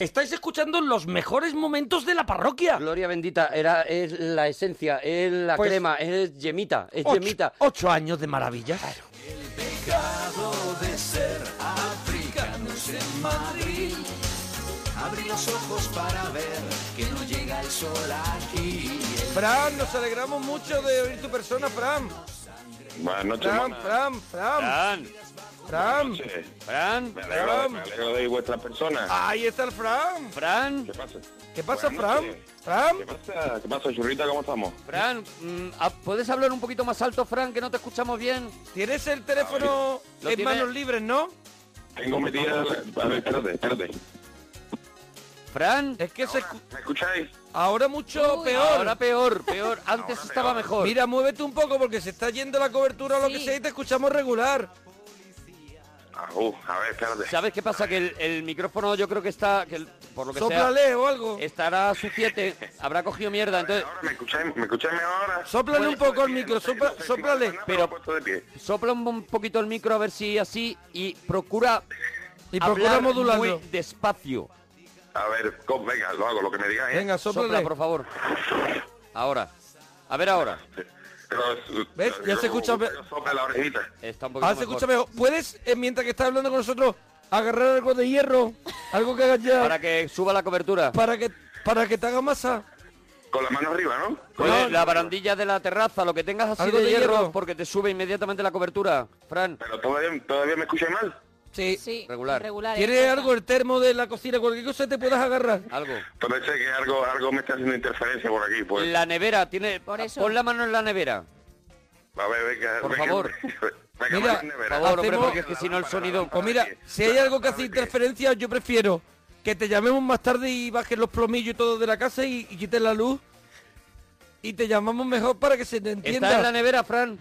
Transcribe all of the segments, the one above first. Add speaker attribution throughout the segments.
Speaker 1: Estáis escuchando los mejores momentos de la parroquia. Gloria bendita, era, es la esencia, es la
Speaker 2: Pues
Speaker 3: crema,
Speaker 1: es yemita, es
Speaker 3: yemita.
Speaker 1: Ocho años de maravillas.
Speaker 4: Pecado de ser africanos en Madrid. Abrí los ojos para ver que no llega el sol aquí.
Speaker 2: Fran, nos alegramos mucho de oír tu persona, Fran.
Speaker 5: Buenas noches,
Speaker 2: Fran,
Speaker 5: mona.
Speaker 2: Fran, Fran. Fran.
Speaker 5: Buenas noches.
Speaker 2: Fran.
Speaker 5: Me alegro, me alegro de ir vuestra persona.
Speaker 2: Ahí está el Fran.
Speaker 5: ¿Qué pasa?
Speaker 2: ¿Qué pasa,
Speaker 5: Buenas
Speaker 2: Fran?
Speaker 5: noches.
Speaker 2: Fran.
Speaker 5: ¿Qué pasa? ¿Qué pasa, churrita? ¿Cómo estamos?
Speaker 3: Fran, mm, ah, ¿puedes hablar un poquito más alto, Fran, que no te escuchamos bien?
Speaker 2: ¿Tienes el teléfono
Speaker 3: Lo
Speaker 2: en
Speaker 3: tiene-
Speaker 2: manos libres, no?
Speaker 5: Tengo metida... A ver, espérate, espérate.
Speaker 3: Fran,
Speaker 2: Es que se escu-
Speaker 5: ¿Me escucháis?
Speaker 2: ahora mucho
Speaker 3: Uy.
Speaker 2: peor.
Speaker 3: ahora peor, peor. Antes estaba mejor.
Speaker 2: Mira, muévete un poco porque se está yendo la cobertura o lo que
Speaker 3: Sí.
Speaker 2: sea y te escuchamos regular.
Speaker 5: Ah, uh, a ver, espérate.
Speaker 3: ¿Sabes qué pasa? Que el, el micrófono yo creo que está, que el- por lo que sea,
Speaker 2: Sóplale o algo.
Speaker 3: estará suciete, habrá cogido mierda, entonces
Speaker 5: Ahora me escucháis, me escucháis mejor ahora.
Speaker 2: Sóplale un poco al micro, sopla-
Speaker 5: No sé si me
Speaker 2: sóplale.
Speaker 5: suena,
Speaker 3: Pero-
Speaker 5: me he puesto de pie.
Speaker 3: sopla un, un poquito el micro a ver si así y procura
Speaker 2: Y procura
Speaker 3: hablar
Speaker 2: modularlo.
Speaker 3: muy despacio.
Speaker 5: A ver, co- venga, lo hago, lo que me digáis. ¿eh?
Speaker 2: Venga,
Speaker 3: Sopla,
Speaker 2: sóplale.
Speaker 3: por favor. Ahora. A ver ahora.
Speaker 5: Pero es-
Speaker 2: ¿Ves? Ya
Speaker 5: yo-
Speaker 2: se escucha
Speaker 5: yo
Speaker 2: pe-
Speaker 5: sopla la orejita.
Speaker 3: Está un poquito
Speaker 2: Ahora se
Speaker 3: mejor.
Speaker 2: escucha mejor. Ah, ¿Puedes, eh, mientras que estás hablando con nosotros, agarrar algo de hierro? Algo que hagas ya.
Speaker 3: Para que suba la cobertura.
Speaker 2: para que para que te haga masa.
Speaker 5: Con la mano arriba, ¿no? Con
Speaker 3: Puede- la barandilla de la terraza, lo que tengas así
Speaker 2: Algo
Speaker 3: de,
Speaker 2: de
Speaker 3: hierro,
Speaker 2: hierro.
Speaker 3: porque te sube inmediatamente la cobertura. Fran,
Speaker 5: Pero todavía, todavía me escucháis mal.
Speaker 2: Sí.
Speaker 6: Sí,
Speaker 3: Regular.
Speaker 6: regular ¿eh?
Speaker 2: ¿Quieres algo el termo de la cocina, cualquier cosa te puedas agarrar?
Speaker 3: algo.
Speaker 5: Parece que algo, algo me está haciendo interferencia por aquí. Pues.
Speaker 3: La nevera, tiene.
Speaker 6: Por eso.
Speaker 3: Pon la mano en la nevera.
Speaker 5: A ver, venga,
Speaker 3: Por
Speaker 5: venga,
Speaker 3: favor.
Speaker 5: venga,
Speaker 2: Mira,
Speaker 5: venga,
Speaker 3: Por
Speaker 5: nevera.
Speaker 3: favor, hombre,
Speaker 2: Hacemos-
Speaker 3: porque es que si no el sonido.
Speaker 2: Pues mira, si hay algo que hace interferencia, yo prefiero que te llamemos más tarde y bajes los plomillos y todo de la casa y, y quites la luz. Y te llamamos mejor para que se te
Speaker 3: ¿Está en la
Speaker 2: entienda.
Speaker 3: nevera, Fran?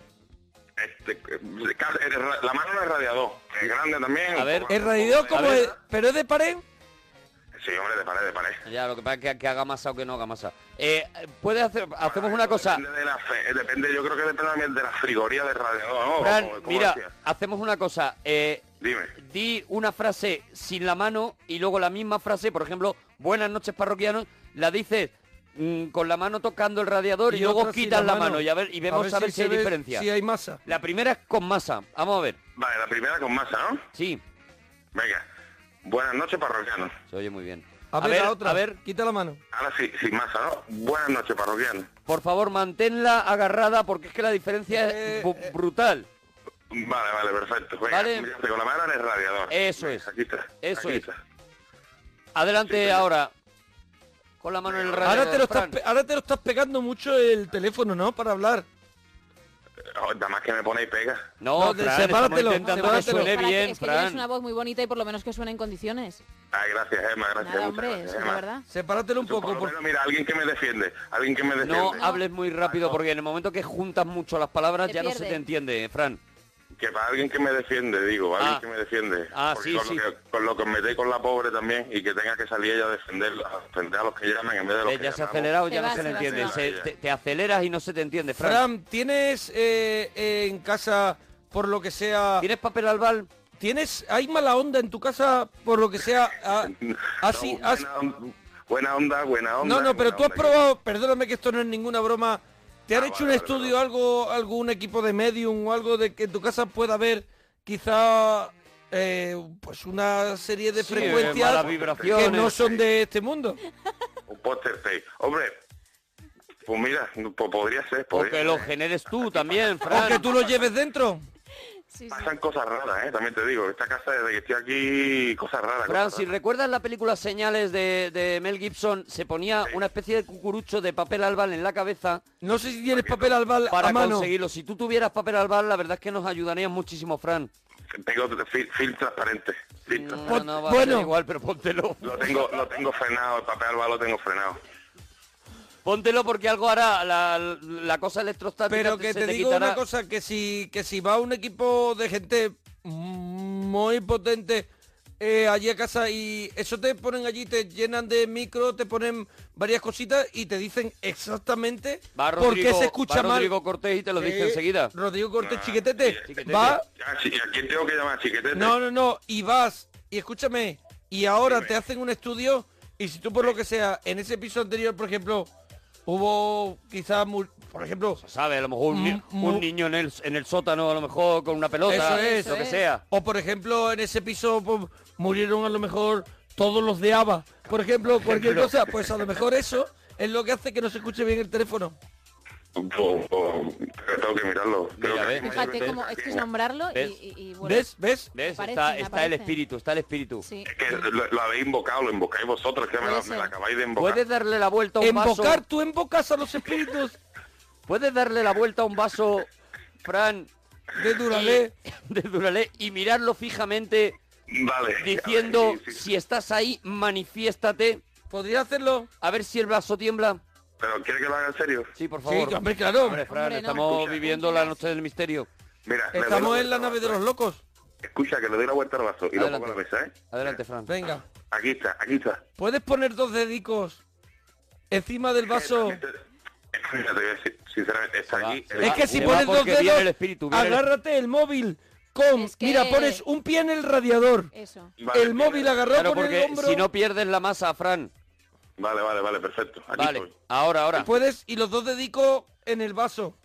Speaker 5: Este, eh, cal- el ra- la mano del radiador. Es grande también.
Speaker 3: A
Speaker 5: un
Speaker 3: ver.
Speaker 5: poco-
Speaker 2: El radiador
Speaker 5: un poco
Speaker 2: como
Speaker 5: de-
Speaker 2: es, pero es de pared.
Speaker 5: Sí, hombre, de pared, de pared.
Speaker 3: Ya, lo que pasa es que, que haga masa o que no haga masa. Eh, puedes hacer. Hacemos una cosa.
Speaker 5: Depende, de la fe- eh, depende, yo creo que depende también de la frigoría del radiador, ¿no?
Speaker 3: Fran,
Speaker 5: Como- como
Speaker 3: mira,
Speaker 5: decía.
Speaker 3: hacemos una cosa. Eh,
Speaker 5: Dime.
Speaker 3: di una frase sin la mano y luego la misma frase, por ejemplo, buenas noches parroquianos, la dices mm, con la mano tocando el radiador y, luego
Speaker 2: otra sin
Speaker 3: quitas la mano, y, a ver, y
Speaker 2: A
Speaker 3: vemos a ver, si,
Speaker 2: se
Speaker 3: hay
Speaker 2: ve-
Speaker 3: diferencia.
Speaker 2: Si hay masa.
Speaker 3: La primera es con masa. Vamos a ver.
Speaker 5: Vale, la primera con masa, ¿no?
Speaker 3: Sí,
Speaker 5: Venga. Buenas noches, parroquianos.
Speaker 3: se oye muy bien.
Speaker 2: A, ver, la otra.
Speaker 3: a ver,
Speaker 2: quita la mano.
Speaker 5: Ahora sí, sin masa, ¿no? Buenas noches, parroquianos.
Speaker 3: por favor, manténla agarrada porque es que la diferencia
Speaker 2: Eh,
Speaker 3: es bu- brutal.
Speaker 5: Vale, vale, perfecto. Venga,
Speaker 3: Vale.
Speaker 5: mírate con la mano en el radiador.
Speaker 3: Eso
Speaker 5: Venga,
Speaker 3: es.
Speaker 5: Aquí está.
Speaker 3: Eso
Speaker 5: aquí
Speaker 3: es.
Speaker 5: está.
Speaker 3: Adelante
Speaker 5: Sí, señor.
Speaker 3: ahora. Con la mano en el radiador.
Speaker 2: Ahora te, lo estás,
Speaker 3: Fran.
Speaker 2: pe- ahora te lo estás pegando mucho el teléfono, ¿no? Para hablar.
Speaker 5: Oh, nada más que me pone y pega.
Speaker 3: No,
Speaker 2: No, de-
Speaker 3: Fran, estamos
Speaker 2: sepáratelo,
Speaker 3: intentando que
Speaker 2: sepáratelo.
Speaker 3: suene
Speaker 6: Para que-
Speaker 3: bien,
Speaker 6: es que tienes
Speaker 3: Fran.
Speaker 6: una voz muy bonita y por lo menos que suene en condiciones.
Speaker 5: Ay, gracias, Emma, gracias.
Speaker 6: Nada,
Speaker 5: muchas
Speaker 6: hombre,
Speaker 5: gracias,
Speaker 6: eso es la
Speaker 5: Emma.
Speaker 6: verdad.
Speaker 2: Sepáratelo un
Speaker 5: Eso, por
Speaker 2: poco.
Speaker 5: lo
Speaker 2: por-
Speaker 5: menos, mira, alguien que me defiende, alguien que
Speaker 3: No
Speaker 5: me defiende. Ah,
Speaker 3: hables muy rápido porque en el momento que juntas mucho las palabras
Speaker 6: Te
Speaker 3: ya no se
Speaker 6: pierdes.
Speaker 3: te entiende, eh, Fran.
Speaker 5: Que para alguien que me defiende, digo, alguien
Speaker 3: Ah.
Speaker 5: que me defiende.
Speaker 3: Ah,
Speaker 5: Porque
Speaker 3: sí,
Speaker 5: con
Speaker 3: sí.
Speaker 5: Lo que, con lo que os metéis con la pobre también y que tenga que salir ella a defender, a defender a los que llaman en vez de los
Speaker 3: Ves,
Speaker 5: que
Speaker 3: Eh, ya se ha
Speaker 5: llamamos.
Speaker 3: acelerado,
Speaker 6: Se
Speaker 3: ya no
Speaker 6: va,
Speaker 3: se le
Speaker 6: se va,
Speaker 3: entiende.
Speaker 5: se
Speaker 3: Se-
Speaker 5: va.
Speaker 3: te, te aceleras y no se te entiende, Fran.
Speaker 2: Fran, ¿tienes eh, eh, en casa, por lo que sea...
Speaker 3: ¿Tienes papel al bal?
Speaker 2: ¿Tienes, hay mala onda en tu casa por lo que sea? Ah, así,
Speaker 5: No,
Speaker 3: ah,
Speaker 2: has-
Speaker 5: buena, on- buena onda, buena onda.
Speaker 2: no, no, pero
Speaker 5: buena
Speaker 2: tú has
Speaker 5: onda.
Speaker 2: probado, perdóname que esto no es ninguna broma, ¿te han
Speaker 5: Ah,
Speaker 2: hecho
Speaker 5: vale,
Speaker 2: un
Speaker 5: vale,
Speaker 2: estudio,
Speaker 5: perdón.
Speaker 2: algo, algún equipo de medium o algo de que en tu casa pueda haber quizá eh, pues una serie de
Speaker 3: Sí, eh,
Speaker 2: frecuencias
Speaker 3: malas
Speaker 2: que no
Speaker 3: vibraciones.
Speaker 2: son de este mundo?
Speaker 5: Un póster tape. Hombre, pues mira, pues podría ser.
Speaker 3: O
Speaker 5: podría
Speaker 3: que
Speaker 5: ser.
Speaker 3: lo generes tú también,
Speaker 2: ¿O que
Speaker 3: Fran.
Speaker 2: tú lo lleves dentro?
Speaker 6: Sí, sí.
Speaker 5: Pasan cosas raras, ¿eh? También te digo, esta casa desde que estoy aquí, cosas raras.
Speaker 3: Fran,
Speaker 5: cosas
Speaker 3: si
Speaker 5: raras.
Speaker 3: recuerdas la película Señales de, de Mel Gibson, se ponía una especie de cucurucho de papel al bal en la cabeza
Speaker 2: No sé si tienes papel al bal
Speaker 3: para
Speaker 2: a mano.
Speaker 3: conseguirlo. Si tú tuvieras papel al bal, la verdad es que nos ayudarías muchísimo, Fran.
Speaker 5: Tengo fil, fil transparente. fil
Speaker 3: Mm, No,
Speaker 5: transparente.
Speaker 3: no va a
Speaker 2: bueno.
Speaker 3: ser igual, pero póntelo.
Speaker 5: Lo tengo, lo tengo frenado, el papel alba lo tengo frenado.
Speaker 3: Póntelo porque algo hará la, la cosa electrostática.
Speaker 2: Pero que
Speaker 3: se
Speaker 2: te digo
Speaker 3: quitará.
Speaker 2: una cosa, que si, que si va un equipo de gente muy potente eh, allí a casa y eso te ponen allí, te llenan de micro, te ponen varias cositas y te dicen exactamente
Speaker 3: Va
Speaker 2: por qué
Speaker 3: Rodrigo-
Speaker 2: se escucha
Speaker 3: va
Speaker 2: mal.
Speaker 3: Rodrigo Cortés y te lo
Speaker 2: Sí,
Speaker 3: dice enseguida.
Speaker 2: Rodrigo Cortés
Speaker 5: Ah,
Speaker 2: Chiquetete,
Speaker 5: Chiquetete.
Speaker 2: va,
Speaker 5: Ya, chi- ¿A quién tengo que llamar? ¿Chiquetete?
Speaker 2: no, no, no, y vas, y escúchame, y ahora te hacen un estudio y si tú por lo que sea, en ese piso anterior, por ejemplo, hubo quizás, mu- por ejemplo...
Speaker 3: ¿Sabes? A lo mejor un, ni-
Speaker 2: Mm,
Speaker 3: un
Speaker 2: mu-
Speaker 3: niño en el, en el sótano, a lo mejor con una pelota,
Speaker 2: Eso es.
Speaker 3: lo que sea.
Speaker 2: O por ejemplo, en ese piso pues, murieron a lo mejor todos los de ABBA. Por ejemplo, cualquier
Speaker 5: ejemplo.
Speaker 2: cosa. Pues a lo mejor eso es lo que hace que no se escuche bien el teléfono.
Speaker 5: O- o- creo que tengo que mirarlo. Creo que-
Speaker 6: Fíjate cómo es que es nombrarlo y,
Speaker 3: ¿Ves?
Speaker 6: y, y bueno,
Speaker 2: ¿Ves? ¿Ves?
Speaker 3: ¿Ves?
Speaker 6: Aparecen,
Speaker 3: está está el
Speaker 6: aparecen.
Speaker 3: espíritu, está el espíritu.
Speaker 6: sí.
Speaker 5: que lo, lo habéis invocado, lo invocáis vosotros, que me
Speaker 6: Puede
Speaker 5: la,
Speaker 6: ser.
Speaker 5: me la acabáis de invocar.
Speaker 3: ¿Puedes darle la vuelta a un
Speaker 2: Embocar,
Speaker 3: vaso?
Speaker 2: tú embocas a los espíritus
Speaker 3: ¿Puedes darle la vuelta a un vaso, Fran,
Speaker 2: de Duralé.
Speaker 3: de Duralé y mirarlo fijamente
Speaker 5: Vale. A
Speaker 3: diciendo,
Speaker 5: ver, sí, sí.
Speaker 3: si estás ahí, manifiéstate,
Speaker 2: ¿Podría hacerlo?
Speaker 3: a ver si el vaso tiembla?
Speaker 5: Pero ¿quiere que lo haga en serio?
Speaker 3: Sí, por favor.
Speaker 2: Sí, hombre, claro.
Speaker 3: Hombre, Fran,
Speaker 6: Hombre, no.
Speaker 3: estamos
Speaker 6: Escucha.
Speaker 3: viviendo la noche del misterio.
Speaker 5: Mira, le doy
Speaker 2: Estamos en
Speaker 5: vuelta
Speaker 2: la
Speaker 5: al
Speaker 2: nave de
Speaker 5: vaso,
Speaker 2: los
Speaker 5: ¿eh?
Speaker 2: locos.
Speaker 5: Escucha, que le doy la vuelta al vaso y lo pongo a la
Speaker 3: Adelante.
Speaker 5: mesa, ¿eh?
Speaker 3: Adelante, Fran.
Speaker 2: Venga,
Speaker 5: Aquí está, aquí está.
Speaker 2: ¿puedes poner dos dedicos encima del vaso?
Speaker 5: Eh, Mira, te voy a decir, sinceramente, está
Speaker 3: va,
Speaker 5: aquí.
Speaker 3: se
Speaker 5: el-
Speaker 2: Es que
Speaker 3: se
Speaker 2: si
Speaker 3: va
Speaker 2: pones dos
Speaker 3: porque viene
Speaker 2: dedos,
Speaker 3: el espíritu, viene el-
Speaker 2: agárrate el móvil con...
Speaker 6: Es que-
Speaker 2: Mira, pones un pie en el radiador.
Speaker 6: Eso.
Speaker 5: Vale,
Speaker 2: el
Speaker 5: mira.
Speaker 2: móvil agarró
Speaker 3: Claro,
Speaker 2: con
Speaker 3: porque
Speaker 2: el hombro.
Speaker 3: si no pierdes la masa, Fran.
Speaker 5: Vale, vale, vale, perfecto. Aquí
Speaker 3: Vale,
Speaker 5: estoy.
Speaker 3: ahora, ahora.
Speaker 2: Puedes, y los dos dedicos en el vaso.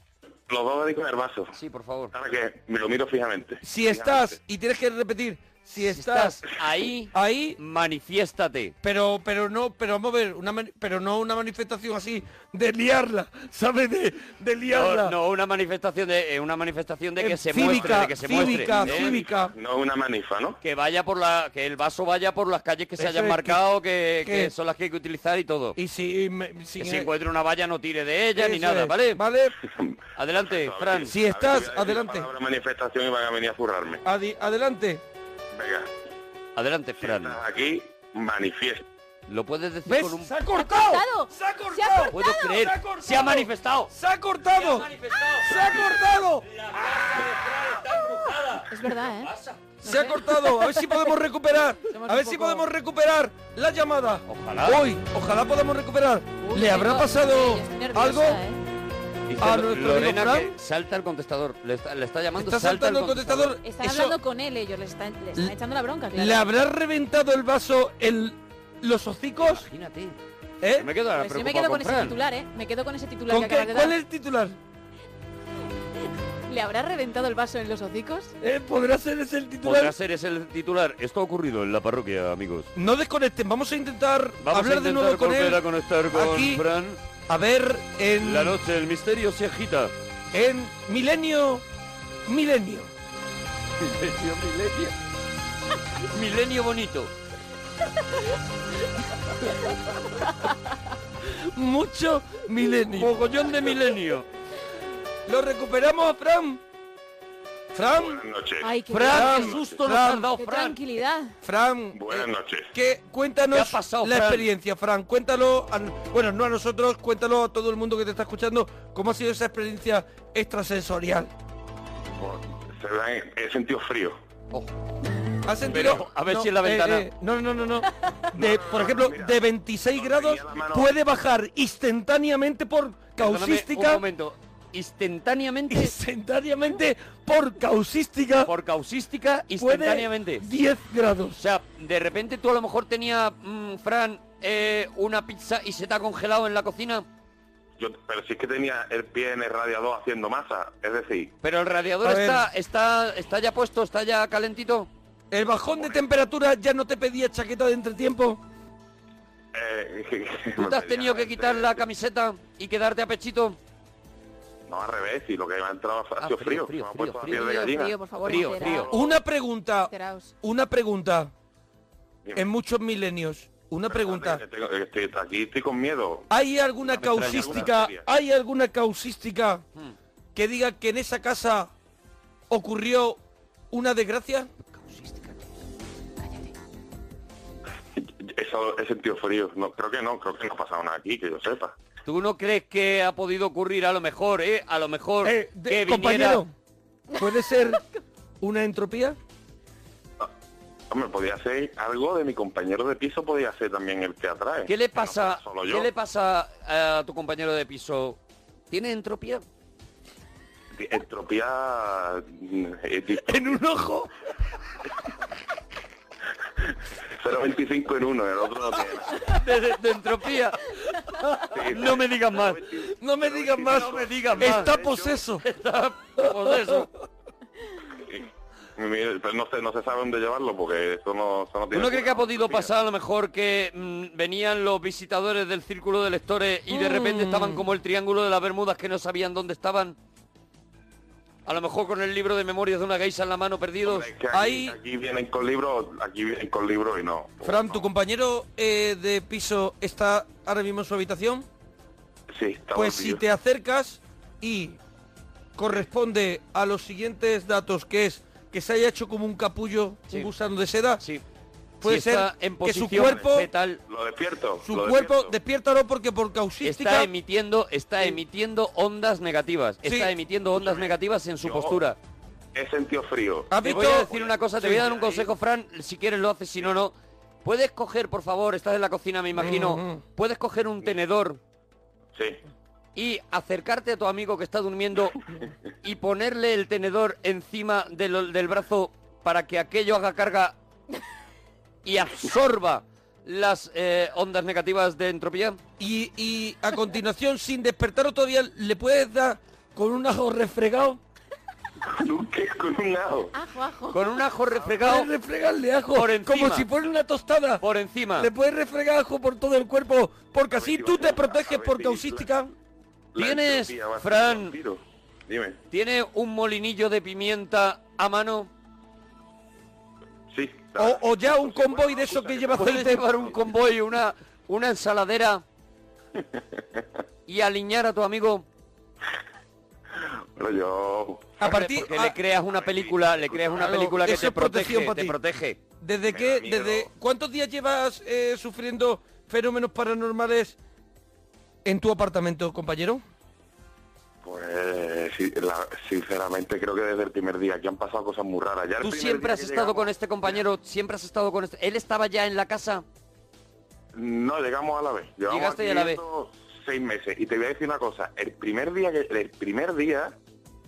Speaker 5: Los dos dedicos en el vaso.
Speaker 3: Sí, por favor.
Speaker 5: Ahora que me lo miro fijamente.
Speaker 2: Si estás, y tienes que repetir, si
Speaker 3: Si estás
Speaker 2: estás
Speaker 3: ahí,
Speaker 2: ahí,
Speaker 3: manifiéstate.
Speaker 2: pero pero no, pero vamos a ver, una mani- pero no una manifestación así de liarla, ¿sabes? De, de liarla.
Speaker 3: No, no, una manifestación de eh, una manifestación de
Speaker 2: Eh,
Speaker 3: que se
Speaker 2: cívica,
Speaker 3: muestre, de que se
Speaker 2: cívica,
Speaker 3: muestre. ¿eh?
Speaker 2: cívica.
Speaker 5: No es una manifa, ¿no?
Speaker 3: Que vaya por la que el vaso vaya por las calles que se
Speaker 2: Eso
Speaker 3: hayan
Speaker 2: es,
Speaker 3: marcado, que,
Speaker 2: que-
Speaker 3: que son las que hay que utilizar y todo.
Speaker 2: Y si, me- si-
Speaker 3: que si encuentre una valla no tire de ella ni
Speaker 2: eso
Speaker 3: nada,
Speaker 2: es,
Speaker 3: ¿vale?
Speaker 2: Vale,
Speaker 3: Adelante, Fran.
Speaker 2: Sí. Si estás, adelante.
Speaker 5: La palabra manifestación y van a venir a zurrarme.
Speaker 2: adi- adelante.
Speaker 5: Venga,
Speaker 3: Adelante,
Speaker 5: si
Speaker 3: Fran.
Speaker 5: estás aquí, manifiesta.
Speaker 3: Lo puedes decir
Speaker 2: ¿Ves?
Speaker 3: con un
Speaker 2: Se ha cortado.
Speaker 6: cortado!
Speaker 2: Se ha cortado.
Speaker 6: Se ha cortado.
Speaker 3: puedo creer.
Speaker 2: Se ha cortado.
Speaker 3: Se ha manifestado.
Speaker 2: Se ha cortado. Se ha cortado.
Speaker 6: Ah, Es verdad, ¿eh?
Speaker 2: Se ha cortado. A ver si podemos recuperar.
Speaker 6: Somos
Speaker 2: A ver
Speaker 6: un
Speaker 2: si
Speaker 6: poco-
Speaker 2: podemos recuperar la llamada.
Speaker 3: Ojalá.
Speaker 2: Hoy, ojalá podamos recuperar.
Speaker 6: Uy,
Speaker 2: ¿Le habrá
Speaker 6: tengo-
Speaker 2: pasado
Speaker 6: sí, estoy nerviosa,
Speaker 2: algo?
Speaker 6: ¿eh?
Speaker 3: Dice
Speaker 2: A Ah,
Speaker 3: Lo-
Speaker 2: nuestro
Speaker 3: Lorena
Speaker 2: amigo
Speaker 3: que
Speaker 2: Fran.
Speaker 3: salta el contestador. Le está, le está llamando.
Speaker 2: Está
Speaker 3: salta
Speaker 2: saltando el contestador.
Speaker 6: Están
Speaker 2: Eso-
Speaker 6: hablando con él ellos, le están, le están
Speaker 2: Le-
Speaker 6: echando la bronca, claro.
Speaker 2: ¿Le habrá reventado el vaso en los hocicos?
Speaker 3: Imagínate.
Speaker 2: ¿Eh?
Speaker 3: Yo me quedo ahora
Speaker 6: Pues yo me
Speaker 3: preocupado
Speaker 6: quedo con, ese
Speaker 3: Fran.
Speaker 6: titular, ¿eh? Me quedo con ese titular
Speaker 2: ¿Con
Speaker 6: que
Speaker 2: qué?
Speaker 6: acabas de
Speaker 2: ¿Cuál es
Speaker 6: dar.
Speaker 2: el titular?
Speaker 6: ¿Le habrá reventado el vaso en los hocicos?
Speaker 2: ¿Eh? ¿Podrá ser ese el titular?
Speaker 3: Podrá ser ese el titular. Esto ha ocurrido en la parroquia, amigos.
Speaker 2: No desconecten, vamos a intentar
Speaker 3: Vamos
Speaker 2: hablar
Speaker 3: a
Speaker 2: de
Speaker 3: intentar
Speaker 2: nuevo con
Speaker 3: volver
Speaker 2: él.
Speaker 3: a conectar con
Speaker 2: Aquí.
Speaker 3: Fran.
Speaker 2: A ver, en,
Speaker 3: La noche del misterio se agita.
Speaker 2: en Milenio. Milenio.
Speaker 3: Milenio, milenio. Milenio bonito.
Speaker 2: Mucho Milenio.
Speaker 3: Mogollón de milenio.
Speaker 2: ¿Lo recuperamos, Fran? ¿Fran?
Speaker 5: Buenas noches.
Speaker 6: Ay, qué,
Speaker 3: Fran, qué
Speaker 2: Fran,
Speaker 3: susto nos
Speaker 2: Fran.
Speaker 3: has dado,
Speaker 6: qué
Speaker 3: Fran.
Speaker 6: tranquilidad.
Speaker 2: Fran.
Speaker 5: Buenas
Speaker 2: eh,
Speaker 5: noches.
Speaker 2: ¿Qué? Cuéntanos
Speaker 3: ¿Qué ha pasado,
Speaker 2: la
Speaker 3: Fran?
Speaker 2: experiencia, Fran. Cuéntalo, a n- bueno, no a nosotros, cuéntalo a todo el mundo que te está escuchando, cómo ha sido esa experiencia extrasensorial.
Speaker 5: Se dan- he sentido frío.
Speaker 3: Oh,
Speaker 2: ¿Has sentido? eh,
Speaker 3: Pero, a ver si en la ventana.
Speaker 2: no, no, no, no. De, por ejemplo,
Speaker 5: mira.
Speaker 2: de 26 grados
Speaker 5: Tenía la mano-
Speaker 2: puede bajar instantáneamente por
Speaker 3: perdóname Un
Speaker 2: causística.
Speaker 3: momento. Instantáneamente,
Speaker 2: Instantáneamente por causística
Speaker 3: por causística,
Speaker 2: puede
Speaker 3: instantáneamente.
Speaker 2: 10
Speaker 3: O
Speaker 2: grados.
Speaker 3: sea, de repente tú a lo mejor tenías, mm, Fran, eh, una pizza y se te ha congelado en la cocina,
Speaker 5: Yo, pero si es que tenía el pie en el radiador haciendo masa, es decir,
Speaker 3: pero el
Speaker 2: A
Speaker 3: radiador
Speaker 2: ver.
Speaker 3: está, está, está ya puesto, está ya calentito.
Speaker 2: El bajón de temperatura ya no te pedía chaqueta de entretiempo.
Speaker 5: eh,
Speaker 3: ¿Tú te has tenido que quitar la camiseta y quedarte a pechito?
Speaker 5: No, al revés, y lo que me ha entrado ha
Speaker 3: Ah,
Speaker 5: sido
Speaker 3: frío,
Speaker 5: frío.
Speaker 3: frío,
Speaker 5: me ha
Speaker 3: frío,
Speaker 5: puesto la
Speaker 3: frío,
Speaker 5: piel de
Speaker 6: Frío,
Speaker 5: gallina.
Speaker 6: frío, por favor.
Speaker 3: Frío,
Speaker 6: enteraos,
Speaker 3: frío.
Speaker 2: Una pregunta,
Speaker 6: enteraos.
Speaker 2: una pregunta
Speaker 5: Dime.
Speaker 2: en muchos milenios. Una pregunta.
Speaker 5: Tengo- estoy aquí estoy con miedo.
Speaker 2: ¿Hay alguna Hmm.
Speaker 5: Me extraña, alguna
Speaker 2: causística,
Speaker 5: seria.
Speaker 2: hay alguna causística que diga que en esa casa ocurrió una desgracia?
Speaker 5: Eso, he sentido frío. No, creo que no, creo que no ha pasado nada aquí, que yo sepa.
Speaker 3: ¿Tú no crees que ha podido ocurrir a lo mejor, eh? A lo mejor
Speaker 2: Eh, de-
Speaker 3: que viniera...
Speaker 2: compañero, ¿puede ser una entropía?
Speaker 5: Hombre, podía ser algo de mi compañero de piso, podía ser también el que atrae.
Speaker 3: ¿Qué le
Speaker 5: Que no
Speaker 3: pasa,
Speaker 5: fuera solo yo.
Speaker 3: ¿qué le pasa a tu compañero de piso? ¿Tiene entropía?
Speaker 5: Entropía... mm, eh, di-
Speaker 2: En un ojo.
Speaker 5: 0,25 en uno, en el otro no tiene.
Speaker 3: De, de entropía. No me digas más.
Speaker 2: No me digas más.
Speaker 3: No me digas más.
Speaker 2: Está poseso.
Speaker 3: Está
Speaker 2: Pues
Speaker 3: poseso.
Speaker 5: Mire, pero no, se, no se sabe dónde llevarlo porque eso no, eso no
Speaker 3: ¿Tú
Speaker 5: tiene...
Speaker 3: no crees que ha podido pasar a lo mejor que mm, venían los visitadores del círculo de lectores y de repente
Speaker 2: Mm.
Speaker 3: estaban como el triángulo de las Bermudas que no sabían dónde estaban? A lo mejor con el libro de memorias de una geisha en la mano perdidos.
Speaker 5: que aquí, aquí vienen con libros, aquí vienen con libros y no.
Speaker 2: Fran, ¿tu compañero eh, de piso está ahora mismo en su habitación?
Speaker 5: Sí, está
Speaker 2: Pues
Speaker 5: vacío.
Speaker 2: si te acercas y corresponde a los siguientes datos, que es que se haya hecho como un capullo, un gusano de seda, puede
Speaker 3: Si
Speaker 2: ser
Speaker 3: está en
Speaker 2: que su
Speaker 3: posición
Speaker 2: cuerpo,
Speaker 3: fetal.
Speaker 5: Lo despierto.
Speaker 2: su cuerpo, despiértalo porque por causística...
Speaker 3: Está emitiendo, está emitiendo ondas negativas.
Speaker 2: Sí.
Speaker 3: Está emitiendo ondas negativas en su postura.
Speaker 5: He sentido frío.
Speaker 3: Te voy a decir una cosa, te voy a dar un consejo, Fran, si quieres lo haces, si no, no. Puedes coger, por favor, estás en la cocina, me imagino,
Speaker 5: Ujú.
Speaker 3: puedes coger un tenedor
Speaker 5: Sí.
Speaker 3: y acercarte a tu amigo que está durmiendo y ponerle el tenedor encima del, del brazo para que aquello haga carga y absorba las eh, ondas negativas de entropía.
Speaker 2: Y, y a continuación, sin despertarlo todavía, le puedes dar con un ajo refregado.
Speaker 5: Con un ajo.
Speaker 6: Ajo, ajo.
Speaker 3: Con un ajo refregado.
Speaker 2: Puedes refregarle ajo.
Speaker 3: Por encima.
Speaker 2: Como si fuera una tostada.
Speaker 3: Por encima.
Speaker 2: Le puedes refregar ajo por todo el cuerpo. Porque así tú te proteges por causística.
Speaker 5: La
Speaker 3: Tienes,
Speaker 5: entropía va a ser un
Speaker 3: Fran,
Speaker 5: vampiro. Dime.
Speaker 3: ¿tiene un molinillo de pimienta a mano?
Speaker 5: Sí.
Speaker 2: O, o ya un convoy de esos que lleva
Speaker 3: Puedes
Speaker 2: aceite.
Speaker 3: llevar un convoy, una, una ensaladera y aliñar a tu amigo
Speaker 5: Pero yo...
Speaker 2: A partir-
Speaker 3: porque
Speaker 2: a-
Speaker 3: le creas una película, le creas una
Speaker 2: Claro,
Speaker 3: película que
Speaker 2: eso
Speaker 3: te
Speaker 2: es protección
Speaker 3: protege,
Speaker 2: pa'
Speaker 3: te
Speaker 2: ti.
Speaker 3: protege.
Speaker 2: ¿Desde
Speaker 5: Me
Speaker 2: qué?
Speaker 5: da miedo.
Speaker 2: Desde, ¿Cuántos días llevas eh, sufriendo fenómenos paranormales en tu apartamento, compañero?
Speaker 5: Pues sí, la- sinceramente creo que desde el primer día que han pasado cosas muy raras. Ya el
Speaker 3: Tú
Speaker 5: primer
Speaker 3: siempre
Speaker 5: día
Speaker 3: has
Speaker 5: que
Speaker 3: estado con
Speaker 5: llegamos-
Speaker 3: este compañero, siempre has estado con este. Él estaba ya en la casa.
Speaker 5: No, llegamos a la vez. Llevamos
Speaker 3: Llegaste
Speaker 5: aquí
Speaker 3: a la vez.
Speaker 5: estos Seis meses. Y te voy a decir una cosa. El primer día que, el primer día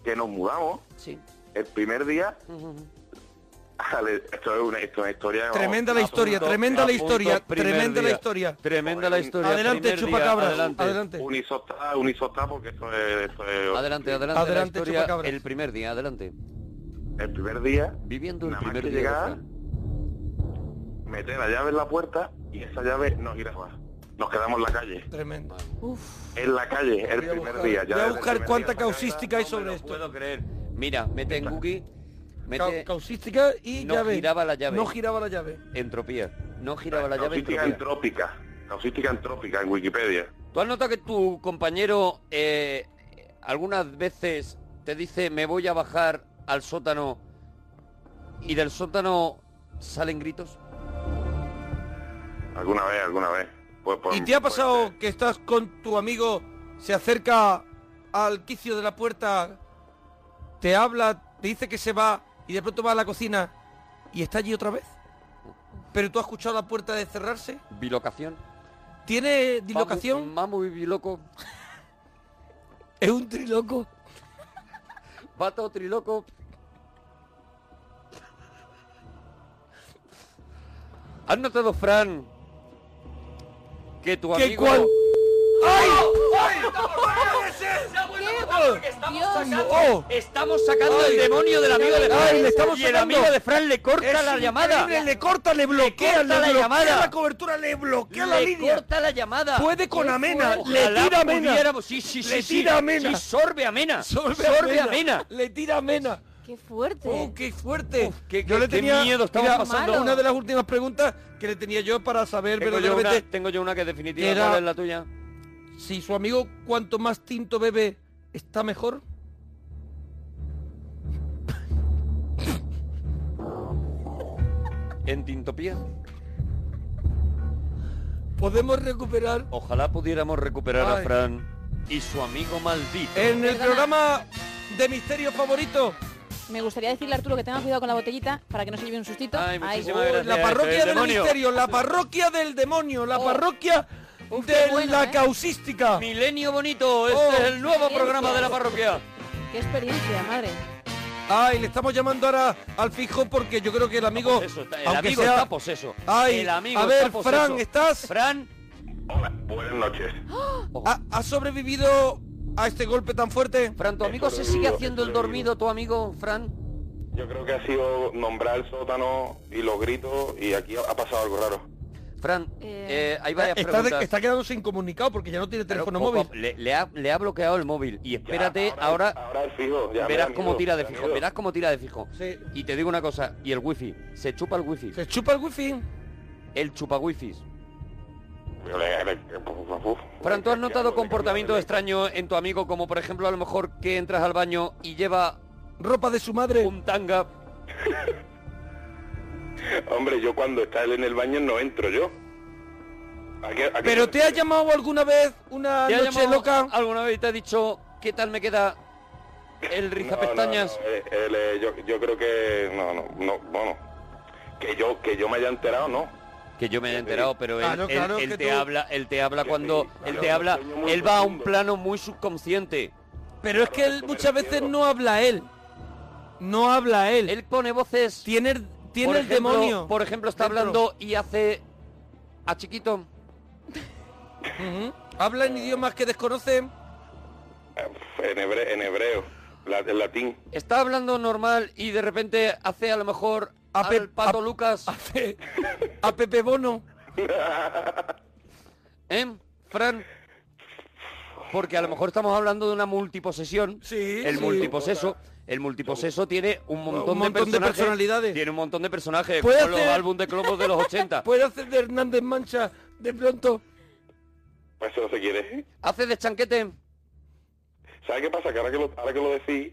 Speaker 5: que nos mudamos,
Speaker 3: Sí.
Speaker 5: el primer día... Esto es una, esto es una historia... vamos,
Speaker 2: Tremenda la historia,
Speaker 5: absoluta-
Speaker 2: tremenda la historia,
Speaker 3: primer
Speaker 2: tremenda la
Speaker 3: día.
Speaker 2: historia.
Speaker 3: Tremenda la historia.
Speaker 2: Adelante,
Speaker 3: primer día,
Speaker 2: chupacabras.
Speaker 3: adelante.
Speaker 2: adelante.
Speaker 5: Unisota, unisota, porque esto es... esto es-
Speaker 3: Adelante, adelante,
Speaker 2: Adelante,
Speaker 3: la historia,
Speaker 2: chupacabras.
Speaker 3: el primer día, adelante.
Speaker 5: El primer día,
Speaker 3: Viviendo el
Speaker 5: nada más
Speaker 3: primer
Speaker 5: que
Speaker 3: día. de
Speaker 5: llegar,
Speaker 3: Fran.
Speaker 5: meter la llave en la puerta y esa llave no giraba. Nos quedamos en la calle.
Speaker 2: Tremendo.
Speaker 5: En la calle, el primer día.
Speaker 2: Voy a
Speaker 5: ya desde el
Speaker 2: buscar
Speaker 5: primer
Speaker 2: cuánta
Speaker 5: día esa
Speaker 2: causística hay
Speaker 3: No me
Speaker 2: sobre
Speaker 3: lo
Speaker 2: esto.
Speaker 3: puedo creer. Mira, mete en Google, mete
Speaker 2: Cau- causística y
Speaker 3: No
Speaker 2: llave.
Speaker 3: giraba la llave.
Speaker 2: No giraba la llave. Ah,
Speaker 3: entropía. No giraba
Speaker 5: llave-
Speaker 3: la llave
Speaker 5: Causística
Speaker 3: entropía.
Speaker 5: entrópica. Causística entrópica en Wikipedia.
Speaker 3: ¿Tú has notado que tu compañero eh, algunas veces te dice me voy a bajar al sótano y del sótano salen gritos?
Speaker 5: Alguna vez, alguna vez. Pues, pues,
Speaker 2: ¿Y te ha
Speaker 5: pues,
Speaker 2: pasado
Speaker 5: eh,
Speaker 2: que estás con tu amigo, se acerca al quicio de la puerta, te habla, te dice que se va y de pronto va a la cocina y está allí otra vez? ¿Pero tú has escuchado la puerta de cerrarse?
Speaker 3: ¿Bilocación?
Speaker 2: ¿Tiene dilocación?
Speaker 3: Mamu y biloco.
Speaker 2: ¿Es un triloco?
Speaker 3: Pato, triloco. ¿Has notado, Fran, que tu
Speaker 2: ¿Qué
Speaker 3: amigo...
Speaker 2: cual?
Speaker 6: Dios.
Speaker 2: ¡Oh!
Speaker 3: Estamos sacando
Speaker 2: Ay.
Speaker 3: el demonio del amigo de Fran.
Speaker 2: Ay, le estamos
Speaker 3: y el
Speaker 2: sacando. Eh,
Speaker 3: amigo de Fran le corta
Speaker 2: Es
Speaker 3: la llamada.
Speaker 2: increíble, Le corta, le bloquea,
Speaker 3: corta
Speaker 2: le,
Speaker 3: la
Speaker 2: bloquea
Speaker 3: llamada.
Speaker 2: la cobertura, le bloquea la
Speaker 3: le
Speaker 2: línea.
Speaker 3: corta la llamada.
Speaker 2: Puede con
Speaker 3: Qué
Speaker 2: amena,
Speaker 3: fuerte.
Speaker 2: le
Speaker 3: Ojalá
Speaker 2: tira amena.
Speaker 3: pudiéramos- Sí, sí, sí,
Speaker 2: Le
Speaker 3: sí.
Speaker 2: tira amena.
Speaker 3: Sí, sorbe amena.
Speaker 2: Sorbe,
Speaker 3: amena.
Speaker 2: Le tira amena.
Speaker 6: Qué fuerte.
Speaker 2: ¡Oh, qué fuerte!
Speaker 3: Uf, qué- qué- qué miedo estamos
Speaker 2: Mira,
Speaker 6: pasando.
Speaker 2: Una de las últimas preguntas que le tenía yo para saber
Speaker 3: Tengo yo,
Speaker 2: verdaderamente
Speaker 3: una, tengo yo una que definitiva
Speaker 2: Era-
Speaker 3: ¿cuál es la tuya.
Speaker 2: si su amigo cuanto más tinto bebe está mejor.
Speaker 3: En Tintopía.
Speaker 2: Podemos recuperar.
Speaker 3: Ojalá pudiéramos recuperar a
Speaker 2: Ay.
Speaker 3: Fran y su amigo maldito.
Speaker 2: En el
Speaker 6: Perdona.
Speaker 2: programa de misterio favorito,
Speaker 6: Me gustaría decirle a Arturo que tenga cuidado con la botellita para que no se lleve un sustito.
Speaker 3: Ay,
Speaker 6: Ahí.
Speaker 3: muchísimas gracias.
Speaker 2: la
Speaker 3: eso, el
Speaker 2: parroquia del
Speaker 3: demonio.
Speaker 2: misterio, la parroquia del demonio, la
Speaker 6: Oh.
Speaker 2: parroquia de
Speaker 6: bueno,
Speaker 2: la
Speaker 6: ¿eh?
Speaker 2: causística.
Speaker 3: Milenio Bonito, este
Speaker 2: Oh.
Speaker 3: es el nuevo programa de la parroquia.
Speaker 6: Qué experiencia, madre.
Speaker 2: Ay, le estamos llamando ahora al fijo porque yo creo que el amigo...
Speaker 3: El
Speaker 2: aunque
Speaker 3: amigo
Speaker 2: sea-
Speaker 3: Ah, pues está poseso.
Speaker 2: Ay,
Speaker 3: El amigo
Speaker 2: a ver,
Speaker 3: está poseso.
Speaker 2: Fran, ¿estás?
Speaker 3: Fran.
Speaker 5: Buenas noches.
Speaker 2: ¿Ha, ha sobrevivido a este golpe tan fuerte?
Speaker 3: Fran, ¿tu amigo se sigue haciendo el dormido, tu amigo, Fran?
Speaker 5: Yo creo que ha sido nombrar el sótano y los gritos y aquí ha pasado algo raro.
Speaker 3: Fran, eh, hay varias
Speaker 2: Está,
Speaker 3: preguntas.
Speaker 2: está quedándose incomunicado porque ya no tiene
Speaker 3: Claro,
Speaker 2: teléfono
Speaker 3: poco a-
Speaker 2: móvil.
Speaker 3: Le, le ha, le ha bloqueado el móvil. Y espérate, ahora,
Speaker 5: Ahora el fijo. ya me
Speaker 3: verás
Speaker 5: da
Speaker 3: cómo
Speaker 5: miedo,
Speaker 3: tira de
Speaker 5: me da
Speaker 3: fijo.
Speaker 5: miedo.
Speaker 3: Verás cómo tira de fijo.
Speaker 2: Sí.
Speaker 3: Y te digo una cosa, y el wifi, se chupa el wifi.
Speaker 2: Se chupa el wifi.
Speaker 3: El chupa wifi.
Speaker 5: Pues Uf.
Speaker 3: Fran, ¿tú has notado comportamiento extraño en tu amigo? Como por ejemplo, a lo mejor que entras al baño y lleva
Speaker 2: Ropa de su madre.
Speaker 3: un tanga.
Speaker 5: Hombre, yo cuando está él en el baño no entro yo. ¿A qué- a qué
Speaker 2: ¿Pero te
Speaker 5: te
Speaker 2: ha
Speaker 5: refieres?
Speaker 2: llamado alguna vez una
Speaker 3: ¿Te ha
Speaker 2: noche
Speaker 3: llamado
Speaker 2: loca?
Speaker 3: ¿Alguna vez te ha dicho qué tal me queda el
Speaker 5: No, no,
Speaker 3: rizapestañas?
Speaker 5: no, eh, él, eh, yo, yo creo que no, no, no, bueno, que yo que yo me haya enterado, no.
Speaker 3: Que yo me haya enterado, pero él,
Speaker 2: Claro,
Speaker 3: él-
Speaker 2: claro,
Speaker 3: él
Speaker 2: que
Speaker 3: te
Speaker 2: tú-
Speaker 3: habla, él te habla
Speaker 5: Que
Speaker 3: cuando,
Speaker 5: sí,
Speaker 3: él
Speaker 5: claro,
Speaker 3: te
Speaker 5: un
Speaker 3: habla,
Speaker 5: sueño muy
Speaker 3: él va a un
Speaker 5: profundo.
Speaker 3: plano muy subconsciente.
Speaker 2: Pero es que él
Speaker 5: eso me
Speaker 2: muchas veces
Speaker 5: refiero.
Speaker 2: no habla él. No habla él.
Speaker 3: Él pone voces.
Speaker 2: tiene el- tiene
Speaker 3: por
Speaker 2: el
Speaker 3: ejemplo-
Speaker 2: demonio.
Speaker 3: Por ejemplo, está
Speaker 2: dentro.
Speaker 3: hablando y hace a chiquito.
Speaker 2: Ujú. Habla en idiomas que desconoce.
Speaker 5: En hebreo, en hebreo la- en latín.
Speaker 3: Está hablando normal y de repente hace a lo mejor
Speaker 2: A
Speaker 3: al
Speaker 2: Pep-
Speaker 3: pato
Speaker 2: a-
Speaker 3: Lucas.
Speaker 2: Hace a Pepe Bono.
Speaker 3: ¿Eh, Fran? Porque a lo mejor estamos hablando de una multiposesión.
Speaker 2: Sí,
Speaker 3: El
Speaker 2: sí.
Speaker 3: multiposeso. El multiposeso tiene un montón,
Speaker 2: montón de
Speaker 3: personajes,
Speaker 2: personalidades.
Speaker 3: Tiene un montón de personajes. Como
Speaker 2: Puede
Speaker 3: los
Speaker 2: hacer-
Speaker 3: álbumes de Clobos de los 80.
Speaker 2: Puede hacer de Hernández Mancha de pronto.
Speaker 5: Pues eso no se quiere.
Speaker 3: Hace de chanquete.
Speaker 5: ¿Sabes qué pasa? Que ahora que lo, ahora que lo decís,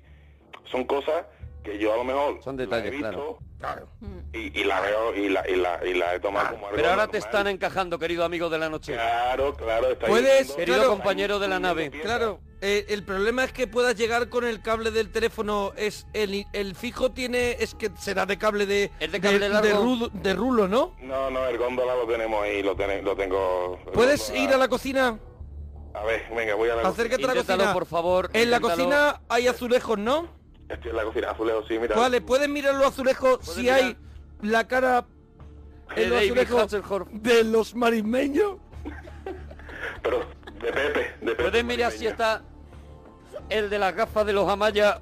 Speaker 5: son cosas que yo a lo mejor
Speaker 3: Son
Speaker 5: la
Speaker 3: detalles,
Speaker 5: he visto
Speaker 3: claro.
Speaker 5: y, y la veo y la, y la, y la he tomado como algo
Speaker 3: Pero ahora te
Speaker 5: normal.
Speaker 3: están encajando, querido amigo de la noche.
Speaker 5: Claro, claro, está ahí
Speaker 2: Puedes,
Speaker 5: viendo-
Speaker 3: Querido
Speaker 2: claro.
Speaker 3: compañero de la nave.
Speaker 2: Claro, eh, el problema es que puedas llegar con el cable del teléfono. Es el, el fijo tiene es que será de cable de
Speaker 3: Es de cable largo.
Speaker 2: rudo- de rulo, ¿no?
Speaker 5: No, no, el góndola lo tenemos ahí, lo, ten- lo tengo. el
Speaker 2: Puedes
Speaker 5: góndola.
Speaker 2: ir a la cocina.
Speaker 5: A ver, venga, voy a la
Speaker 2: Acércate a la
Speaker 3: Inténtalo,
Speaker 2: cocina.
Speaker 3: por favor,
Speaker 2: En la
Speaker 3: inténtalo.
Speaker 2: cocina hay azulejos, ¿no?
Speaker 5: cocina. Estoy en la cocina, azulejo, sí, mira.
Speaker 2: Vale, puedes mirar los azulejos si
Speaker 3: mirar?
Speaker 2: hay la cara
Speaker 3: De
Speaker 2: en los
Speaker 3: David
Speaker 2: azulejos
Speaker 3: Hasselhoff.
Speaker 2: de los marismeños.
Speaker 5: Pero de Pepe, de Pepe.
Speaker 3: Puedes mirar si está el de las gafas de los Amaya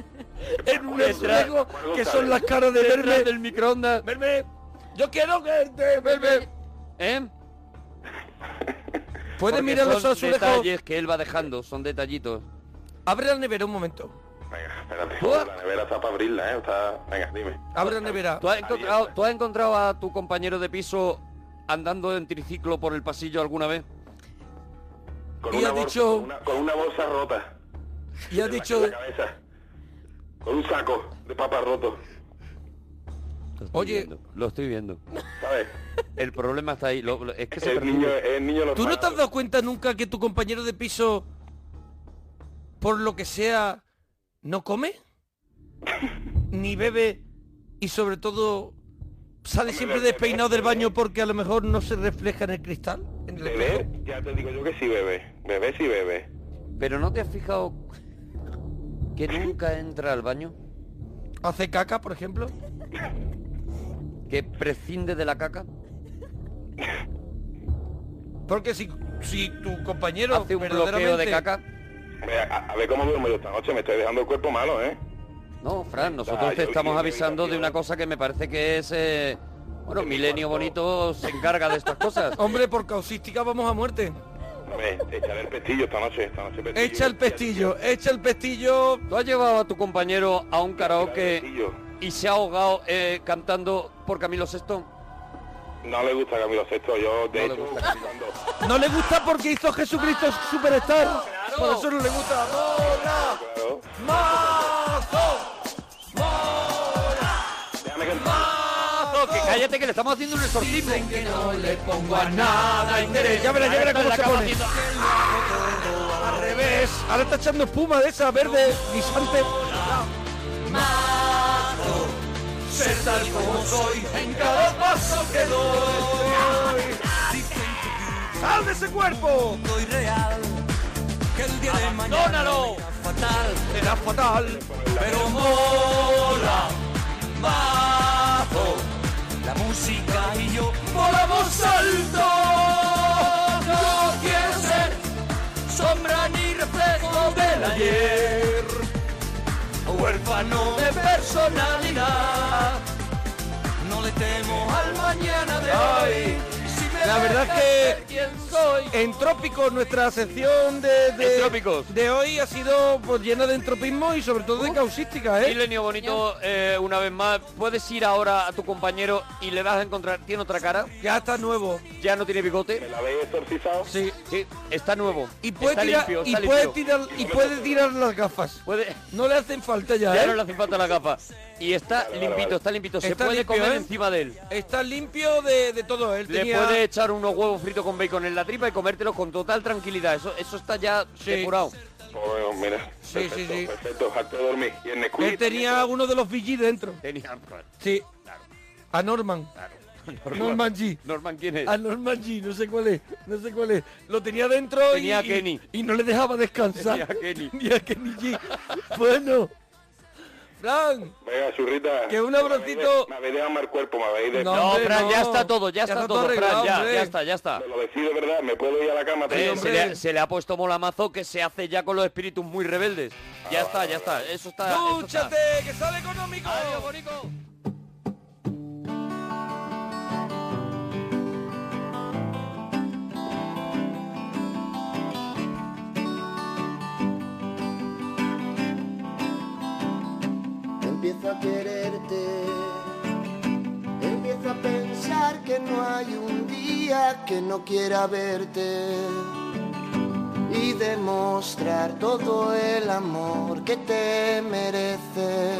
Speaker 2: En un
Speaker 5: Detrás-
Speaker 2: espejo
Speaker 5: Juan
Speaker 2: que
Speaker 5: González.
Speaker 2: son las caras de
Speaker 3: detrás
Speaker 2: verme.
Speaker 3: del microondas.
Speaker 2: Verme, yo quiero que te verme.
Speaker 3: ¿Eh?
Speaker 2: Puedes
Speaker 3: Porque
Speaker 2: mirar los
Speaker 3: son
Speaker 2: azulejos.
Speaker 3: detalles que él va dejando, son detallitos.
Speaker 2: Abre la nevera un momento.
Speaker 5: Venga, espérate.
Speaker 3: Uah.
Speaker 5: La nevera está para abrirla, ¿eh? Está... Venga, dime.
Speaker 2: Abre la nevera.
Speaker 3: ¿Tú has, encontrado, tú has encontrado a tu compañero de piso andando en triciclo por el pasillo alguna vez?
Speaker 5: Con
Speaker 2: Y
Speaker 5: una
Speaker 2: ha
Speaker 5: bolsa-
Speaker 2: dicho-
Speaker 5: Con una, con una bolsa rota.
Speaker 2: Y ha
Speaker 5: en la-
Speaker 2: dicho,
Speaker 5: en la cabeza. Con un saco de papas roto.
Speaker 3: Lo estoy
Speaker 2: Oye.
Speaker 3: viendo, lo estoy viendo.
Speaker 5: ¿Sabes?
Speaker 3: El problema está ahí. lo- lo- es que se
Speaker 5: El
Speaker 3: percibe.
Speaker 5: niño, el niño lo
Speaker 2: ¿tú no te has
Speaker 5: paga.
Speaker 2: dado cuenta nunca que tu compañero de piso, por lo que sea, no come? Ni bebe y sobre todo sale siempre despeinado del baño porque a lo mejor no se refleja en el cristal. En el espejo?
Speaker 5: Bebé, ya te digo yo que sí bebe. Bebé sí bebe.
Speaker 3: Pero no te has fijado que nunca entra al baño,
Speaker 2: ¿Hace caca, por ejemplo?
Speaker 3: que prescinde de la caca,
Speaker 2: Porque si, si tu compañero
Speaker 3: hace un bloqueo de
Speaker 2: verdaderamente-
Speaker 3: caca.
Speaker 5: Ve, A, a ver cómo duermo yo esta noche, me estoy dejando el cuerpo malo, ¿eh?
Speaker 3: No, Fran, nosotros
Speaker 5: Ah,
Speaker 3: te
Speaker 5: yo
Speaker 3: estamos
Speaker 5: vi mi
Speaker 3: avisando de una
Speaker 5: habitación.
Speaker 3: cosa que me parece que es... eh, bueno,
Speaker 5: De mi
Speaker 3: Milenio
Speaker 5: cuarto.
Speaker 3: Bonito se encarga de estas cosas.
Speaker 2: Hombre, por causística vamos a muerte.
Speaker 5: Hombre, echaré el pestillo esta noche, esta noche pestillo.
Speaker 2: Echa el pestillo, echa el pestillo.
Speaker 3: ¿Tú has llevado a tu compañero a un karaoke
Speaker 5: Pestillo.
Speaker 3: y se ha ahogado eh, cantando por Camilo Sexto?
Speaker 5: No le gusta Camilo Sexto, yo de
Speaker 3: No le
Speaker 5: hecho
Speaker 3: gusta
Speaker 5: cuando-
Speaker 2: No le gusta porque hizo Jesucristo
Speaker 5: Ah.
Speaker 2: Superstar. Por eso no le gusta. ¡Mola!
Speaker 5: claro.
Speaker 2: ¡Mazo!
Speaker 5: Déjame cantar.
Speaker 3: Ah, que cállate que le estamos haciendo un exorcismo.
Speaker 2: Nada interés. Ya verás, ya verás cómo se pone. Al revés. Ahora está echando espuma de esa verde guisante.
Speaker 4: Ser tal como soy en cada paso que doy.
Speaker 2: ¡Sal de ese cuerpo!
Speaker 4: Soy real. Que el día de mañana.
Speaker 2: ¡Abandónalo!
Speaker 4: me irá fatal,
Speaker 2: era fatal,
Speaker 4: pero mola, bajo, la música y yo volamos alto. No quiero ser sombra ni reflejo del ayer, huérfano de personalidad. No le temo al mañana de hoy. Si me
Speaker 2: La verdad
Speaker 4: dejas
Speaker 2: es
Speaker 4: ser
Speaker 2: que
Speaker 4: quien soy.
Speaker 2: en Trópicos nuestra sección de, de- de hoy ha sido pues, llena de entropismo y sobre todo de causística, ¿eh?
Speaker 3: Milenio Bonito, eh, una vez más, puedes ir ahora a tu compañero y le vas a encontrar, tiene otra cara,
Speaker 2: Ya está nuevo.
Speaker 3: ya no tiene bigote,
Speaker 5: ¿Me la habéis exorcizado?
Speaker 2: Sí.
Speaker 3: sí, está nuevo,
Speaker 2: Y puede,
Speaker 3: está
Speaker 2: tirar,
Speaker 3: limpio,
Speaker 2: y,
Speaker 3: está
Speaker 2: puede
Speaker 3: limpio.
Speaker 2: tirar, y puede tirar las gafas.
Speaker 3: Puede-
Speaker 2: No le hacen falta ya,
Speaker 3: ya
Speaker 2: ¿eh?
Speaker 3: no le hace falta la capa. Y está limpito, está limpito, se
Speaker 2: Está
Speaker 3: puede
Speaker 2: limpio,
Speaker 3: comer
Speaker 2: ¿eh?
Speaker 3: encima de él.
Speaker 2: Está limpio de, de todo. Él
Speaker 3: Le
Speaker 2: tenía...
Speaker 3: puedes echar unos huevos fritos con bacon en la tripa y comértelos con total tranquilidad. Eso, eso está ya depurado.
Speaker 5: Pues, mira,
Speaker 2: Sí,
Speaker 5: perfecto,
Speaker 2: sí, sí.
Speaker 5: perfecto, harto de dormir. Y el Nesquik
Speaker 2: Él tenía uno de los VG dentro.
Speaker 3: Tenía-
Speaker 2: Sí. A Norman. Norman G.
Speaker 3: Norman, ¿quién es?
Speaker 2: A Norman G, no sé cuál es, no sé cuál es. Lo tenía dentro y-
Speaker 3: Tenía a
Speaker 2: y,
Speaker 3: Kenny.
Speaker 2: y no le dejaba descansar.
Speaker 3: Tenía a Kenny.
Speaker 2: Tenía a Kenny G. Bueno. Fran,
Speaker 5: Venga, zurrita.
Speaker 2: Que un
Speaker 5: me
Speaker 2: abracito.
Speaker 5: habéis de- Me habéis dejado mal cuerpo, me habéis de...
Speaker 2: No,
Speaker 3: No,
Speaker 2: hombre,
Speaker 3: Fran, ya
Speaker 2: no.
Speaker 3: está todo, ya,
Speaker 2: Ya
Speaker 3: está
Speaker 2: está
Speaker 3: todo,
Speaker 2: todo
Speaker 3: Fran,
Speaker 2: arreglado,
Speaker 3: ya,
Speaker 2: hombre.
Speaker 3: ya está, ya está.
Speaker 5: Me lo decís de verdad, me puedo ir a la cama.
Speaker 3: Eh,
Speaker 5: tío?
Speaker 3: se,
Speaker 2: hombre.
Speaker 3: le ha, se le ha puesto molamazo que se hace ya con los espíritus muy rebeldes. Ya está, ya está, eso está.
Speaker 2: Ah,
Speaker 3: eso está.
Speaker 2: dúchate, que sale económico.
Speaker 3: Adiós, bonico.
Speaker 7: Empiezo a quererte, empiezo a pensar que no hay un día que no quiera verte y demostrar todo el amor que te mereces.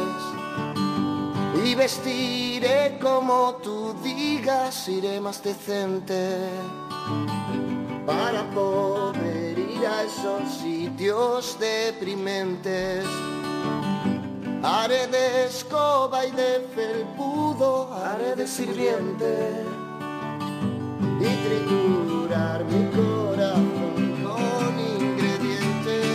Speaker 7: Y vestiré como tú digas, iré más decente para poder ir a esos sitios deprimentes. Haré de escoba y de felpudo, haré de sirviente y triturar mi corazón con ingredientes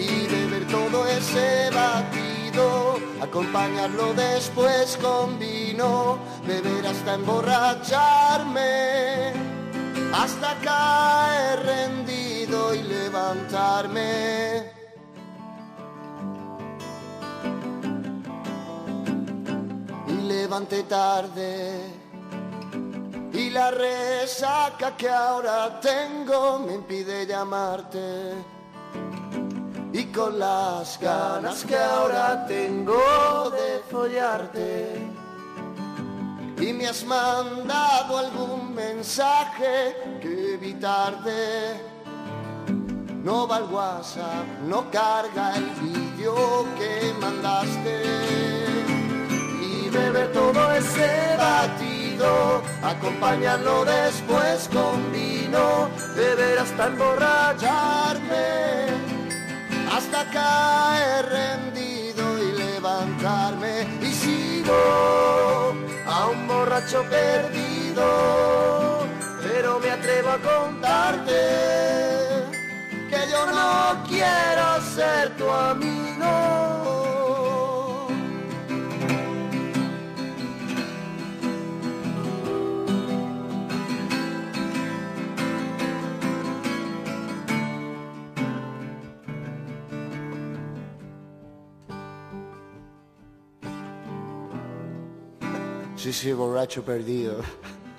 Speaker 7: y beber todo ese batido, acompañarlo después con vino, beber hasta emborracharme, hasta caer rendido y levantarme. y levanté tarde. Y la resaca que ahora tengo me impide llamarte. Y con las ganas que ahora tengo de follarte. Y me has mandado algún mensaje que vi tarde. No va el WhatsApp, no carga el vídeo que mandaste y beber todo ese batido, acompañarlo después con vino, beber hasta emborracharme, hasta caer rendido y levantarme y sigo a un borracho perdido, pero me atrevo a contarte que yo no quiero ser tu amigo. Sí, sí, borracho perdido.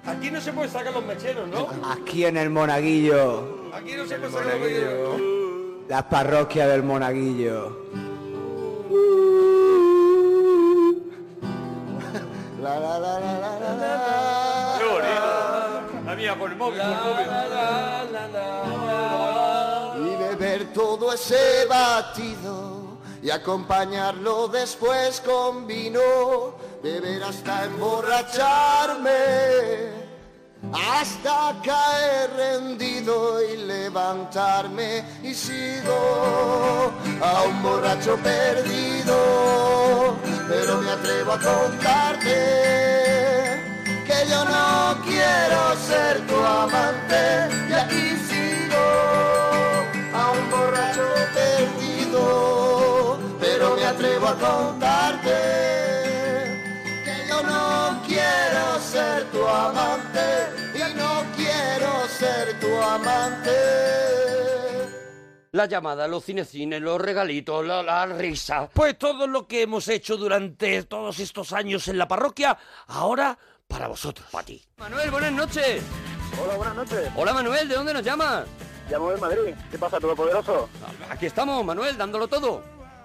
Speaker 2: Aquí no se puede sacar los mecheros, ¿no?
Speaker 7: Aquí en el Monaguillo,
Speaker 2: Aquí no se puede sacar los mecheros.
Speaker 7: la parroquia del Monaguillo. La, la, la, la, la, la, la.
Speaker 3: La mía, con el móvil, con el móvil.
Speaker 7: Y beber todo ese batido y acompañarlo después con vino. Beber hasta emborracharme. hasta caer rendido y levantarme y sigo a un borracho perdido, pero me atrevo a contarte que yo no quiero ser tu amante y aquí sigo a un borracho perdido. vuelvo a contarte que yo no quiero ser tu amante y no quiero ser tu amante.
Speaker 1: La llamada, los cinecines, los regalitos, la, la risa. Pues todo lo que hemos hecho durante todos estos años en la parroquia, ahora para vosotros. Para ti.
Speaker 3: Manuel, buenas noches.
Speaker 8: Hola, buenas noches.
Speaker 3: Hola, Manuel, ¿de dónde nos llamas?
Speaker 8: Llamo de Madrid. ¿Qué pasa, Todopoderoso?
Speaker 3: Aquí estamos, Manuel, dándolo todo.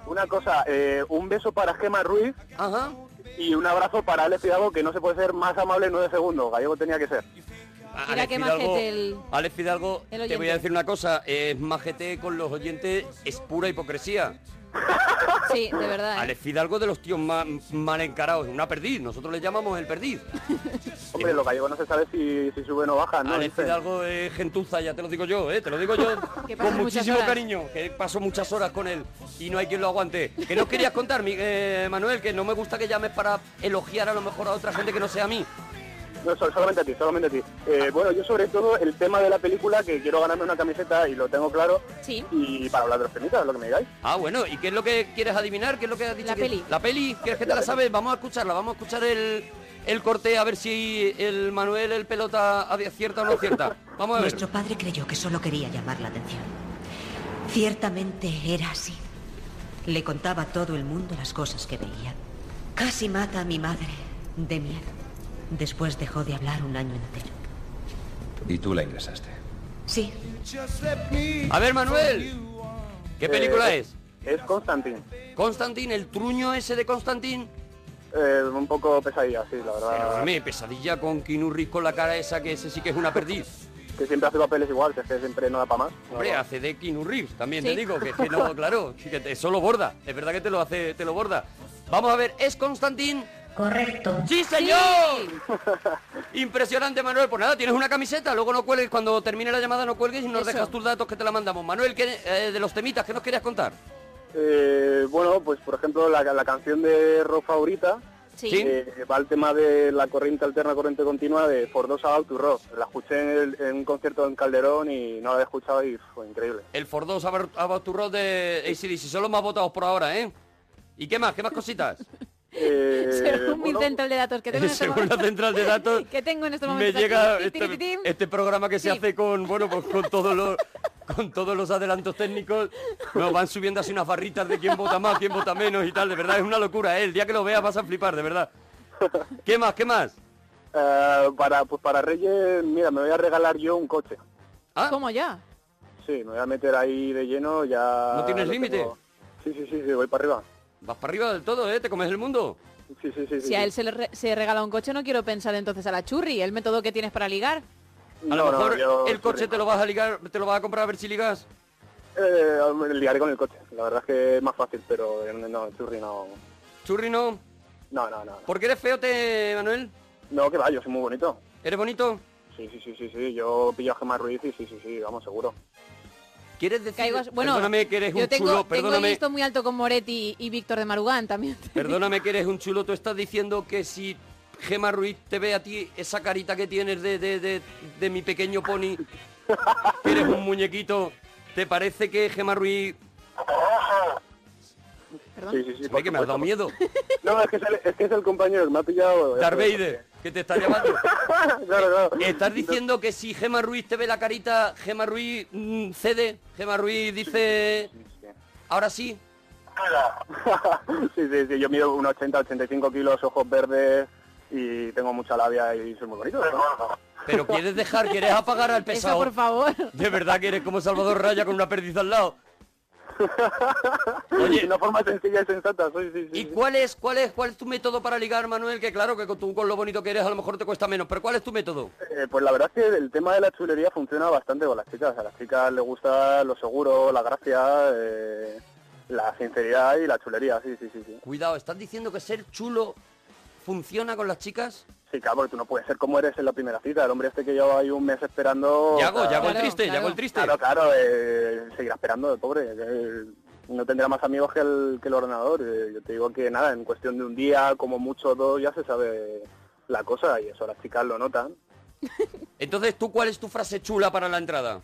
Speaker 8: Una cosa, eh, un beso para Gema Ruiz.
Speaker 3: Ajá.
Speaker 8: Y un abrazo para Alex Hidalgo, que no se puede ser más amable en nueve segundos. Gallego tenía que ser.
Speaker 6: Mira qué
Speaker 3: Oh.
Speaker 6: majete el...
Speaker 3: Alex Fidalgo,
Speaker 6: El
Speaker 3: te voy
Speaker 6: oyente.
Speaker 3: a decir una cosa, es majete con los oyentes, es pura hipocresía.
Speaker 6: Sí, de verdad. ¿eh?
Speaker 3: Alex Fidalgo es de los tíos más mal encarados, es una perdiz, nosotros le llamamos el perdiz.
Speaker 8: Hombre, los gallegos no se sabe si, si suben o bajan, ¿no?
Speaker 3: Alex
Speaker 8: Dicen.
Speaker 3: Fidalgo es gentuza, ya te lo digo yo, eh, te lo digo yo,
Speaker 6: Que pasas
Speaker 3: con
Speaker 6: muchas
Speaker 3: muchísimo
Speaker 6: horas.
Speaker 3: cariño, que paso muchas horas con él y no hay quien lo aguante. Que no querías contar, mi- eh, Manuel, que no me gusta que llames para elogiar a lo mejor a otra gente que no sea a mí.
Speaker 8: No, sol- solamente a ti, solamente a ti. Eh, bueno, yo sobre todo el tema de la película, que quiero ganarme una camiseta y lo tengo claro.
Speaker 6: Sí.
Speaker 8: Y para hablar de los temitas, lo que me digáis.
Speaker 3: Ah, bueno, ¿y qué es lo que quieres adivinar? ¿Qué es lo que has dicho?
Speaker 6: La
Speaker 3: que-
Speaker 6: peli.
Speaker 3: La peli, ¿quieres que te la sabes? Vamos a escucharla, vamos a escuchar el, el corte a ver si el Manuel, el pelota, acierta o no acierta. Vamos a ver.
Speaker 9: Nuestro padre creyó que solo quería llamar la atención. Ciertamente era así. Le contaba a todo el mundo las cosas que veía. Casi mata a mi madre de miedo. Después dejó de hablar un año entero.
Speaker 10: Y tú la ingresaste.
Speaker 9: Sí,
Speaker 3: A ver, Manuel, ¿qué
Speaker 11: Eh,
Speaker 3: película es?
Speaker 8: Es Constantín.
Speaker 3: Constantín, el truño ese de Constantín.
Speaker 8: Eh, un poco pesadilla, sí, la verdad.
Speaker 3: Enorme, pesadilla con Keanu Reeves con la cara esa que ese sí que es una perdiz.
Speaker 8: Que siempre hace papeles igual, que es que siempre no da para más.
Speaker 3: Hombre, hace de Keanu Reeves, también te
Speaker 6: Sí.
Speaker 3: digo, que, es que no, claro, que te- eso lo borda. Es verdad que te lo hace, te lo borda. Vamos a ver, ¿es Constantín?
Speaker 9: correcto.
Speaker 3: ¡Sí, señor! Impresionante, Manuel. Pues nada, tienes una camiseta, luego no cuelgues, cuando termine la llamada no cuelgues y nos
Speaker 6: Eso.
Speaker 3: dejas tus datos que te la mandamos. Manuel, ¿qué, eh, de los temitas, ¿qué nos querías contar?
Speaker 8: Eh, bueno, pues por ejemplo, la, la canción de Rock favorita
Speaker 6: Sí.
Speaker 3: Sí.
Speaker 8: eh, va al tema de la corriente alterna, corriente continua de Fordosa Out to Rock. La escuché en, el- en un concierto en Calderón y no la he escuchado y fue increíble.
Speaker 3: El Fordos Abaturros de ACDC, son los más votados por ahora, ¿eh? ¿Y qué más? ¿Qué más cositas?
Speaker 8: Eh,
Speaker 6: Según mi
Speaker 8: bueno,
Speaker 6: central de datos que tengo en este
Speaker 3: Según la
Speaker 6: momento.
Speaker 3: central de datos,
Speaker 6: que tengo en este
Speaker 3: me
Speaker 6: momento.
Speaker 3: llega
Speaker 6: Tin, tin, tin,
Speaker 3: este,
Speaker 6: tin.
Speaker 3: este programa que se
Speaker 6: Sí.
Speaker 3: hace con, bueno, pues con todos los... Con todos los adelantos técnicos, nos van subiendo así unas barritas de quién vota más, quién vota menos y tal. De verdad, es una locura, ¿eh? El día que lo veas vas a flipar, de verdad. ¿Qué más? ¿Qué más?
Speaker 8: eh, para, pues para Reyes, mira, me voy a regalar yo un coche.
Speaker 3: ¿Ah?
Speaker 6: ¿Cómo ya?
Speaker 8: Sí, me voy a meter ahí de lleno, ya...
Speaker 3: ¿No tienes
Speaker 8: lo
Speaker 3: límite?
Speaker 8: Ah, tengo. Sí, sí, sí, sí, voy para arriba.
Speaker 3: Vas para arriba del todo, ¿eh? Te comes el mundo.
Speaker 8: Sí, sí, sí. sí,
Speaker 6: Si a
Speaker 8: sí.
Speaker 6: él se, le re- se regala un coche, no quiero pensar entonces a la churri, el método que tienes para ligar.
Speaker 3: A
Speaker 8: No,
Speaker 3: lo
Speaker 8: no,
Speaker 3: mejor
Speaker 8: yo
Speaker 3: el coche
Speaker 8: soy
Speaker 3: te lo vas a ligar, te lo vas a comprar a ver si ligas.
Speaker 8: Eh, me ligaré con el coche. La verdad es que es más fácil, pero eh, no, churri no.
Speaker 3: Churri no.
Speaker 8: No, no, no. No,
Speaker 3: ¿Por qué eres feote, Manuel?
Speaker 8: no que va, yo soy muy bonito.
Speaker 3: ¿Eres bonito?
Speaker 8: Sí, sí, sí, sí, sí. Yo pillo a Gemma Ruiz y sí, sí, sí, vamos, seguro.
Speaker 3: ¿Quieres decir?
Speaker 6: Caigo as- bueno,
Speaker 3: perdóname que eres
Speaker 6: Yo
Speaker 3: un
Speaker 6: tengo,
Speaker 3: chulo,
Speaker 6: tengo
Speaker 3: perdóname.
Speaker 6: el listo muy alto con Moretti y, y Víctor de Marugán también.
Speaker 3: Perdóname que eres un chulo. Tú estás diciendo que si Gema Ruiz te ve a ti, esa carita que tienes de, de, de, de mi pequeño pony, que eres un muñequito, ¿te parece que Gema Ruiz...
Speaker 6: Perdón.
Speaker 8: Sí, sí, sí.
Speaker 3: Se
Speaker 8: por
Speaker 3: ve que me has dado
Speaker 8: supuesto.
Speaker 3: miedo.
Speaker 8: No, es que es el, es que es el compañero que me ha pillado.
Speaker 3: Darth Vader, que te está llamando. Eh,
Speaker 8: claro, claro.
Speaker 3: ¿Estás diciendo que si Gema Ruiz te ve la carita, Gema Ruiz mm, cede? Gema Ruiz dice, ahora sí.
Speaker 8: sí, sí, sí. Yo mido unos 80, 85 kilos, ojos verdes y tengo mucha labia y soy muy bonito. ¿no?
Speaker 3: Pero quieres dejar, quieres apagar al
Speaker 6: Eso, por
Speaker 3: pesado.
Speaker 6: favor.
Speaker 3: De verdad que eres como Salvador Raya con una perdiz al lado.
Speaker 8: De una forma sencilla y sensata, soy, sí, sí.
Speaker 3: ¿Y
Speaker 8: sí.
Speaker 3: cuál es, cuál es, cuál es tu método para ligar, Manuel? Que claro que con, tú, con lo bonito que eres a lo mejor te cuesta menos, pero ¿cuál es tu método?
Speaker 8: Eh, pues la verdad es que el tema de la chulería funciona bastante con las chicas. A las chicas les gusta lo seguro, la gracia, eh, la sinceridad y la chulería, sí, sí, sí, sí.
Speaker 3: Cuidado, ¿estás diciendo que ser chulo funciona con las chicas?
Speaker 8: Sí, claro, porque tú no puedes ser como eres en la primera cita. El hombre este que lleva ahí un mes esperando...
Speaker 3: Yago,
Speaker 8: o sea,
Speaker 3: Yago el
Speaker 6: Claro,
Speaker 3: triste,
Speaker 6: claro.
Speaker 3: Yago el triste.
Speaker 8: Claro, claro, eh, seguirá esperando, el pobre. eh, no tendrá más amigos que el, que el ordenador. eh, yo te digo que nada, en cuestión de un día, como mucho dos, ya se sabe la cosa y eso las chicas lo notan.
Speaker 3: Entonces, ¿tú cuál es tu frase chula para la entrada?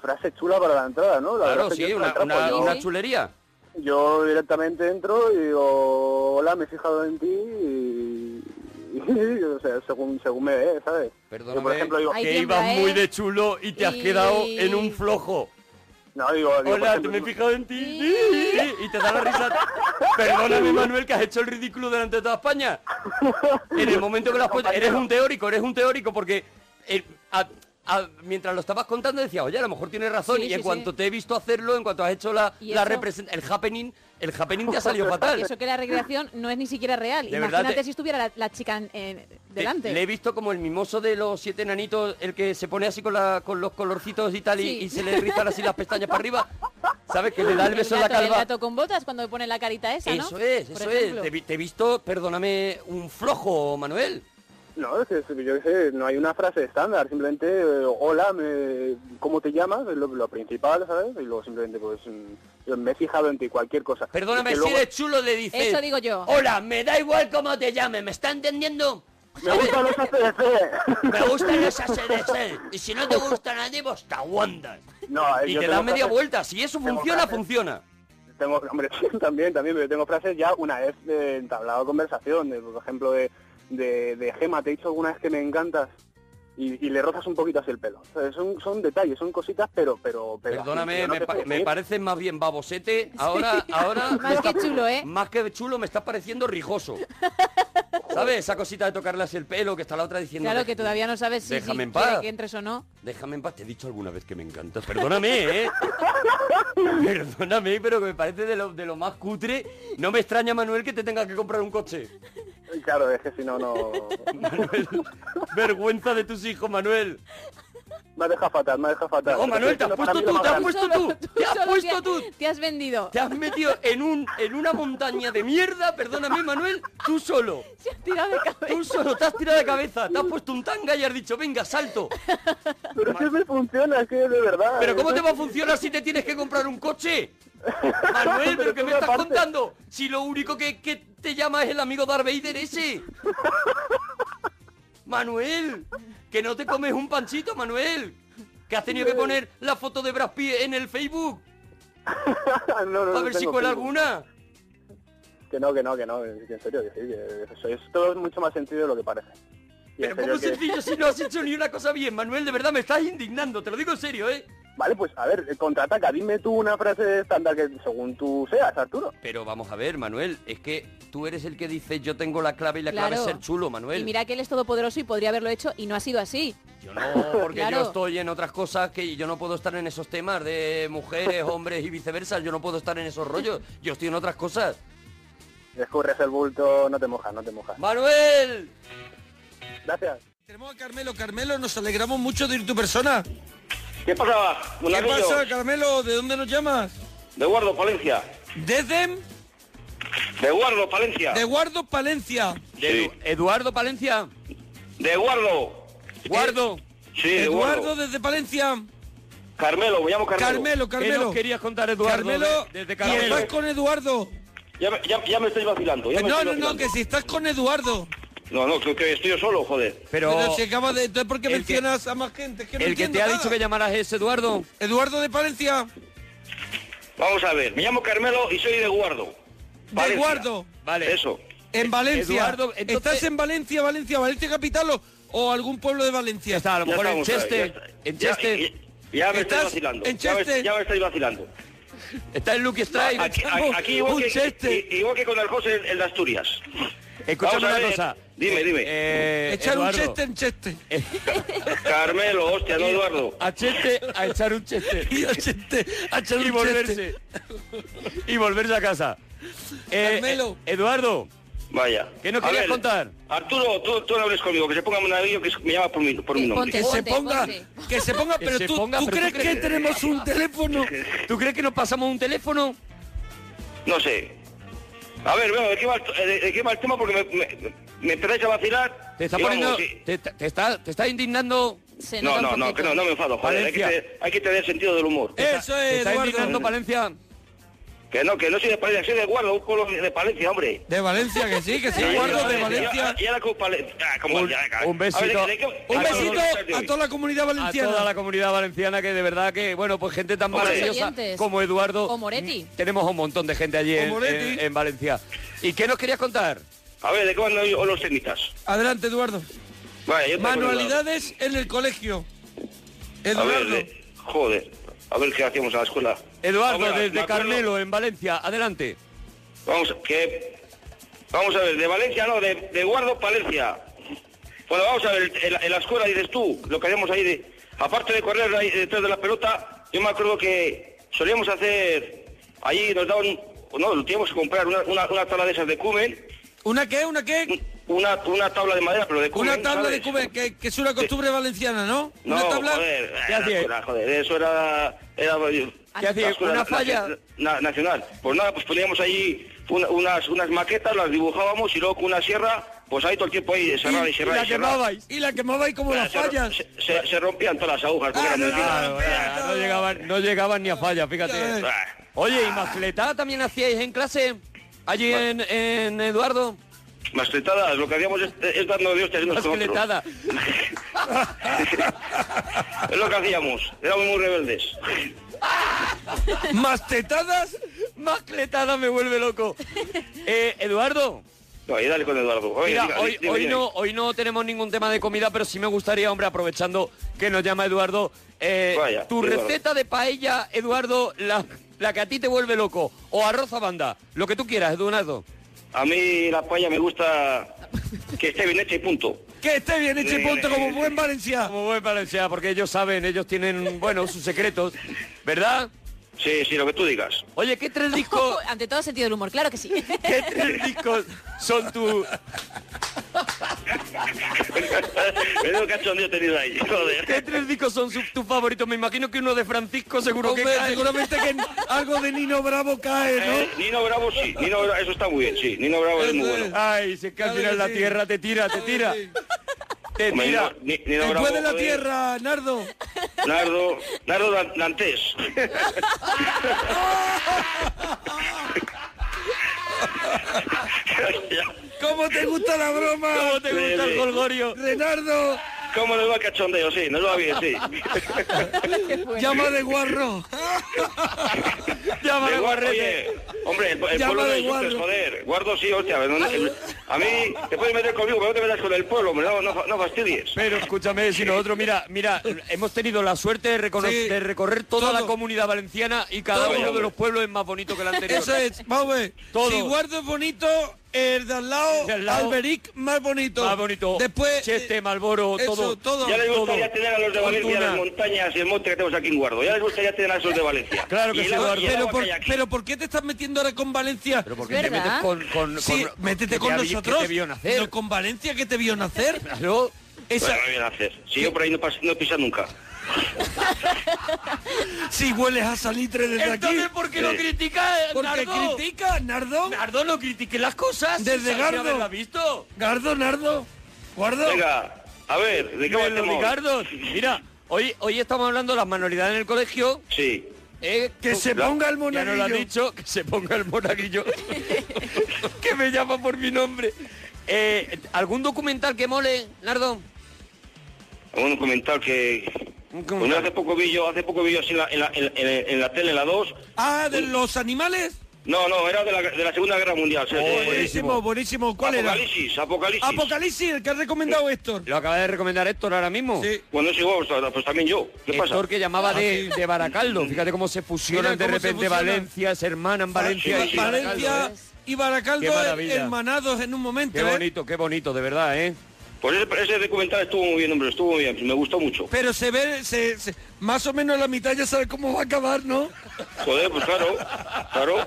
Speaker 8: Frase chula para la entrada, ¿no? La
Speaker 3: Claro,
Speaker 8: verdad es que
Speaker 3: sí,
Speaker 8: yo no
Speaker 3: una,
Speaker 8: la atrapo,
Speaker 3: una-
Speaker 8: yo-
Speaker 3: una chulería.
Speaker 8: Yo directamente entro y digo, hola, me he fijado en ti y, y, o sea, según, según me ve, ¿sabes?
Speaker 3: Perdóname,
Speaker 8: Yo, por ejemplo, digo,
Speaker 3: que ibas
Speaker 6: ¿eh?
Speaker 3: muy de chulo y te has
Speaker 8: Y-
Speaker 3: quedado en un flojo.
Speaker 8: No, digo, digo, por
Speaker 3: Hola, te
Speaker 8: ejemplo,
Speaker 3: me he fijado en ti. Sí, Y te da la risa. Perdóname, Manuel, que has hecho el ridículo delante de toda España. En el momento que lo has puesto, eres un teórico, eres un teórico, porque eh, a- a- mientras lo estabas contando decía, oye, a lo mejor tienes razón.
Speaker 6: Sí,
Speaker 3: y en
Speaker 6: sí,
Speaker 3: cuanto
Speaker 6: sí.
Speaker 3: te he visto hacerlo, en cuanto has hecho la,
Speaker 6: ¿Y
Speaker 3: la
Speaker 6: eso?
Speaker 3: represent- el happening, el happening te ha salido fatal.
Speaker 6: Y eso que la recreación no es ni siquiera real.
Speaker 3: De verdad,
Speaker 6: Imagínate
Speaker 3: te-
Speaker 6: si estuviera la, la chica en- en- delante.
Speaker 3: Le he visto como el mimoso de los siete enanitos, el que se pone así con, la, con los colorcitos y tal, y-
Speaker 6: Sí.
Speaker 3: y, se le rizan así las pestañas para arriba. ¿Sabes? Que le da el beso en la
Speaker 6: gato- el
Speaker 3: calva.
Speaker 6: gato con botas cuando pone la carita esa, ¿no?
Speaker 3: Eso es,
Speaker 6: Por
Speaker 3: eso
Speaker 6: ejemplo.
Speaker 3: es. Te, vi- te he visto, perdóname, un flojo, Manuel.
Speaker 8: No, es que, es que yo qué sé, no hay una frase estándar, simplemente eh, hola, me- ¿cómo te llamas? Es lo, lo principal, ¿sabes? Y luego simplemente pues mm, yo me he fijado en ti, cualquier cosa.
Speaker 3: Perdóname,
Speaker 8: Es que
Speaker 3: si
Speaker 8: luego-
Speaker 3: eres chulo le dices.
Speaker 6: Eso digo yo.
Speaker 3: Hola, me da igual cómo te llames, ¿me está entendiendo?
Speaker 8: Me gustan los ACDC.
Speaker 3: Me gustan los ACDC. Y si no te gustan a ti, pues te aguantas.
Speaker 8: No, eh,
Speaker 3: Y
Speaker 8: yo
Speaker 3: te
Speaker 8: tengo
Speaker 3: das media
Speaker 8: frases-
Speaker 3: vuelta. Si eso
Speaker 8: tengo
Speaker 3: funciona,
Speaker 8: frases-
Speaker 3: funciona.
Speaker 8: Tengo, hombre, también, también, pero tengo frases ya una vez eh, entablado conversación, de, por ejemplo, de, de, de, Gema, te he dicho alguna vez que me encantas y, y le rozas un poquito así el pelo. O sea, son, son detalles, son cositas, pero... pero, pero
Speaker 3: Perdóname,
Speaker 8: pero no
Speaker 3: me,
Speaker 8: te
Speaker 3: pa-
Speaker 8: puedo
Speaker 3: me
Speaker 8: decir.
Speaker 3: pareces más bien babosete. Ahora,
Speaker 6: Sí.
Speaker 3: ahora.
Speaker 6: Más
Speaker 3: me
Speaker 6: que
Speaker 3: está-
Speaker 6: chulo, ¿eh?
Speaker 3: Más que chulo me está pareciendo rijoso. ¿Sabes? Esa cosita de tocarle así el pelo que está la otra diciendo.
Speaker 6: Claro
Speaker 3: "Deja-
Speaker 6: que todavía no sabes si, si
Speaker 3: Déjame en
Speaker 6: quiere
Speaker 3: paz.
Speaker 6: que entres o no.
Speaker 3: Déjame en paz, te he dicho alguna vez que me encanta. Perdóname, ¿eh? Perdóname, pero que me parece de lo, de lo más cutre. No me extraña, Manuel, que te tenga que comprar un coche.
Speaker 8: Claro, es que si no, no...
Speaker 3: Vergüenza de tus hijos, Manuel.
Speaker 8: Me ha dejado fatal, me ha dejado fatal.
Speaker 3: No, Oh, Manuel, te has
Speaker 8: Para
Speaker 3: puesto
Speaker 8: mí lo
Speaker 3: tú,
Speaker 8: más
Speaker 3: te has
Speaker 8: grande.
Speaker 3: puesto tú. Te has
Speaker 6: solo
Speaker 3: puesto
Speaker 6: te-
Speaker 3: tú.
Speaker 6: Te has vendido.
Speaker 3: Te has metido en, un, en una montaña de mierda, perdóname, Manuel, tú solo.
Speaker 6: Se ha tirado de cabeza.
Speaker 3: Tú solo te has tirado de cabeza, te has puesto un tanga y has dicho, venga, salto.
Speaker 8: Pero es que me funciona, es que de verdad.
Speaker 3: Pero ¿cómo
Speaker 8: es-
Speaker 3: te va a funcionar si te tienes que comprar un coche? Manuel, ¿pero
Speaker 8: Pero
Speaker 3: qué me
Speaker 8: tú
Speaker 3: estás
Speaker 8: aparte-
Speaker 3: contando? Si lo único que, que te llama es el amigo Darth Vader ese. Manuel, que no te comes un panchito, Manuel. Que has tenido que poner la foto de Brad Pitt en el Facebook.
Speaker 8: No, no,
Speaker 3: A
Speaker 8: no
Speaker 3: ver si
Speaker 8: tengo
Speaker 3: cuela
Speaker 8: tiempo.
Speaker 3: alguna.
Speaker 8: Que no, que no, que no, que en serio, que sí, que eso, es todo es mucho más sencillo de lo que parece. Y
Speaker 3: Pero
Speaker 8: en serio
Speaker 3: ¿cómo
Speaker 8: que-
Speaker 3: sencillo si no has hecho ni una cosa bien, Manuel? De verdad me estás indignando, te lo digo en serio, ¿eh?
Speaker 8: Vale, pues a ver, eh, contraataca, dime tú una frase estándar que según tú seas, Arturo.
Speaker 3: Pero vamos a ver, Manuel, es que tú eres el que dice yo tengo la clave y la clave es
Speaker 6: Claro.
Speaker 3: ser chulo, Manuel.
Speaker 6: Y mira que él es todopoderoso y podría haberlo hecho y no ha sido así.
Speaker 3: Yo no, Oh, porque
Speaker 6: Claro.
Speaker 3: yo estoy en otras cosas que yo no puedo estar en esos temas de mujeres, hombres y viceversa. Yo no puedo estar en esos rollos. Yo estoy en otras cosas.
Speaker 8: Escurres el bulto, no te mojas, no te mojas.
Speaker 3: ¡Manuel!
Speaker 8: Gracias.
Speaker 2: Tenemos a Carmelo. Carmelo, nos alegramos mucho de ir tu persona.
Speaker 11: ¿Qué pasaba? Un
Speaker 2: ¿Qué
Speaker 11: ladrillo.
Speaker 2: pasa, Carmelo? ¿De dónde nos llamas?
Speaker 11: De Guardo, Palencia.
Speaker 2: ¿Desde?
Speaker 11: De Guardo, Palencia.
Speaker 2: De Guardo, Palencia.
Speaker 11: De,
Speaker 3: Eduardo Palencia.
Speaker 11: De Guardo. Eh,
Speaker 3: Guardo.
Speaker 11: Sí, de
Speaker 2: Eduardo
Speaker 11: Guardo.
Speaker 2: desde Palencia.
Speaker 11: Carmelo, me llamo Carmelo.
Speaker 2: Carmelo, Carmelo.
Speaker 11: ¿Qué nos querías
Speaker 3: contar,
Speaker 11: Eduardo,
Speaker 2: Carmelo,
Speaker 11: de- desde Carmelo?
Speaker 2: ¿y estás con Eduardo?
Speaker 11: Ya, me- ya- ya me estoy vacilando. ya
Speaker 2: Que
Speaker 11: me
Speaker 2: no,
Speaker 11: estoy
Speaker 2: no, no,
Speaker 11: vacilando.
Speaker 2: que si estás con Eduardo.
Speaker 11: No, no, que, que estoy yo solo, joder.
Speaker 3: Pero,
Speaker 2: si acaba de... Entonces, ¿por qué
Speaker 3: el que-
Speaker 2: mencionas a más gente? Es que no
Speaker 3: el que
Speaker 2: entiendo
Speaker 3: te ha
Speaker 2: nada.
Speaker 3: dicho que llamaras es Eduardo.
Speaker 2: Eduardo de Palencia.
Speaker 11: Vamos a ver, me llamo Carmelo y soy de Guardo.
Speaker 2: De Guardo.
Speaker 11: Vale. Eso.
Speaker 2: En Valencia.
Speaker 3: Eduardo, entonces-
Speaker 2: ¿Estás en Valencia, Valencia, Valencia capital o, o algún pueblo de Valencia?
Speaker 3: Está, a lo
Speaker 11: Ya
Speaker 3: mejor en
Speaker 11: estamos ahí,
Speaker 3: Cheste.
Speaker 11: ya está.
Speaker 3: En
Speaker 11: Ya-
Speaker 3: Cheste.
Speaker 11: Ya, me estoy
Speaker 2: ¿Estás
Speaker 11: vacilando.
Speaker 2: en
Speaker 11: ya, me,
Speaker 2: Cheste?
Speaker 11: ya me estoy vacilando.
Speaker 3: Está en Lucky Strike.
Speaker 11: Aquí,
Speaker 3: estamos-
Speaker 11: aquí igual,
Speaker 3: un
Speaker 11: que,
Speaker 3: Cheste.
Speaker 11: i- igual que con el José en, en las Asturias.
Speaker 3: Escúchame
Speaker 11: Vamos a
Speaker 3: una
Speaker 11: ver,
Speaker 3: cosa.
Speaker 11: Dime, dime.
Speaker 3: Eh,
Speaker 2: Echar un
Speaker 3: Eduardo,
Speaker 2: cheste en cheste.
Speaker 11: Carmelo, hostia, no Eduardo.
Speaker 3: A Cheste Eh, a echar un Cheste.
Speaker 2: Y a cheste, a echar un cheste.
Speaker 3: y volverse. y volverse a casa. Eh,
Speaker 2: Carmelo.
Speaker 3: eh, Eduardo.
Speaker 11: Vaya.
Speaker 3: ¿Qué nos
Speaker 11: A
Speaker 3: querías contar?
Speaker 11: Arturo, tú, tú no hables conmigo, que se ponga un ladrillo que es- me llama por mi, por mi
Speaker 6: Sí,
Speaker 11: nombre.
Speaker 6: Eh, ponte.
Speaker 2: Que se
Speaker 6: Ponte,
Speaker 2: ponga,
Speaker 6: ponte.
Speaker 2: que se ponga,
Speaker 3: Que
Speaker 2: pero
Speaker 3: se
Speaker 2: tú,
Speaker 3: ponga,
Speaker 2: ¿tú
Speaker 3: pero
Speaker 2: crees
Speaker 3: tú crees-
Speaker 2: que tenemos un teléfono?
Speaker 3: ¿Tú crees que nos pasamos un teléfono?
Speaker 11: No sé. A ver, bueno, ¿de qué va el, t- de- de qué va el tema? Porque me, me, me empezáis a vacilar.
Speaker 3: Te está
Speaker 11: y vamos,
Speaker 3: poniendo.
Speaker 11: sí.
Speaker 3: Te, te está, te está indignando.
Speaker 6: Se
Speaker 11: No,
Speaker 6: nota
Speaker 11: no,
Speaker 6: un
Speaker 11: no, que
Speaker 6: poquito.
Speaker 11: no, no me enfado, joder. Hay que,
Speaker 3: Valencia.
Speaker 11: tener, hay que tener sentido del humor.
Speaker 2: Eso
Speaker 3: te
Speaker 2: es,
Speaker 3: está
Speaker 2: Eduardo.
Speaker 3: indignando Palencia.
Speaker 11: Que no, que no soy de Palencia, soy de Guardo, un pueblo de Palencia, hombre.
Speaker 2: De Valencia, que sí, que sí,
Speaker 11: Ahí,
Speaker 2: Guardo, de
Speaker 11: yo-
Speaker 2: Valencia.
Speaker 11: yo- yo era con Pale- ah, como-
Speaker 3: Un-
Speaker 11: ya, ca-
Speaker 3: un besito.
Speaker 11: A ver, ¿de qué-
Speaker 2: Un
Speaker 11: a todos los
Speaker 2: besito
Speaker 11: muchachos.
Speaker 2: a toda la comunidad valenciana.
Speaker 3: A toda la comunidad valenciana que de verdad que, bueno, pues gente tan
Speaker 11: Hombre.
Speaker 3: maravillosa
Speaker 6: Oyentes.
Speaker 3: como Eduardo.
Speaker 6: O Moretti.
Speaker 3: Tenemos a un montón de gente allí en,
Speaker 2: Moretti.
Speaker 3: en- en Valencia. ¿Y qué nos querías contar?
Speaker 11: A ver, ¿de qué van hoy los cenitas?
Speaker 2: Adelante, Eduardo.
Speaker 11: Vaya, yo te
Speaker 2: Manualidades en el colegio.
Speaker 11: acuerdo. A ver,
Speaker 2: Eduardo.
Speaker 11: de- joder, a ver qué hacíamos a la escuela.
Speaker 3: Eduardo,
Speaker 11: Hombre, me
Speaker 3: desde
Speaker 11: acuerdo-
Speaker 3: Carmelo, en Valencia. Adelante.
Speaker 11: Vamos, que... Vamos a ver, de Valencia no, de, de Guardo, Palencia. Bueno, vamos a ver, en la, en la escuela dices tú, lo que hacíamos ahí, de, aparte de correr ahí detrás de la pelota, yo me acuerdo que solíamos hacer, allí nos daban, no, teníamos que comprar una, una, una tabla de esas de cumen,
Speaker 2: ¿Una qué? ¿Una qué?
Speaker 11: una, una tabla de madera, pero de cumen.
Speaker 2: Una tabla de
Speaker 11: ¿sabes?
Speaker 2: cubes, que, que es una costumbre valenciana, ¿no?
Speaker 11: No,
Speaker 2: una tabla.
Speaker 11: joder, eh,
Speaker 3: ¿Qué
Speaker 11: la
Speaker 3: hacía?
Speaker 11: escuela, joder, eso era... era
Speaker 3: ¿Qué hacía?
Speaker 11: la escuela
Speaker 3: ¿Una
Speaker 11: na-
Speaker 3: falla?
Speaker 11: na- nacional. Pues nada, pues poníamos ahí una- unas, unas maquetas, las dibujábamos y luego con una sierra, pues ahí todo el tiempo ahí cerrar y
Speaker 3: Y
Speaker 11: cerrar
Speaker 3: la
Speaker 11: y cerrar.
Speaker 3: quemabais.
Speaker 2: Y la quemabais como las
Speaker 11: Se ro-
Speaker 2: fallas.
Speaker 11: Se, se- se rompían todas las agujas. porque
Speaker 2: Ah,
Speaker 11: eran
Speaker 2: no,
Speaker 11: muy finas.
Speaker 3: Claro, claro, no, llegaban, no llegaban ni a falla, fíjate.
Speaker 2: Ya,
Speaker 11: Ah,
Speaker 3: Oye, ¿y mascletá también hacíais en clase? Allí en, en Eduardo.
Speaker 11: Mascletadas, lo que hacíamos es, es darnos de hostias unos con otros.
Speaker 3: Mascletada.
Speaker 11: Es lo que hacíamos, éramos muy rebeldes.
Speaker 2: Más tetadas.
Speaker 3: Mascletada me vuelve loco. Eh, Eduardo.
Speaker 11: No, y dale con Eduardo. Oye,
Speaker 3: Mira,
Speaker 11: diga,
Speaker 3: hoy,
Speaker 11: di- dime,
Speaker 3: hoy
Speaker 11: dime.
Speaker 3: no, hoy no tenemos ningún tema de comida, pero sí me gustaría, hombre, aprovechando que nos llama Eduardo, eh,
Speaker 11: Vaya,
Speaker 3: tu
Speaker 11: Eduardo.
Speaker 3: receta de paella, Eduardo, la, la que a ti te vuelve loco, o arroz a banda, lo que tú quieras, Eduardo.
Speaker 11: A mí la paella me gusta que esté bien hecha y punto.
Speaker 2: Que esté bien hecho y punto como buen Valencia.
Speaker 3: Como buen valenciano, porque ellos saben, ellos tienen, bueno, sus secretos, ¿verdad?
Speaker 11: Sí, sí, lo que tú digas.
Speaker 3: Oye, ¿qué tres discos,
Speaker 6: Ante todo sentido del humor, claro que sí.
Speaker 3: qué tres discos son tu,
Speaker 11: Menudo cachondeo he tenido ahí,
Speaker 3: qué
Speaker 11: joder.
Speaker 3: tres discos son sus- tus favoritos? Me imagino que uno de Francisco seguro que
Speaker 2: Hombre,
Speaker 3: cae.
Speaker 2: seguramente que algo de Nino Bravo cae,
Speaker 11: Eh, Nino Bravo sí, Nino Bravo, eso está muy bien, sí, Nino Bravo es muy bueno.
Speaker 3: Ay, si es que al
Speaker 2: Claro
Speaker 3: final
Speaker 2: que
Speaker 3: la
Speaker 2: sí.
Speaker 3: tierra te tira, te tira,
Speaker 2: sí.
Speaker 3: te
Speaker 11: Hombre,
Speaker 3: tira.
Speaker 11: Nino- Ni- Nino
Speaker 2: ¿no?
Speaker 11: Bravo,
Speaker 2: Después de la
Speaker 11: joder,
Speaker 2: tierra, Nardo.
Speaker 11: Nardo, Nardo Dan- Dantes.
Speaker 2: ¿Cómo te gusta la broma?
Speaker 3: ¿Cómo te gusta el colgorio?
Speaker 2: Renardo,
Speaker 11: ¿Cómo nos va cachondeo? Sí, nos va bien, sí.
Speaker 2: llama de guarro.
Speaker 3: Llama
Speaker 11: De
Speaker 3: a
Speaker 11: guardo,
Speaker 3: Guarrete.
Speaker 11: oye, hombre, el, el
Speaker 2: Llama
Speaker 11: pueblo
Speaker 2: de
Speaker 11: de Yucas,
Speaker 2: guardo.
Speaker 11: joder, guardo sí, hostia, pero no- el- a mí te puedes meter conmigo, pero no te metas con el pueblo, hombre, no, no, fa- no fastidies.
Speaker 3: Pero escúchame, si nosotros, mira, mira, hemos tenido la suerte de, recono-
Speaker 2: Sí,
Speaker 3: de recorrer toda
Speaker 2: todo.
Speaker 3: la comunidad valenciana y cada
Speaker 11: Todo.
Speaker 3: uno de los pueblos es más bonito que el anterior.
Speaker 2: Eso es, vamos a ver.
Speaker 3: Todo.
Speaker 2: Si guardo es bonito, el de al lado,
Speaker 3: De al lado.
Speaker 2: Alberic más bonito.
Speaker 3: Más bonito.
Speaker 2: Después.
Speaker 3: Cheste,
Speaker 2: eh,
Speaker 3: Malboro,
Speaker 2: eso,
Speaker 3: todo.
Speaker 2: todo.
Speaker 11: Ya les gustaría
Speaker 3: todo.
Speaker 11: tener a los de Valencia
Speaker 3: Fortuna.
Speaker 11: las montañas y el monte que tenemos aquí en Guardo. Ya les gustaría tener a esos de Valencia.
Speaker 3: Claro que
Speaker 11: Y el
Speaker 3: sí,
Speaker 11: agua-
Speaker 3: Eduardo.
Speaker 11: y el
Speaker 2: Pero
Speaker 11: agua que
Speaker 2: por,
Speaker 11: hay aquí.
Speaker 2: pero ¿por qué te estás metiendo ahora con Valencia?
Speaker 3: Pero ¿por
Speaker 6: Es
Speaker 3: qué te
Speaker 6: verdad.
Speaker 3: metes con... con,
Speaker 2: sí,
Speaker 3: con-
Speaker 2: métete
Speaker 3: que
Speaker 2: con
Speaker 3: te ha-
Speaker 2: nosotros.
Speaker 3: Que te vio nacer.
Speaker 2: No con Valencia que te vio nacer.
Speaker 3: Claro.
Speaker 2: Esa-
Speaker 11: Bueno, no viene a hacer. Si yo por ahí no, pas- no pisa nunca.
Speaker 2: si hueles a salitre desde
Speaker 3: Entonces,
Speaker 2: aquí.
Speaker 3: ¿por qué lo critica eh,
Speaker 2: Porque
Speaker 3: Nardo?
Speaker 2: critica, Nardo.
Speaker 3: Nardo, no critique las cosas.
Speaker 2: Desde
Speaker 3: si
Speaker 2: Gardo.
Speaker 3: haberla visto.
Speaker 2: Gardo, Nardo. Guardo.
Speaker 11: Venga, a ver, ¿de qué
Speaker 3: Pero,
Speaker 11: hablamos?
Speaker 3: Ricardo, mira, hoy, hoy estamos hablando de las manualidades en el colegio.
Speaker 11: Sí.
Speaker 3: eh,
Speaker 2: Que
Speaker 3: con-
Speaker 2: se ponga el
Speaker 3: Ya no lo ha
Speaker 2: monaguillo.
Speaker 3: dicho, que se ponga el monaguillo. que me llama por mi nombre. Eh, ¿Algún documental que mole, Nardo?
Speaker 11: Un comentar que...
Speaker 3: Un
Speaker 11: pues
Speaker 3: comentario.
Speaker 11: mira, hace poco vi yo, hace poco vi yo así en la, en la- en- en- en la tele, en la 2.
Speaker 2: Ah, de los animales. Oh,
Speaker 11: No, no, era de la, de la Segunda Guerra Mundial. sí, sí.
Speaker 2: buenísimo, buenísimo. ¿Cuál era?
Speaker 11: Apocalipsis, Apocalipsis.
Speaker 2: Apocalipsis, el que ha recomendado Héctor.
Speaker 3: Lo acaba de recomendar Héctor ahora mismo.
Speaker 2: Sí.
Speaker 11: Bueno, es igual, pues, pues también yo. ¿Qué pasa?
Speaker 3: Héctor que llamaba
Speaker 2: Ah,
Speaker 3: de,
Speaker 2: sí.
Speaker 3: de Baracaldo. Fíjate cómo se fusionan
Speaker 2: Mira
Speaker 3: de
Speaker 2: cómo se
Speaker 3: repente
Speaker 2: fusionan. Ah,
Speaker 3: Valencia, es hermana en Valencia.
Speaker 11: Ah, sí,
Speaker 3: y
Speaker 11: sí.
Speaker 3: Baracaldo,
Speaker 2: Valencia
Speaker 3: ¿eh?
Speaker 2: y
Speaker 3: Qué
Speaker 2: Baracaldo
Speaker 3: maravilla.
Speaker 2: hermanados en un momento.
Speaker 3: Qué
Speaker 2: ¿eh?
Speaker 3: bonito, qué bonito, de verdad, ¿eh?
Speaker 11: Pues ese, ese documental estuvo muy bien, hombre, estuvo muy bien, me gustó mucho.
Speaker 2: Pero se ve, se, se- más o menos a la mitad ya sabe cómo va a acabar, ¿no?
Speaker 11: Joder, pues claro, claro.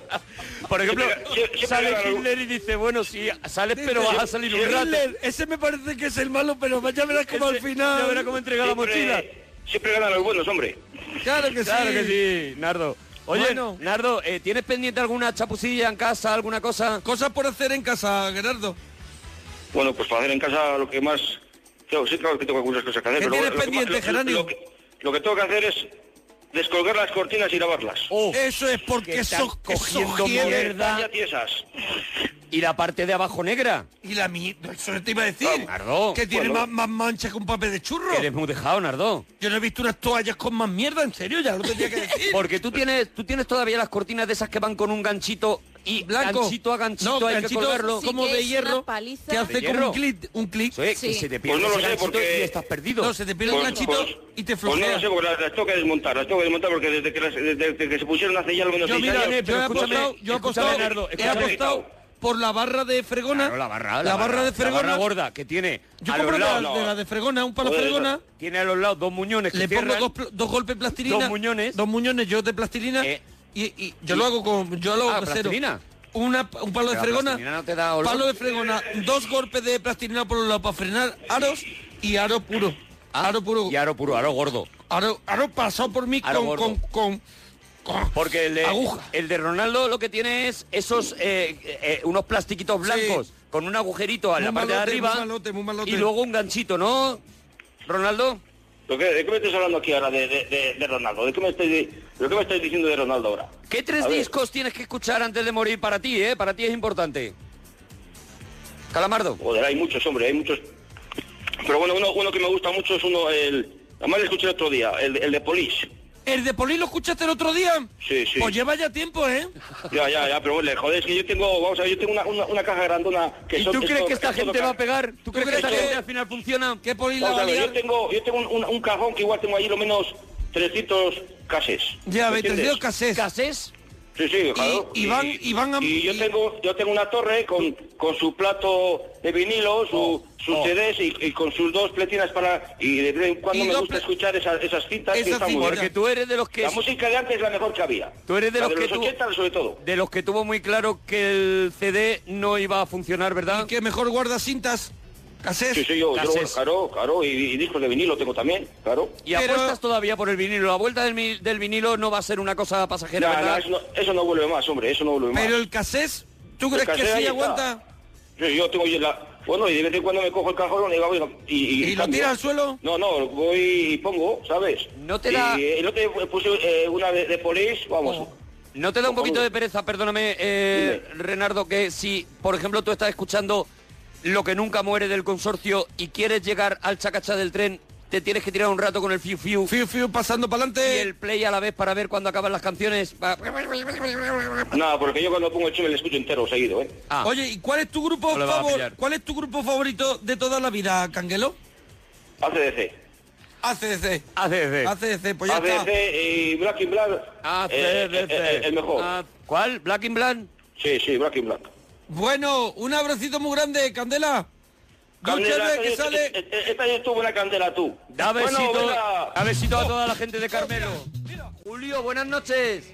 Speaker 3: Por ejemplo,
Speaker 11: Siempre- siempre
Speaker 3: sale
Speaker 11: gana algo.
Speaker 3: Hitler y dice, bueno, sí, sales, pero
Speaker 2: Dice,
Speaker 3: vas a salir un rato.
Speaker 2: Hitler, ese me parece que es el malo, pero ya verás cómo al
Speaker 3: Ese-
Speaker 2: final.
Speaker 3: Ya verás cómo entrega la mochila.
Speaker 11: Siempre, siempre ganan los buenos, hombre.
Speaker 2: Claro que
Speaker 3: ¿eh? Claro
Speaker 2: sí.
Speaker 3: que sí, Nardo. Oye,
Speaker 2: Bueno.
Speaker 3: Nardo, eh, ¿tienes pendiente alguna chapucilla en casa, alguna cosa?
Speaker 2: Cosas por hacer en casa, Gerardo.
Speaker 11: Bueno, pues para hacer en casa lo que más... Claro, sí, claro que tengo algunas cosas que hacer.
Speaker 2: ¿Qué
Speaker 11: pero
Speaker 2: tienes
Speaker 11: lo que más-
Speaker 2: pendiente,
Speaker 11: lo- lo-
Speaker 2: Geranio?
Speaker 11: Lo, que- lo que tengo que hacer es descolgar las cortinas y lavarlas.
Speaker 2: Eso es porque
Speaker 11: están
Speaker 2: sos
Speaker 11: cogiendo mierda. Ya tiesas.
Speaker 3: Y la parte de abajo negra.
Speaker 2: Y la mía, eso te iba a decir.
Speaker 3: Nardo.
Speaker 2: Que tiene más, más manchas que un papel de churro.
Speaker 3: Eres muy dejado, Nardo.
Speaker 2: Yo no he visto unas toallas con más mierda, en serio, ya lo tenía que decir.
Speaker 3: Porque tú tienes, tú tienes todavía las cortinas de esas que van con un ganchito y
Speaker 2: Blanco.
Speaker 3: ganchito a ganchito
Speaker 2: No,
Speaker 3: hay
Speaker 2: ganchito
Speaker 3: que colgarlo.
Speaker 2: Sí, como que de es hierro, una
Speaker 6: paliza.
Speaker 2: que hace
Speaker 3: ¿De
Speaker 2: como
Speaker 3: hierro?
Speaker 2: un clic, un clic.
Speaker 3: Eso es, que
Speaker 6: Sí.
Speaker 3: se te
Speaker 11: Pues
Speaker 3: pierde
Speaker 11: no lo
Speaker 3: ese
Speaker 11: sé
Speaker 3: ganchito
Speaker 11: porque...
Speaker 3: y estás perdido.
Speaker 2: No, se te pierde el ganchito y te
Speaker 11: Pues no
Speaker 2: flojea.
Speaker 11: lo sé, porque las, las tengo que desmontar, las tengo que desmontar porque desde que, las- desde que se pusieron hace ya algunos
Speaker 2: Yo,
Speaker 11: seis
Speaker 2: mira,
Speaker 11: años...
Speaker 2: yo he apostado, yo he apostado,
Speaker 3: Nardo,
Speaker 2: he
Speaker 3: escúchame.
Speaker 2: apostado por la barra de Fregona.
Speaker 3: Claro, la barra,
Speaker 2: la barra de Fregona.
Speaker 3: La barra gorda que tiene
Speaker 2: Yo
Speaker 3: a los
Speaker 2: compro la,
Speaker 3: lados.
Speaker 2: de la de Fregona, un palo
Speaker 3: Joder,
Speaker 2: Fregona.
Speaker 3: esa- Tiene a los lados dos muñones que
Speaker 2: Le pongo
Speaker 3: cierran.
Speaker 2: dos, pl- dos golpes de plastilina.
Speaker 3: Dos muñones. Eh,
Speaker 2: Dos muñones, yo de plastilina. y, y yo lo hago con. Yo lo hago
Speaker 3: Ah,
Speaker 2: casero.
Speaker 3: plastilina.
Speaker 2: Una, un palo de
Speaker 3: Pero la
Speaker 2: fregona.
Speaker 3: plastilina no te da olor.
Speaker 2: Palo de fregona. Dos golpes de plastilina por los lados para frenar aros y aro puro. Aro puro.
Speaker 3: Ah, Y aro puro, aro gordo.
Speaker 2: Aro, aro pasado por mí
Speaker 3: Aro
Speaker 2: con,
Speaker 3: gordo.
Speaker 2: con, con- con-
Speaker 3: Porque el de,
Speaker 2: Aguja.
Speaker 3: el de Ronaldo lo que tiene es esos eh, eh, unos plastiquitos blancos con un agujerito a la
Speaker 2: Muy
Speaker 3: parte de
Speaker 2: malote,
Speaker 3: arriba
Speaker 2: muy malote, muy malote.
Speaker 3: y luego un ganchito, ¿no? Ronaldo,
Speaker 11: ¿Lo que- ¿De qué me estás hablando aquí ahora de, de- de- de Ronaldo? ¿De qué, me estáis, ¿De qué me estáis diciendo de Ronaldo ahora?
Speaker 3: ¿qué tres
Speaker 11: A ver.
Speaker 3: discos tienes que escuchar antes de morir para ti, eh? Para ti es importante. Calamardo.
Speaker 11: Joder, hay muchos, hombre, hay muchos. Pero bueno, uno, uno que me gusta mucho es uno, el... Además lo escuché el otro día, el, de- el de Police.
Speaker 2: ¿El de Poli lo escuchaste el otro día?
Speaker 11: Sí, sí.
Speaker 2: Pues lleva ya tiempo, ¿eh?
Speaker 11: Ya, ya, ya, pero bueno, joder, es que yo tengo, vamos a ver, yo tengo una, una, una caja grandona que
Speaker 3: ¿Y
Speaker 11: son-
Speaker 3: tú crees
Speaker 11: esto-
Speaker 3: que esta
Speaker 11: esto
Speaker 3: gente
Speaker 11: lo
Speaker 3: va
Speaker 11: ca-
Speaker 3: a pegar? ¿Tú, crees que esta gente al final funciona?
Speaker 2: ¿Qué Poli la
Speaker 11: Vamos
Speaker 2: va
Speaker 11: a
Speaker 2: a
Speaker 11: ver, yo
Speaker 2: liar?
Speaker 11: tengo, yo tengo un, un- un cajón que igual tengo ahí lo menos 300 cases.
Speaker 2: Ya,
Speaker 11: ¿me
Speaker 2: veis,
Speaker 11: entiendes?
Speaker 2: tenido casés.
Speaker 3: ¿Casés?
Speaker 11: Sí, sí, claro.
Speaker 2: y van- y van a-
Speaker 11: y yo tengo, yo tengo una torre con, con su plato de vinilo, su, sus
Speaker 3: oh.
Speaker 11: CDs y, y con sus dos pletinas para y de vez en cuando
Speaker 2: Y
Speaker 11: me
Speaker 2: dos
Speaker 11: gusta
Speaker 2: ple-
Speaker 11: escuchar esa- esas citas que
Speaker 2: Esas
Speaker 11: están muy
Speaker 2: citas.
Speaker 11: bien.
Speaker 3: Porque tú eres de los que
Speaker 11: La música de antes es la mejor que había.
Speaker 3: Tú eres de
Speaker 11: La
Speaker 3: los que
Speaker 11: los
Speaker 3: tú-
Speaker 11: 80 sobre todo.
Speaker 3: de los que tuvo muy claro que el CD no iba a funcionar, ¿verdad?
Speaker 2: Que mejor guarda cintas. Casés.
Speaker 11: Sí, sí, yo, yo
Speaker 3: Cassettes.
Speaker 11: claro, claro, y, y discos de vinilo tengo también, claro.
Speaker 3: Y
Speaker 2: Pero-
Speaker 3: apuestas todavía por el vinilo. La vuelta del, mi- del vinilo no va a ser una cosa pasajera,
Speaker 11: Nah,
Speaker 3: ¿verdad?
Speaker 11: nah, eso, no, eso no vuelve más, hombre, eso no vuelve más.
Speaker 2: Pero el casés, ¿tú
Speaker 11: El
Speaker 2: crees
Speaker 11: cassette
Speaker 2: que
Speaker 11: ahí
Speaker 2: sí
Speaker 11: está.
Speaker 2: aguanta?
Speaker 11: Yo, yo tengo yo la... Bueno, y de vez en cuando me cojo el cajón y, voy y, y,
Speaker 2: ¿Y lo
Speaker 11: cambio.
Speaker 2: tira al suelo?
Speaker 11: No, no, voy y pongo, ¿sabes?
Speaker 3: No te da-
Speaker 11: Y eh, el otro día puse eh, una de, de Police, vamos.
Speaker 3: Oh. ¿No te da un poquito de pereza, perdóname, eh,
Speaker 11: Dime.
Speaker 3: Renardo, que si, por ejemplo, tú estás escuchando lo que nunca muere del consorcio y quieres llegar al chacachá del tren, te tienes que tirar un rato con el fiu fiu
Speaker 2: Fiu, fiu, pasando para
Speaker 3: y
Speaker 2: adelante.
Speaker 3: el play a la vez para ver cuándo acaban las canciones? Pa-
Speaker 11: Nada, porque yo cuando pongo el chime le escucho entero seguido, ¿eh?
Speaker 3: Ah,
Speaker 2: Oye, ¿y cuál es tu grupo
Speaker 3: No le vas a
Speaker 2: favorito?
Speaker 3: pillar.
Speaker 2: ¿Cuál es tu grupo favorito de toda la vida, Canguelo?
Speaker 11: ACDC.
Speaker 2: ACDC.
Speaker 3: ACDC.
Speaker 2: ACDC, pues ya
Speaker 11: ACDC
Speaker 2: está.
Speaker 11: y Black in Black. eh, eh,
Speaker 3: ACDC.
Speaker 11: eh, el mejor.
Speaker 3: Ah, ¿Cuál? ¿Black in Black?
Speaker 11: Sí, sí, Black in Black.
Speaker 2: Bueno, un abracito muy grande, Candela.
Speaker 11: Candela,
Speaker 2: Duchate,
Speaker 11: esta-
Speaker 2: que sale.
Speaker 11: esta- Esta ya estuvo una candela tú.
Speaker 3: Da besito,
Speaker 11: Bueno, venga. Oh.
Speaker 3: da besito a toda la gente de Carmelo. Julio, buenas noches.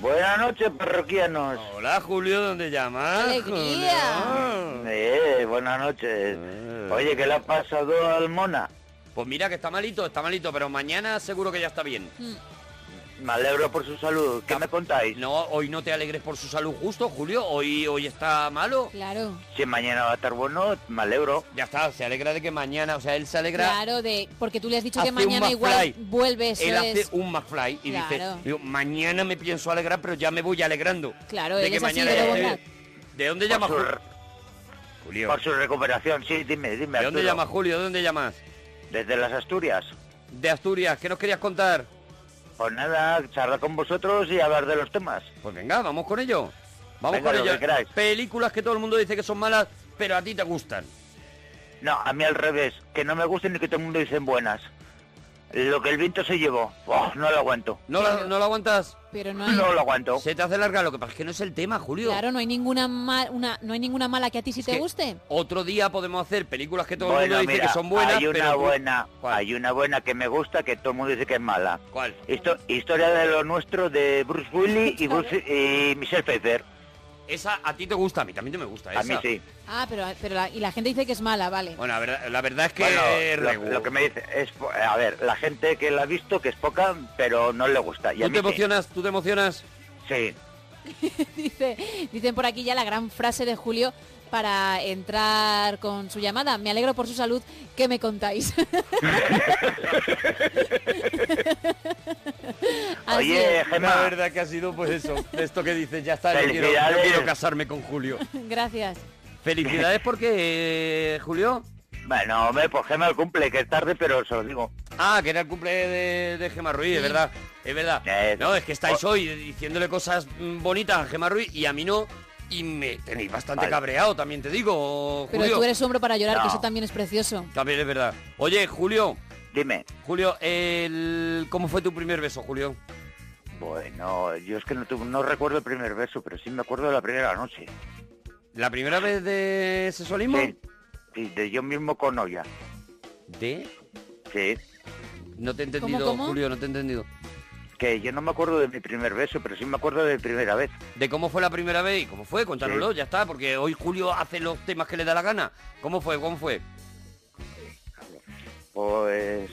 Speaker 12: Buenas noches, parroquianos.
Speaker 3: Hola, Julio, ¿dónde llamas?
Speaker 6: ¡Alegría!
Speaker 12: Eh, buenas noches.
Speaker 3: Eh.
Speaker 12: Oye, ¿qué le ha pasado al Mona?
Speaker 3: Pues mira que está malito, está malito, pero mañana seguro que ya está bien.
Speaker 12: Mm. Me alegro por su salud. ¿Qué me contáis?
Speaker 3: No, hoy no te alegres por su salud justo, Julio. Hoy, hoy está malo.
Speaker 6: Claro,
Speaker 12: Si mañana va a estar bueno, me alegro.
Speaker 3: Ya está, se alegra de que mañana, o sea, él se alegra.
Speaker 6: claro, de, porque tú le has dicho
Speaker 3: Hace un
Speaker 6: que mañana
Speaker 3: McFly.
Speaker 6: igual vuelves.
Speaker 3: Él hace
Speaker 6: es-
Speaker 3: un McFly y
Speaker 6: Claro.
Speaker 3: dice, digo, mañana me pienso alegrar, pero ya me voy alegrando.
Speaker 6: Claro,
Speaker 3: de
Speaker 6: él
Speaker 3: que
Speaker 6: es así,
Speaker 3: mañana
Speaker 6: de
Speaker 3: ya
Speaker 6: bondad.
Speaker 3: esté- ¿De dónde llamas,
Speaker 12: por, su,
Speaker 3: Julio?
Speaker 12: re-
Speaker 3: Julio?
Speaker 12: por su recuperación, sí, dime, dime.
Speaker 3: ¿De dónde
Speaker 12: Arturo.
Speaker 3: llamas, Julio? ¿De dónde llamas?
Speaker 12: Desde las Asturias.
Speaker 3: De Asturias, ¿qué nos querías contar?
Speaker 12: Pues nada, charlar con vosotros y hablar de los temas.
Speaker 3: Pues venga, vamos con ello. Vamos
Speaker 12: Venga,
Speaker 3: con
Speaker 12: lo
Speaker 3: ello.
Speaker 12: que queráis.
Speaker 3: Películas que todo el mundo dice que son malas, pero a ti te gustan.
Speaker 12: No, a mí al revés, que no me gusten y que todo el mundo dicen buenas. Lo que el viento se llevó, oh, no lo aguanto.
Speaker 3: ¿No, la, no la aguantas?
Speaker 6: Pero no hay,
Speaker 12: No lo aguanto.
Speaker 3: Se te hace larga, lo que pasa es que no es el tema, Julio.
Speaker 6: claro, no hay ninguna ma- una, no hay ninguna mala que a ti sí te
Speaker 3: que-
Speaker 6: guste.
Speaker 3: Otro día podemos hacer películas que todo el
Speaker 12: Bueno,
Speaker 3: mundo dice
Speaker 12: mira,
Speaker 3: que son buenas,
Speaker 12: hay una
Speaker 3: pero tú-
Speaker 12: buena,
Speaker 3: Ah, ¿Cuál?
Speaker 12: hay una buena que me gusta que todo el mundo dice que es mala.
Speaker 3: ¿Cuál?
Speaker 12: Histo- historia de lo nuestro de Bruce Willis y, Bruce, y Michelle Pfeiffer.
Speaker 3: Esa a ti te gusta, a mí también me gusta esa.
Speaker 12: A mí sí.
Speaker 6: Ah, pero, pero la- y la gente dice que es mala, vale.
Speaker 3: Bueno, la verdad, la verdad es que...
Speaker 12: Bueno,
Speaker 3: eh,
Speaker 12: lo,
Speaker 3: regu-
Speaker 12: lo que me dice es, po- a ver, la gente que la ha visto que es poca, pero no le gusta. Y a
Speaker 3: ¿Tú
Speaker 12: mí
Speaker 3: te
Speaker 12: sí.
Speaker 3: emocionas? ¿Tú te emocionas?
Speaker 12: Sí.
Speaker 6: Dice, dicen por aquí ya la gran frase de Julio para entrar con su llamada. Me alegro por su salud. ¿Qué me contáis?
Speaker 12: Así Oye, es. Gemma.
Speaker 3: La verdad que ha sido pues eso, de esto que dices, ya está, yo quiero, yo
Speaker 12: Felicidades.
Speaker 3: quiero casarme con Julio.
Speaker 6: Gracias.
Speaker 3: Felicidades porque, eh, Julio.
Speaker 12: Bueno, hombre, pues Gemma el cumple, que es tarde, pero se lo digo.
Speaker 3: Ah, que era el cumple de, de Gemma Ruiz, es verdad, es verdad.
Speaker 12: Eh,
Speaker 3: No, es que estáis
Speaker 12: oh.
Speaker 3: hoy diciéndole cosas mm, bonitas a Gemma Ruiz y a mí no, y me tenéis bastante
Speaker 6: Vale.
Speaker 3: cabreado, también te digo,
Speaker 6: Pero
Speaker 3: Julio.
Speaker 6: tú eres hombre para llorar, que
Speaker 3: No.
Speaker 6: eso también es precioso.
Speaker 3: También es verdad. Oye, Julio.
Speaker 12: Dime.
Speaker 3: Julio, el- ¿cómo fue tu primer beso, Julio?
Speaker 12: Bueno, yo es que no, tu- no recuerdo el primer beso, pero sí me acuerdo de la primera noche.
Speaker 3: ¿La primera vez de sexualismo?
Speaker 12: Sí, sí, de yo mismo con novia.
Speaker 3: ¿De?
Speaker 12: Sí.
Speaker 3: No te he entendido, cómo? Julio, no te he entendido.
Speaker 12: Que yo no me acuerdo de mi primer beso, pero sí me acuerdo de primera vez.
Speaker 3: ¿De cómo fue la primera vez y cómo fue? Cuéntanoslo,
Speaker 12: Sí.
Speaker 3: ya está, porque hoy Julio hace los temas que le da la gana. ¿Cómo fue? ¿Cómo fue?
Speaker 12: Pues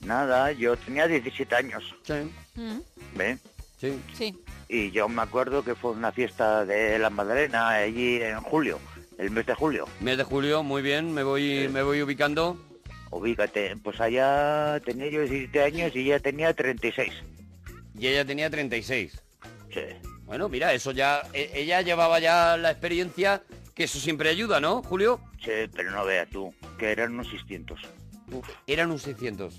Speaker 12: nada, yo tenía 17 años.
Speaker 3: Sí.
Speaker 6: Mm,
Speaker 12: ¿Ve?
Speaker 3: Sí.
Speaker 6: Sí.
Speaker 12: Y yo me acuerdo que fue una fiesta de la Madalena allí en julio, el mes de julio.
Speaker 3: Mes de julio, muy bien, me voy, me voy ubicando.
Speaker 12: Ubícate, pues allá tenía yo 17 años y ya tenía 36.
Speaker 3: Y ella tenía 36.
Speaker 12: Sí.
Speaker 3: Bueno, mira, eso ya, e- ella llevaba ya la experiencia, que eso siempre ayuda, ¿no, Julio?
Speaker 12: Sí, pero no veas tú, que eran unos 600.
Speaker 3: Eran un 600.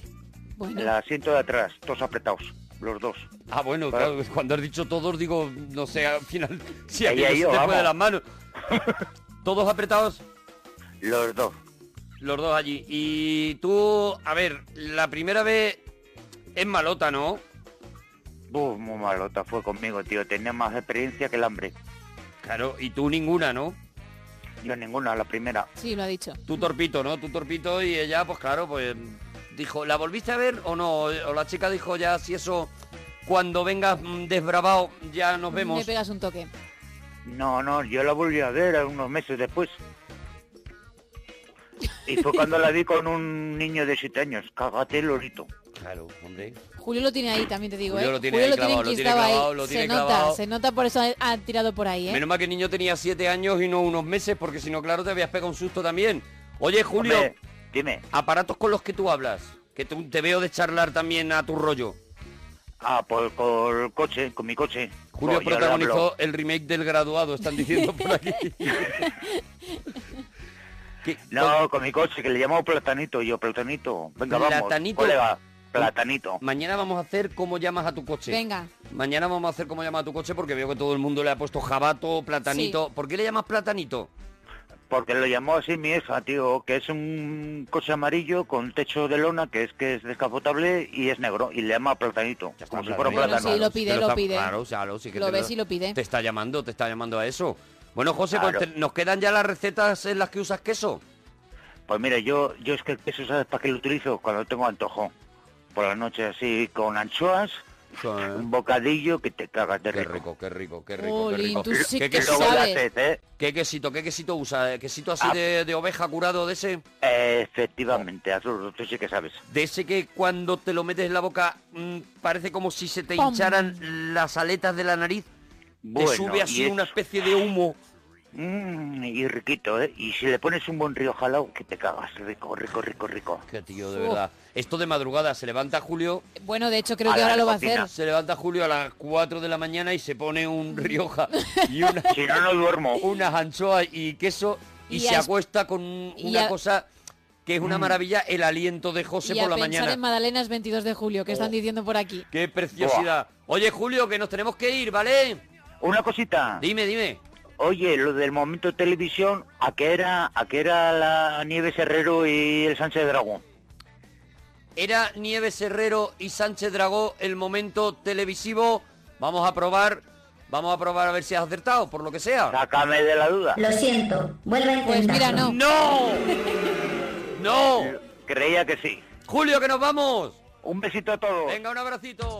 Speaker 6: Bueno.
Speaker 12: El asiento de atrás, todos apretados, los dos.
Speaker 3: Ah, bueno,
Speaker 12: Claro.
Speaker 3: claro, cuando has dicho todos, digo, no sé, al final, si
Speaker 12: Ella
Speaker 3: aquello
Speaker 12: y
Speaker 3: se
Speaker 12: yo,
Speaker 3: te fue
Speaker 12: vamos.
Speaker 3: de las manos. ¿Todos apretados?
Speaker 12: Los dos.
Speaker 3: Los dos allí. Y tú, a ver, la primera vez es malota, ¿no?
Speaker 12: Uf, muy malota fue conmigo, tío. Tenía más experiencia que el hambre.
Speaker 3: Claro, y tú ninguna, ¿no?
Speaker 12: Yo ninguna, la primera.
Speaker 6: Sí, lo ha dicho.
Speaker 3: Tú torpito, ¿no? Tú torpito y ella, pues claro, pues dijo, ¿la volviste a ver o no? O la chica dijo ya, si eso, cuando vengas mm, desbravado, ya nos
Speaker 6: Me
Speaker 3: vemos.
Speaker 6: Mm, pegas un toque.
Speaker 12: No, no, yo la volví a ver unos meses después. Y fue cuando la vi con un niño de 7 años. Cágate, lorito.
Speaker 3: Claro, hombre.
Speaker 6: Julio lo tiene ahí, también te digo,
Speaker 3: Julio
Speaker 6: ¿eh?
Speaker 3: lo tiene ahí clavado, lo tiene
Speaker 6: enquistado
Speaker 3: clavado, lo tiene
Speaker 6: se nota,
Speaker 3: clavado.
Speaker 6: se nota, por eso ha- ha tirado por ahí, ¿eh?
Speaker 3: Menos mal que el niño tenía siete años y no unos meses, porque si no, claro, te habías pegado un susto también. Oye, Julio,
Speaker 12: Hombre, dime.
Speaker 3: aparatos con los que tú hablas, que tú- te veo de charlar también a tu rollo.
Speaker 12: Ah, por, con el coche, con mi coche.
Speaker 3: Julio
Speaker 12: Pues yo le hablo.
Speaker 3: protagonizó eh, el remake del graduado, están diciendo por aquí.
Speaker 12: No, con mi coche, que le llamamos Platanito. y Yo, Platanito. Venga, vamos.
Speaker 3: Platanito.
Speaker 12: colega, platanito.
Speaker 3: Mañana vamos a hacer cómo llamas a tu coche.
Speaker 6: Venga.
Speaker 3: Mañana vamos a hacer cómo llamas a tu coche porque veo que todo el mundo le ha puesto jabato, platanito. ¿Por qué le llamas platanito?
Speaker 12: Porque lo llamó así mi hija, tío, que es un coche amarillo con techo de lona, que es que es descapotable y es negro, y le llama platanito, como si fuera un
Speaker 3: Bueno,
Speaker 12: plátano.
Speaker 6: sí, lo pide,
Speaker 3: Pero
Speaker 6: lo
Speaker 3: está-
Speaker 6: pide.
Speaker 3: Claro, o sea, lo, sí que
Speaker 6: Lo
Speaker 3: te
Speaker 6: ves y lo pide.
Speaker 3: Te está llamando, te está llamando a eso. Bueno, José, pues
Speaker 12: Claro.
Speaker 3: te- nos quedan ya las recetas en las que usas queso.
Speaker 12: Pues mira, yo, yo es que el queso, ¿sabes para qué lo utilizo? Cuando tengo antojo. Por la noche así, con anchoas, un bocadillo que te cagas de rico. Qué
Speaker 3: rico, ¿eh? qué rico, qué
Speaker 12: rico,
Speaker 3: qué rico.
Speaker 12: ¿Qué,
Speaker 3: queso-
Speaker 12: queso haces, eh?
Speaker 3: ¿Qué quesito, qué quesito usa? ¿Eh, ¿Quesito así
Speaker 12: Ah.
Speaker 3: de, de oveja curado de ese?
Speaker 12: Efectivamente, Azul, tú sí que sabes.
Speaker 3: De ese que cuando te lo metes en la boca mm, parece como si se te
Speaker 13: ¡Pum!
Speaker 3: hincharan las aletas de la nariz.
Speaker 12: Bueno,
Speaker 3: te sube así
Speaker 12: y es-
Speaker 3: una especie de humo.
Speaker 12: Mm, y riquito, ¿eh? Y si le pones un buen río jalao, que te cagas. Rico, rico, rico, rico.
Speaker 3: Qué tío, de
Speaker 6: Uf.
Speaker 3: verdad. Esto de madrugada, se levanta Julio.
Speaker 6: Bueno, de hecho, creo que ahora lo va a hacer.
Speaker 3: Se levanta Julio a las 4 de la mañana y se pone un Rioja y una,
Speaker 12: si no, no duermo.
Speaker 3: unas anchoas y queso y,
Speaker 6: Y
Speaker 3: se
Speaker 6: a-
Speaker 3: acuesta con un-
Speaker 6: y
Speaker 3: una
Speaker 6: a-
Speaker 3: cosa que es
Speaker 12: Mm.
Speaker 3: una maravilla, el aliento de José
Speaker 6: y
Speaker 3: por
Speaker 6: a
Speaker 3: la
Speaker 6: pensar
Speaker 3: mañana. Oh.
Speaker 6: en Madalenas 22 de julio, que están diciendo por aquí.
Speaker 3: ¡Qué preciosidad! Oye, Julio, que nos tenemos que ir, ¿vale?
Speaker 12: Una cosita.
Speaker 3: Dime, dime.
Speaker 12: Oye, lo del momento televisión, ¿a qué era, a qué era la Nieves Herrero y el Sánchez Dragón?
Speaker 3: Era Nieves Herrero y Sánchez Dragó el momento televisivo. Vamos a probar, vamos a probar a ver si has acertado, por lo que sea.
Speaker 12: Sácame de la duda.
Speaker 14: Lo siento, vuelve a intentarlo.
Speaker 6: Pues mira, no.
Speaker 3: ¡No! ¡No!
Speaker 12: Creía que sí.
Speaker 3: Julio, que nos vamos.
Speaker 12: Un besito a todos.
Speaker 3: Venga, un abracito.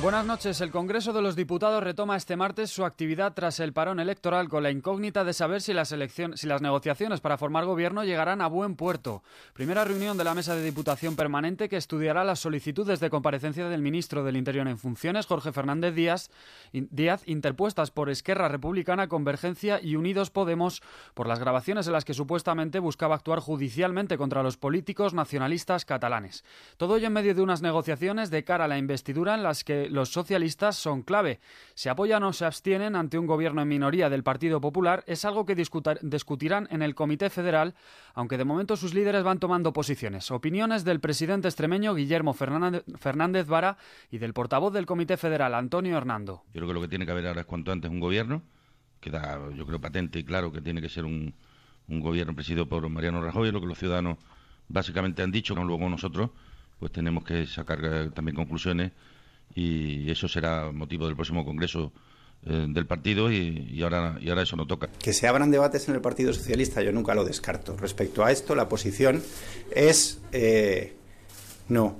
Speaker 15: Buenas noches. El Congreso de los Diputados retoma este martes su actividad tras el parón electoral con la incógnita de saber si las, eleccion- si las negociaciones para formar gobierno llegarán a buen puerto. Primera reunión de la Mesa de Diputación Permanente que estudiará las solicitudes de comparecencia del ministro del Interior en funciones, Jorge Fernández Díaz, in- Díaz interpuestas por Esquerra Republicana, Convergencia y Unidos Podemos por las grabaciones en las que supuestamente buscaba actuar judicialmente contra los políticos nacionalistas catalanes. Todo ello en medio de unas negociaciones de cara a la investidura en las que los socialistas son clave. Se apoyan o se abstienen ante un gobierno en minoría del Partido Popular es algo que discutar- discutirán en el Comité Federal, aunque de momento sus líderes van tomando posiciones. Opiniones del presidente extremeño Guillermo Fernández Fernández Vara y del portavoz del Comité Federal Antonio Hernando.
Speaker 16: Yo creo que lo que tiene que haber ahora es cuanto antes un gobierno, que da, yo creo, patente y claro que tiene que ser un, un gobierno presidido por Mariano Rajoy, lo que los ciudadanos básicamente han dicho, luego nosotros, pues tenemos que sacar eh, también conclusiones y eso será motivo del próximo Congreso eh, del partido y, y ahora, y ahora eso no toca.
Speaker 17: Que se abran debates en el Partido Socialista, yo nunca lo descarto. Respecto a esto, la posición es eh, no,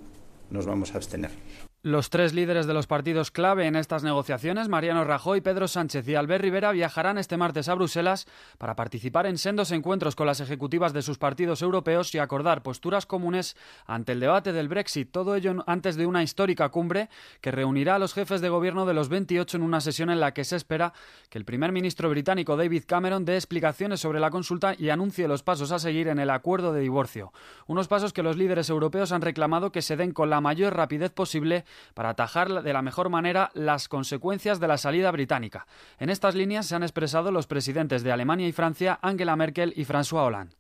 Speaker 17: nos vamos a abstener.
Speaker 15: Los tres líderes de los partidos clave en estas negociaciones, Mariano Rajoy, Pedro Sánchez y Albert Rivera, viajarán este martes a Bruselas para participar en sendos encuentros con las ejecutivas de sus partidos europeos y acordar posturas comunes ante el debate del Brexit. Todo ello en- antes de una histórica cumbre que reunirá a los jefes de gobierno de los 28 en una sesión en la que se espera que el primer ministro británico David Cameron dé explicaciones sobre la consulta y anuncie los pasos a seguir en el acuerdo de divorcio. Unos pasos que los líderes europeos han reclamado que se den con la mayor rapidez posible para atajar de la mejor manera las consecuencias de la salida británica. En estas líneas se han expresado los presidentes de Alemania y Francia, Angela Merkel y François Hollande.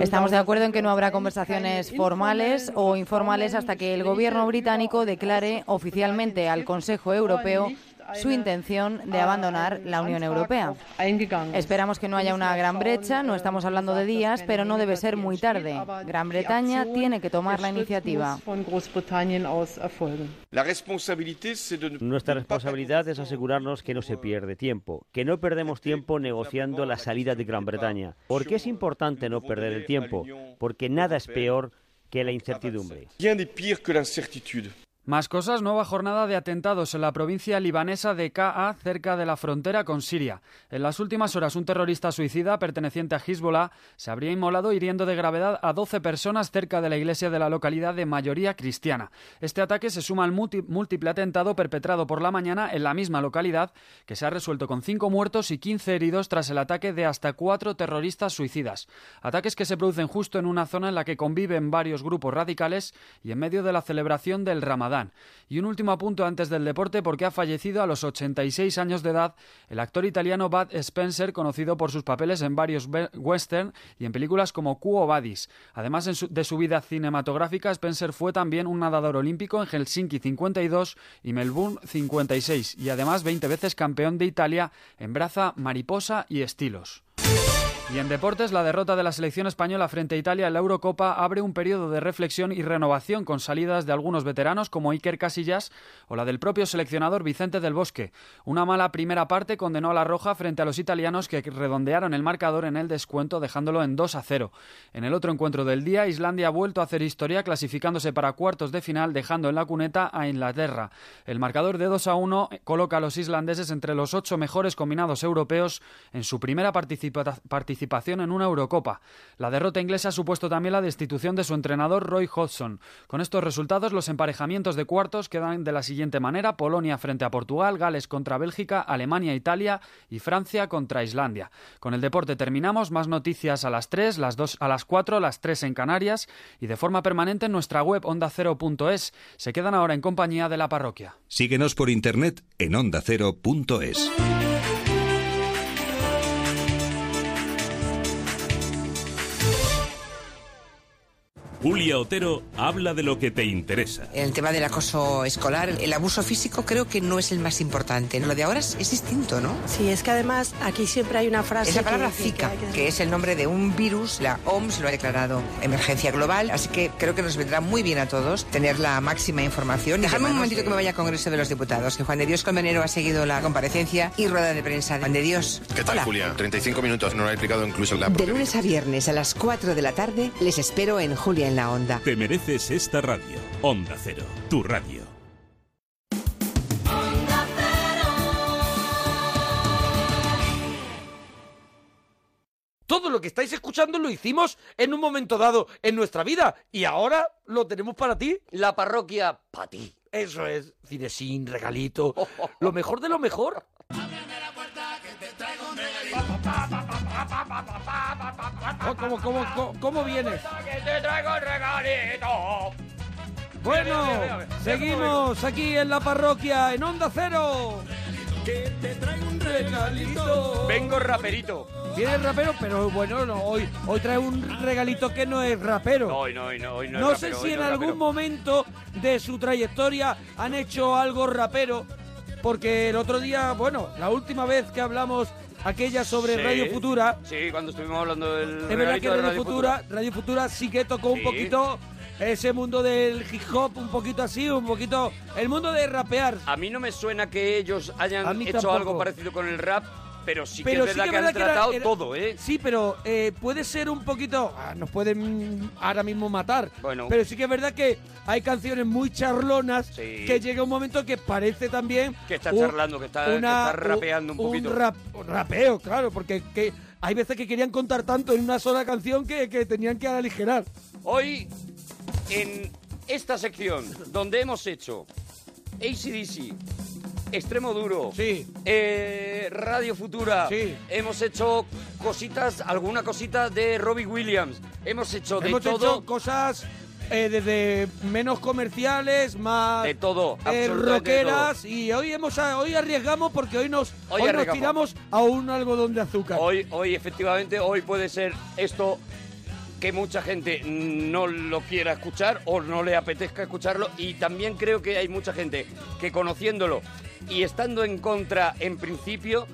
Speaker 18: Estamos de acuerdo en que no habrá conversaciones formales o informales hasta que el gobierno británico declare oficialmente al Consejo Europeo su intención de abandonar la Unión Europea. Esperamos que no haya una gran brecha, no estamos hablando de días, pero no debe ser muy tarde. Gran Bretaña tiene que tomar la iniciativa.
Speaker 19: La responsabilité, c'est de
Speaker 20: Nuestra responsabilidad es asegurarnos que no se pierde tiempo, que no perdemos tiempo negociando la salida de Gran Bretaña. Porque es importante no perder el tiempo, porque nada es peor que la incertidumbre.
Speaker 19: Rien n'est pire que l'incertitude.
Speaker 15: Más cosas, nueva jornada de atentados en la provincia libanesa de Ka'a, cerca de la frontera con Siria. En las últimas horas, un terrorista suicida perteneciente a Hezbollah se habría inmolado hiriendo de gravedad a 12 personas cerca de la iglesia de la localidad de mayoría cristiana. Este ataque se suma al multi- múltiple atentado perpetrado por la mañana en la misma localidad, que se ha resuelto con 5 muertos y 15 heridos tras el ataque de hasta 4 terroristas suicidas. Ataques que se producen justo en una zona en la que conviven varios grupos radicales y en medio de la celebración del Ramadán. Y un último apunto antes del deporte porque ha fallecido a los 86 años de edad el actor italiano Bud Spencer, conocido por sus papeles en varios ve- western y en películas como Quo Vadis. Además en su- de su vida cinematográfica, Spencer fue también un nadador olímpico en Helsinki 52 y Melbourne 56 y además 20 veces campeón de Italia en braza, mariposa y estilos. Y en deportes, la derrota de la selección española frente a Italia en la Eurocopa abre un periodo de reflexión y renovación con salidas de algunos veteranos como Iker Casillas o la del propio seleccionador Vicente del Bosque. Una mala primera parte condenó a la Roja frente a los italianos que redondearon el marcador en el descuento dejándolo en 2 a 0. En el otro encuentro del día, Islandia ha vuelto a hacer historia clasificándose para cuartos de final dejando en la cuneta a Inglaterra. El marcador de 2 a 1 coloca a los islandeses entre los ocho mejores combinados europeos en su primera participa- participación en una Eurocopa. La derrota inglesa ha supuesto también la destitución de su entrenador Roy Hodgson. Con estos resultados, los emparejamientos de cuartos quedan de la siguiente manera: Polonia frente a Portugal, Gales contra Bélgica, Alemania, Italia y Francia contra Islandia. Con el deporte terminamos. Más noticias a las 3, las 2, a las 4, las 3 en Canarias y de forma permanente en nuestra web ondacero.es. Se quedan ahora en compañía de la parroquia.
Speaker 21: Síguenos por internet en ondacero.es.
Speaker 5: Julia Otero habla de lo que te interesa.
Speaker 22: En el tema del acoso escolar, el abuso físico creo que no es el más importante. Lo de ahora es, es distinto, ¿no?
Speaker 18: Sí, es que además aquí siempre hay una frase.
Speaker 22: Es la palabra
Speaker 18: que dice
Speaker 22: Zika,
Speaker 18: hay que-
Speaker 22: que es el nombre de un virus. La OMS lo ha declarado emergencia global, así que creo que nos vendrá muy bien a todos tener la máxima información. Dejadme un momentito que me vaya al Congreso de los Diputados, que Juan de Dios Colmenero ha seguido la comparecencia y rueda de prensa de Juan de Dios.
Speaker 23: ¿Qué tal, Julia? 35 minutos, no lo ha explicado incluso la
Speaker 22: De lunes a viernes a las 4 de la tarde les espero en Julia en la Onda.
Speaker 5: Te mereces esta radio. Onda Cero, tu radio.
Speaker 2: Todo lo que estáis escuchando lo hicimos en un momento dado en nuestra vida y ahora lo tenemos para ti.
Speaker 24: La parroquia para ti.
Speaker 2: Eso es, cinesín, regalito, lo mejor de lo mejor. Oh, ¿Cómo, cómo, cómo, cómo vienes? Bueno, seguimos aquí en la parroquia, en Onda Cero. Que te traigo un regalito.
Speaker 3: Vengo raperito.
Speaker 2: Viene el rapero, pero bueno, no, hoy, hoy trae un regalito que no es rapero.
Speaker 3: No, hoy no, hoy no, hoy no.
Speaker 2: no
Speaker 3: es
Speaker 2: sé
Speaker 3: rapero,
Speaker 2: si
Speaker 3: hoy
Speaker 2: en
Speaker 3: no es
Speaker 2: algún
Speaker 3: rapero.
Speaker 2: momento de su trayectoria han hecho algo rapero, porque el otro día, bueno, la última vez que hablamos aquella sobre
Speaker 3: Sí.
Speaker 2: Radio Futura,
Speaker 3: Sí, cuando estuvimos hablando del.
Speaker 2: es verdad
Speaker 3: regalito
Speaker 2: que
Speaker 3: de
Speaker 2: Radio Futura, Radio Futura sí que tocó un
Speaker 3: Sí.
Speaker 2: poquito ese mundo del hip hop, un poquito así, un poquito el mundo de rapear.
Speaker 3: A mí no me suena que ellos hayan
Speaker 2: A mí
Speaker 3: hecho
Speaker 2: tampoco.
Speaker 3: algo parecido con el rap, pero sí que
Speaker 2: pero
Speaker 3: es
Speaker 2: sí que,
Speaker 3: verdad que,
Speaker 2: es verdad
Speaker 3: han
Speaker 2: que era-
Speaker 3: tratado
Speaker 2: era-
Speaker 3: todo, ¿eh?
Speaker 2: Sí, pero eh, puede ser un poquito. ah, nos pueden ahora mismo matar.
Speaker 3: Bueno.
Speaker 2: Pero sí que es verdad que hay canciones muy charlonas que llega un momento que parece también.
Speaker 3: Que está
Speaker 2: un-
Speaker 3: charlando, que está- que está rapeando un poquito.
Speaker 2: rap- un rapeo, claro, porque que hay veces que querían contar tanto en una sola canción que, que tenían que aligerar.
Speaker 3: Hoy, en esta sección, donde hemos hecho ACDC, Extremo Duro, eh, Radio Futura, hemos hecho cositas, alguna cosita de Robbie Williams, hemos hecho de
Speaker 2: Hemos
Speaker 3: todo.
Speaker 2: hecho cosas. eh, desde menos comerciales, más
Speaker 3: De todo,
Speaker 2: eh,
Speaker 3: absolutamente de
Speaker 2: rockeras y hoy hemos ah, hoy arriesgamos porque hoy nos hoy,
Speaker 3: Hoy
Speaker 2: nos
Speaker 3: arriesgamos.
Speaker 2: tiramos a un algodón de azúcar.
Speaker 3: Hoy, hoy, efectivamente, hoy puede ser esto que mucha gente no lo quiera escuchar o no le apetezca escucharlo. Y también creo que hay mucha gente que conociéndolo y estando en contra en principio,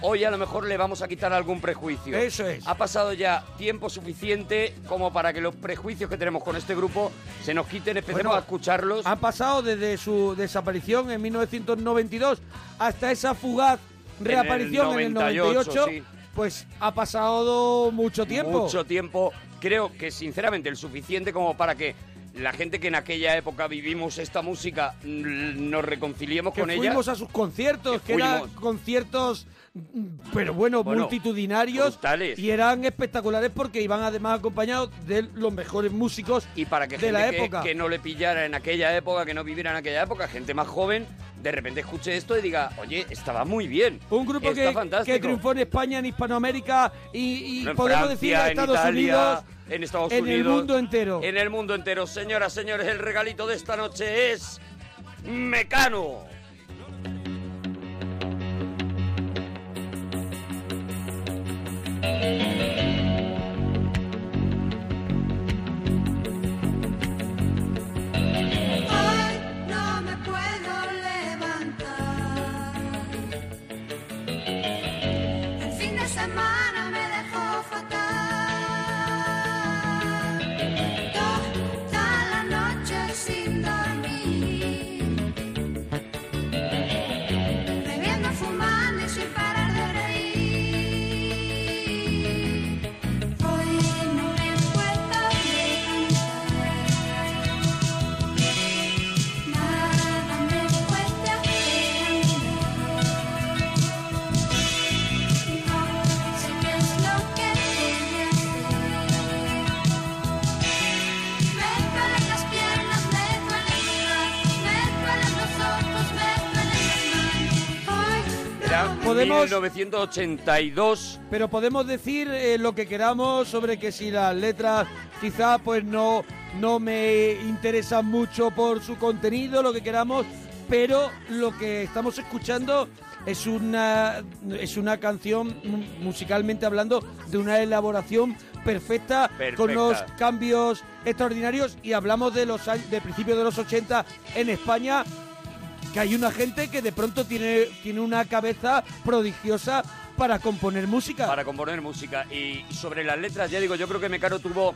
Speaker 3: hoy a lo mejor le vamos a quitar algún prejuicio.
Speaker 2: Eso es.
Speaker 3: Ha pasado ya tiempo suficiente como para que los prejuicios que tenemos con este grupo se nos quiten, empecemos
Speaker 2: Bueno,
Speaker 3: a escucharlos.
Speaker 2: Han pasado desde su desaparición en 1992 hasta esa fugaz
Speaker 3: En
Speaker 2: reaparición
Speaker 3: el
Speaker 2: en el
Speaker 3: 98,
Speaker 2: 98,
Speaker 3: sí.
Speaker 2: pues ha pasado mucho tiempo.
Speaker 3: Mucho tiempo. Creo que sinceramente el suficiente como para que la gente que en aquella época vivimos esta música mm, nos reconciliemos
Speaker 2: que
Speaker 3: con ella.
Speaker 2: fuimos a sus conciertos, que, eran
Speaker 3: fuimos.
Speaker 2: conciertos, mm, pero bueno,
Speaker 3: Bueno,
Speaker 2: multitudinarios.
Speaker 3: brutales.
Speaker 2: Y eran espectaculares porque iban además acompañados de los mejores músicos
Speaker 3: y para que
Speaker 2: de
Speaker 3: gente
Speaker 2: la
Speaker 3: que-
Speaker 2: época.
Speaker 3: Que, no le pillara en aquella época, que no viviera en aquella época, gente más joven, de repente escuche esto y diga, oye, estaba muy bien.
Speaker 2: Un grupo
Speaker 3: está
Speaker 2: que,
Speaker 3: fantástico.
Speaker 2: que triunfó en España, en Hispanoamérica y, y
Speaker 3: En
Speaker 2: podemos
Speaker 3: Francia,
Speaker 2: decir en Estados
Speaker 3: Italia,
Speaker 2: Unidos.
Speaker 3: en Estados
Speaker 2: en el
Speaker 3: Unidos,
Speaker 2: mundo entero.
Speaker 3: En el mundo entero. Señoras, señores, el regalito de esta noche es Mecano.
Speaker 4: Hoy no me puedo levantar. El fin de semana me dejó fatal. Toda la noche sin dormir. Bebiendo, fumando y sin parar de reír. Hoy no me puedo levantar. Nada me puede hacer No sé qué es lo que debe hacer Me duelen las piernas, me duelen los brazos Me duelen los ojos, me duelen las manos Hoy
Speaker 3: Era
Speaker 2: Podemos-
Speaker 3: 1982.
Speaker 2: Pero podemos decir eh, lo que queramos sobre que si las letras quizá pues no, no me interesan mucho por su contenido, lo que queramos, pero lo que estamos escuchando es una, es una canción mm, musicalmente hablando de una elaboración perfecta,
Speaker 3: Perfecta.
Speaker 2: con los cambios extraordinarios y hablamos de los años- de principios de los 80 en España que hay una gente que de pronto tiene, tiene una cabeza prodigiosa para componer música.
Speaker 3: Para componer música. Y sobre las letras, ya digo, yo creo que Mecano tuvo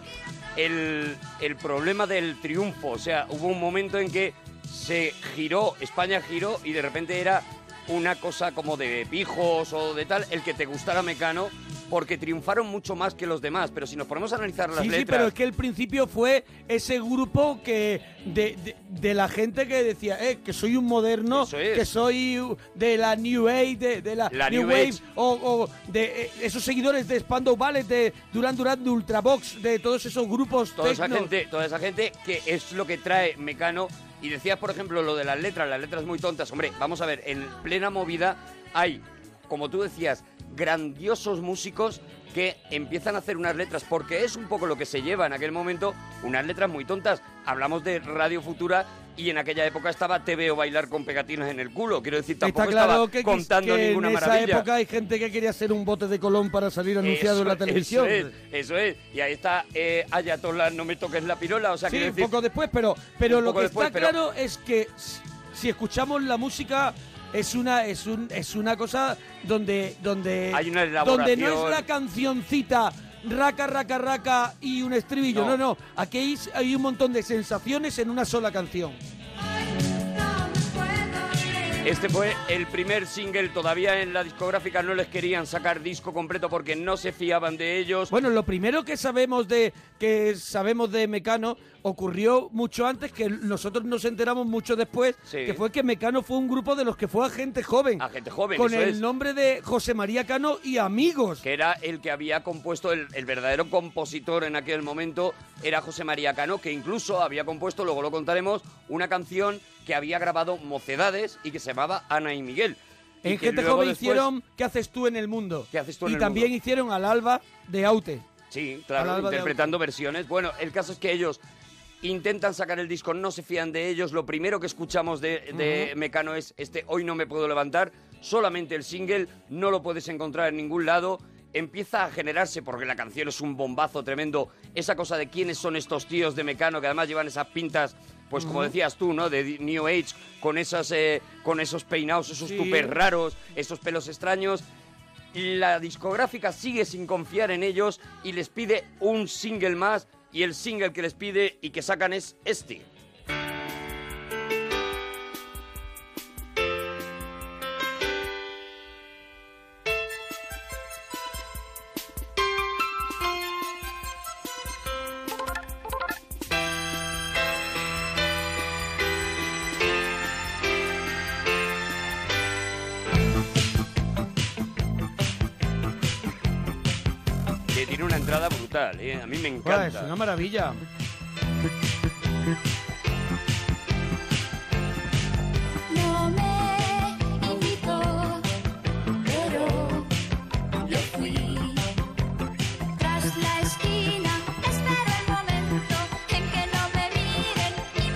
Speaker 3: el, el problema del triunfo. O sea, hubo un momento en que se giró, España giró y de repente era una cosa como de pijos o de tal, el que te gustara Mecano, porque triunfaron mucho más que los demás. Pero si nos ponemos a analizar las
Speaker 2: Sí, sí,
Speaker 3: letras...
Speaker 2: pero es que el principio fue ese grupo que de, de- de la gente que decía, eh, que soy un moderno,
Speaker 3: es.
Speaker 2: que soy uh, de la New Age, de, de la,
Speaker 3: La New Age.
Speaker 2: o, o de eh, esos seguidores de Spandau Ballet, de Duran Duran, de Ultravox, de todos esos grupos
Speaker 3: toda esa
Speaker 2: techno.
Speaker 3: gente toda esa gente que es lo que trae Mecano y decías por ejemplo lo de las letras las letras muy tontas hombre vamos a ver en plena movida hay como tú decías grandiosos músicos que empiezan a hacer unas letras porque es un poco lo que se lleva en aquel momento unas letras muy tontas hablamos de Radio Futura y en aquella época estaba Te veo bailar con pegatinas en el culo quiero decir tampoco
Speaker 2: Está claro
Speaker 3: estaba
Speaker 2: que,
Speaker 3: contando
Speaker 2: que
Speaker 3: ninguna
Speaker 2: en esa
Speaker 3: maravilla
Speaker 2: época hay gente que quería ser un bote de Colón para salir anunciado en la
Speaker 3: Eso-
Speaker 2: televisión.
Speaker 3: Eso es, eso es. Y ahí está eh, Ayatollah, no me toques la pirola. O sea,
Speaker 2: sí,
Speaker 3: quiero
Speaker 2: un
Speaker 3: decir,
Speaker 2: poco después, pero, pero
Speaker 3: un
Speaker 2: lo
Speaker 3: poco
Speaker 2: que
Speaker 3: después,
Speaker 2: está
Speaker 3: pero-
Speaker 2: claro es que si- si escuchamos la música es una es un es una cosa donde donde
Speaker 3: Hay una
Speaker 2: donde
Speaker 3: elaboración.
Speaker 2: no es la cancioncita raca raca raca y un estribillo no
Speaker 3: No.
Speaker 2: no, aquí hay, hay un montón de sensaciones en una sola canción
Speaker 3: Este fue el primer single. Todavía en la discográfica no les querían sacar disco completo porque no se fiaban de ellos.
Speaker 2: bueno lo primero que sabemos de que sabemos de Mecano ocurrió mucho antes que nosotros nos enteramos mucho después
Speaker 3: Sí.
Speaker 2: que fue que Mecano fue un grupo de los que fue agente joven
Speaker 3: Gente joven,
Speaker 2: con
Speaker 3: eso
Speaker 2: el
Speaker 3: es.
Speaker 2: nombre de José María Cano y amigos.
Speaker 3: Que era el que había compuesto, el, el verdadero compositor en aquel momento era José María Cano, que incluso había compuesto, luego lo contaremos, una canción que había grabado Mocedades y que se llamaba Ana y Miguel. Y
Speaker 2: En
Speaker 3: que
Speaker 2: Gente
Speaker 3: luego
Speaker 2: Joven
Speaker 3: después-
Speaker 2: hicieron ¿Qué haces tú en el mundo?
Speaker 3: haces tú en
Speaker 2: y
Speaker 3: el
Speaker 2: también
Speaker 3: mundo?
Speaker 2: hicieron al alba de Aute.
Speaker 3: Sí,
Speaker 2: Al
Speaker 3: claro,
Speaker 2: alba de
Speaker 3: interpretando versiones. Bueno, el caso es que ellos intentan sacar el disco, no se fían de ellos. Lo primero que escuchamos de, de
Speaker 11: Ujú.
Speaker 3: Mecano es este Hoy no me puedo levantar, solamente el single, no lo puedes encontrar en ningún lado. Empieza a generarse, porque la canción es un bombazo tremendo, esa cosa de quiénes son estos tíos de Mecano, que además llevan esas pintas, pues como
Speaker 11: Ujú.
Speaker 3: decías tú, ¿no? De New Age, con, esas, eh, con esos peinados, esos
Speaker 11: Sí.
Speaker 3: tupes raros, esos pelos extraños. La discográfica sigue sin confiar en ellos y les pide un single más y el single que les pide y que sacan es este. Que tiene una entrada brutal, ¿eh? a mí me
Speaker 2: Buah, es
Speaker 3: encanta.
Speaker 2: una maravilla.
Speaker 14: No me invitó, pero yo fui. Tras la esquina espero el momento en que no me miren y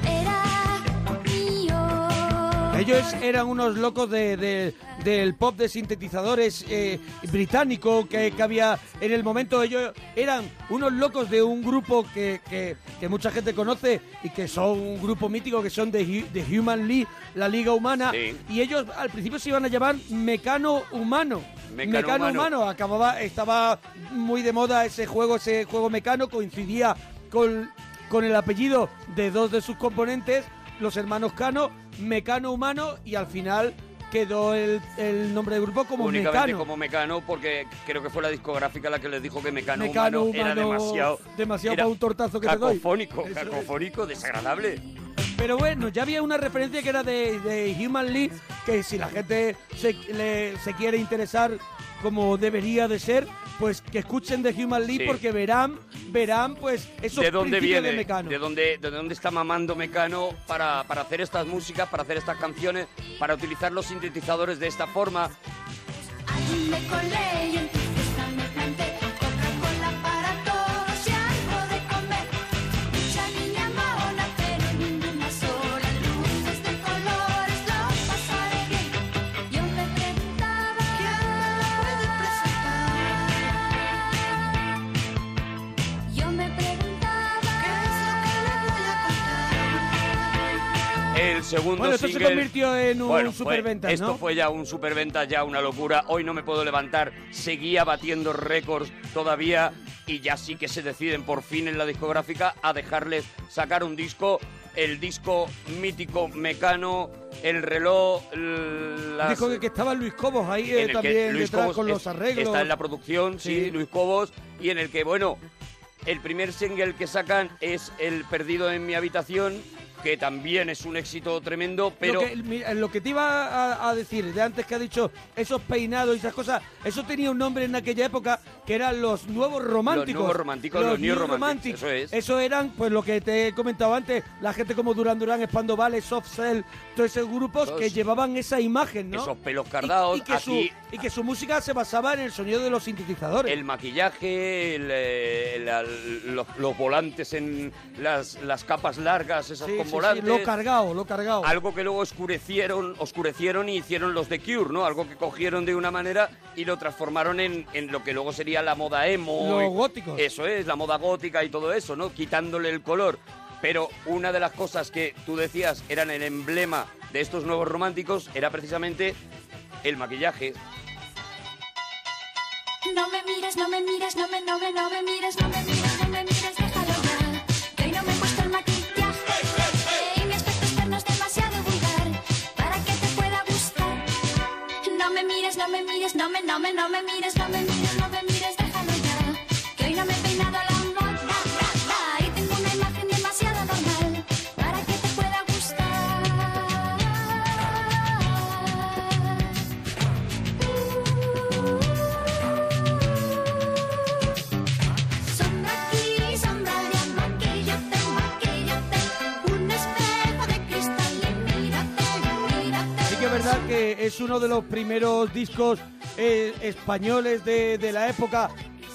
Speaker 14: meterme dentro. Era mío.
Speaker 2: Ellos eran unos locos de, de- del pop de sintetizadores eh, británico que, que había en el momento. Ellos eran unos locos de un grupo que, que- que mucha gente conoce y que son un grupo mítico que son de Hu- de Human League, la Liga Humana. Y ellos al principio se iban a llamar Mecano Humano.
Speaker 3: Mecano
Speaker 2: Mecano
Speaker 3: Humano.
Speaker 2: Humano acababa, estaba muy de moda ese juego, ese juego mecano coincidía con, con el apellido de dos de sus componentes, los hermanos Cano, Mecano Humano, y al final quedó el, el nombre del grupo como
Speaker 3: Únicamente
Speaker 2: Mecano.
Speaker 3: como Mecano, porque creo que fue la discográfica la que les dijo que Mecano,
Speaker 2: Mecano
Speaker 3: humano, era
Speaker 2: Humano,
Speaker 3: demasiado.
Speaker 2: demasiado
Speaker 3: era
Speaker 2: pa' un tortazo que te doy.
Speaker 3: Cacofónico, cacofónico, desagradable.
Speaker 2: Pero bueno, ya había una referencia que era de, de Human League, que si la gente se, le- se quiere interesar como debería de ser, pues que escuchen de Human League
Speaker 3: Sí.
Speaker 2: porque verán, verán pues esos
Speaker 3: ¿De dónde
Speaker 2: principios
Speaker 3: viene?
Speaker 2: de Mecano.
Speaker 3: ¿De dónde, de dónde está mamando Mecano para, para hacer estas músicas, para hacer estas canciones, para utilizar los sintetizadores de esta forma?
Speaker 14: Me colé y en tu fiesta me planté con Coca-Cola para todos y algo de comer. Mucha niña maona, pero ninguna sola luz.
Speaker 3: El segundo
Speaker 2: Bueno, esto se
Speaker 3: single...
Speaker 2: convirtió en un
Speaker 3: Bueno, fue-
Speaker 2: superventas,
Speaker 3: Esto
Speaker 2: ¿no?
Speaker 3: fue ya un superventa, ya una locura. Hoy no me puedo levantar. Seguía batiendo récords todavía. Y ya sí que se deciden por fin en la discográfica a dejarles sacar un disco. El disco mítico Mecano, el reloj, las...
Speaker 2: Dijo que, que estaba Luis Cobos ahí
Speaker 3: en
Speaker 2: eh,
Speaker 3: el que
Speaker 2: también
Speaker 3: Luis
Speaker 2: detrás
Speaker 3: Cobos
Speaker 2: con los
Speaker 3: es-
Speaker 2: arreglos.
Speaker 3: Está en la producción, sí.
Speaker 2: Sí.
Speaker 3: Luis Cobos, y en el que, bueno, el primer single que sacan es El Perdido en mi habitación, que también es un éxito tremendo, pero...
Speaker 2: Lo que, mi- lo que te iba a, a decir de antes que ha dicho esos peinados y esas cosas, eso tenía un nombre en aquella época que eran los nuevos románticos.
Speaker 3: nuevos románticos, los new romantics, eso es.
Speaker 2: eran, pues lo que te he comentado antes, la gente como Duran Duran, Espando Vale, Soft Cell, todos esos grupos
Speaker 3: Todos.
Speaker 2: que llevaban esa imagen, ¿no?
Speaker 3: Esos pelos cardados,
Speaker 2: y, y que su,
Speaker 3: aquí-
Speaker 2: y que su música se basaba en el sonido de los sintetizadores.
Speaker 3: El maquillaje, el, eh, la- los, los volantes en las, las capas largas, esas
Speaker 2: Sí,
Speaker 3: con
Speaker 2: sí, sí,
Speaker 3: volantes.
Speaker 2: lo cargado, lo cargado.
Speaker 3: Algo que luego oscurecieron, oscurecieron y hicieron los de Cure, ¿no? Algo que cogieron de una manera y lo transformaron en, en lo que luego sería la moda emo.
Speaker 2: Los
Speaker 3: y-
Speaker 2: góticos.
Speaker 3: Eso es, la moda gótica y todo eso, ¿no? Quitándole el color. Pero una de las cosas que tú decías eran el emblema de estos nuevos románticos era precisamente el maquillaje.
Speaker 14: No me mires, no me mires, no me, no me, no me mires, no me mires, no me mires, déjalo ya. Que hoy no me he puesto el maquillaje y mi aspecto externo es demasiado vulgar para que te pueda gustar. No me mires, no me mires, no me, no me, no me mires, no me mires, no me mires, déjalo ya. Que hoy no me he peinado a la moda y tengo una imagen demasiado normal para que te pueda gustar. Sombra aquí, sombra allá, maquillate, maquillate. Un espejo de cristal y mírate, mírate.
Speaker 2: Sí que es verdad que es uno de los primeros discos eh, españoles de, de la época,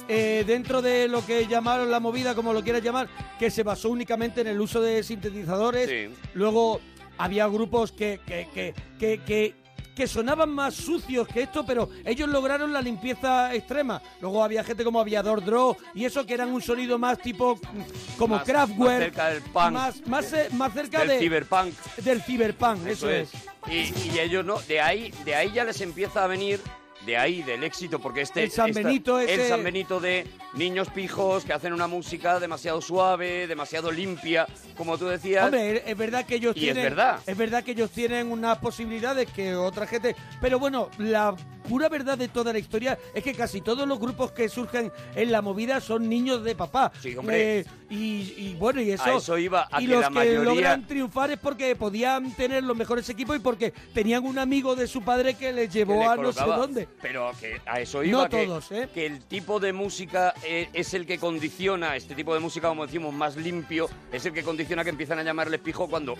Speaker 2: eh, dentro de lo que llamaron la movida, como lo quieras llamar, que se basó únicamente en el uso de sintetizadores. Luego había grupos que, que, que, que, que- que sonaban más sucios que esto, pero ellos lograron la limpieza extrema. Luego había gente como Aviador Draw y eso que eran un sonido más tipo mm, como
Speaker 3: Más-
Speaker 2: Kraftwerk.
Speaker 3: más cerca del punk.
Speaker 2: Más, más, eh, más cerca
Speaker 3: Del
Speaker 2: de-
Speaker 3: cyberpunk.
Speaker 2: Del cyberpunk, eso, es.
Speaker 3: Y, y ellos no, de ahí, de ahí ya les empieza a venir, de ahí del éxito, porque este
Speaker 2: El San
Speaker 3: esta-
Speaker 2: Benito ese-
Speaker 3: el San Benito de niños pijos que hacen una música demasiado suave, demasiado limpia, como tú decías.
Speaker 2: Hombre, es- es verdad que ellos
Speaker 3: Y es
Speaker 2: tienen.
Speaker 3: verdad.
Speaker 2: es verdad que ellos tienen unas posibilidades que otra gente. Pero bueno, la pura verdad de toda la historia es que casi todos los grupos que surgen en la movida son niños de papá.
Speaker 3: Sí, hombre.
Speaker 2: Eh, y, y bueno, y eso.
Speaker 3: A eso iba, a
Speaker 2: y
Speaker 3: que
Speaker 2: los
Speaker 3: la
Speaker 2: que
Speaker 3: mayoría-
Speaker 2: logran triunfar es porque podían tener los mejores equipos y porque tenían un amigo de su padre que les
Speaker 3: que
Speaker 2: llevó
Speaker 3: le
Speaker 2: a no sé
Speaker 3: colocaba.
Speaker 2: dónde.
Speaker 3: Pero que a eso
Speaker 2: No
Speaker 3: iba. que,
Speaker 2: todos, ¿eh?
Speaker 3: que el tipo de música eh, es el que condiciona, este tipo de música, como decimos, más limpio, es el que condiciona que empiezan a llamarles pijo cuando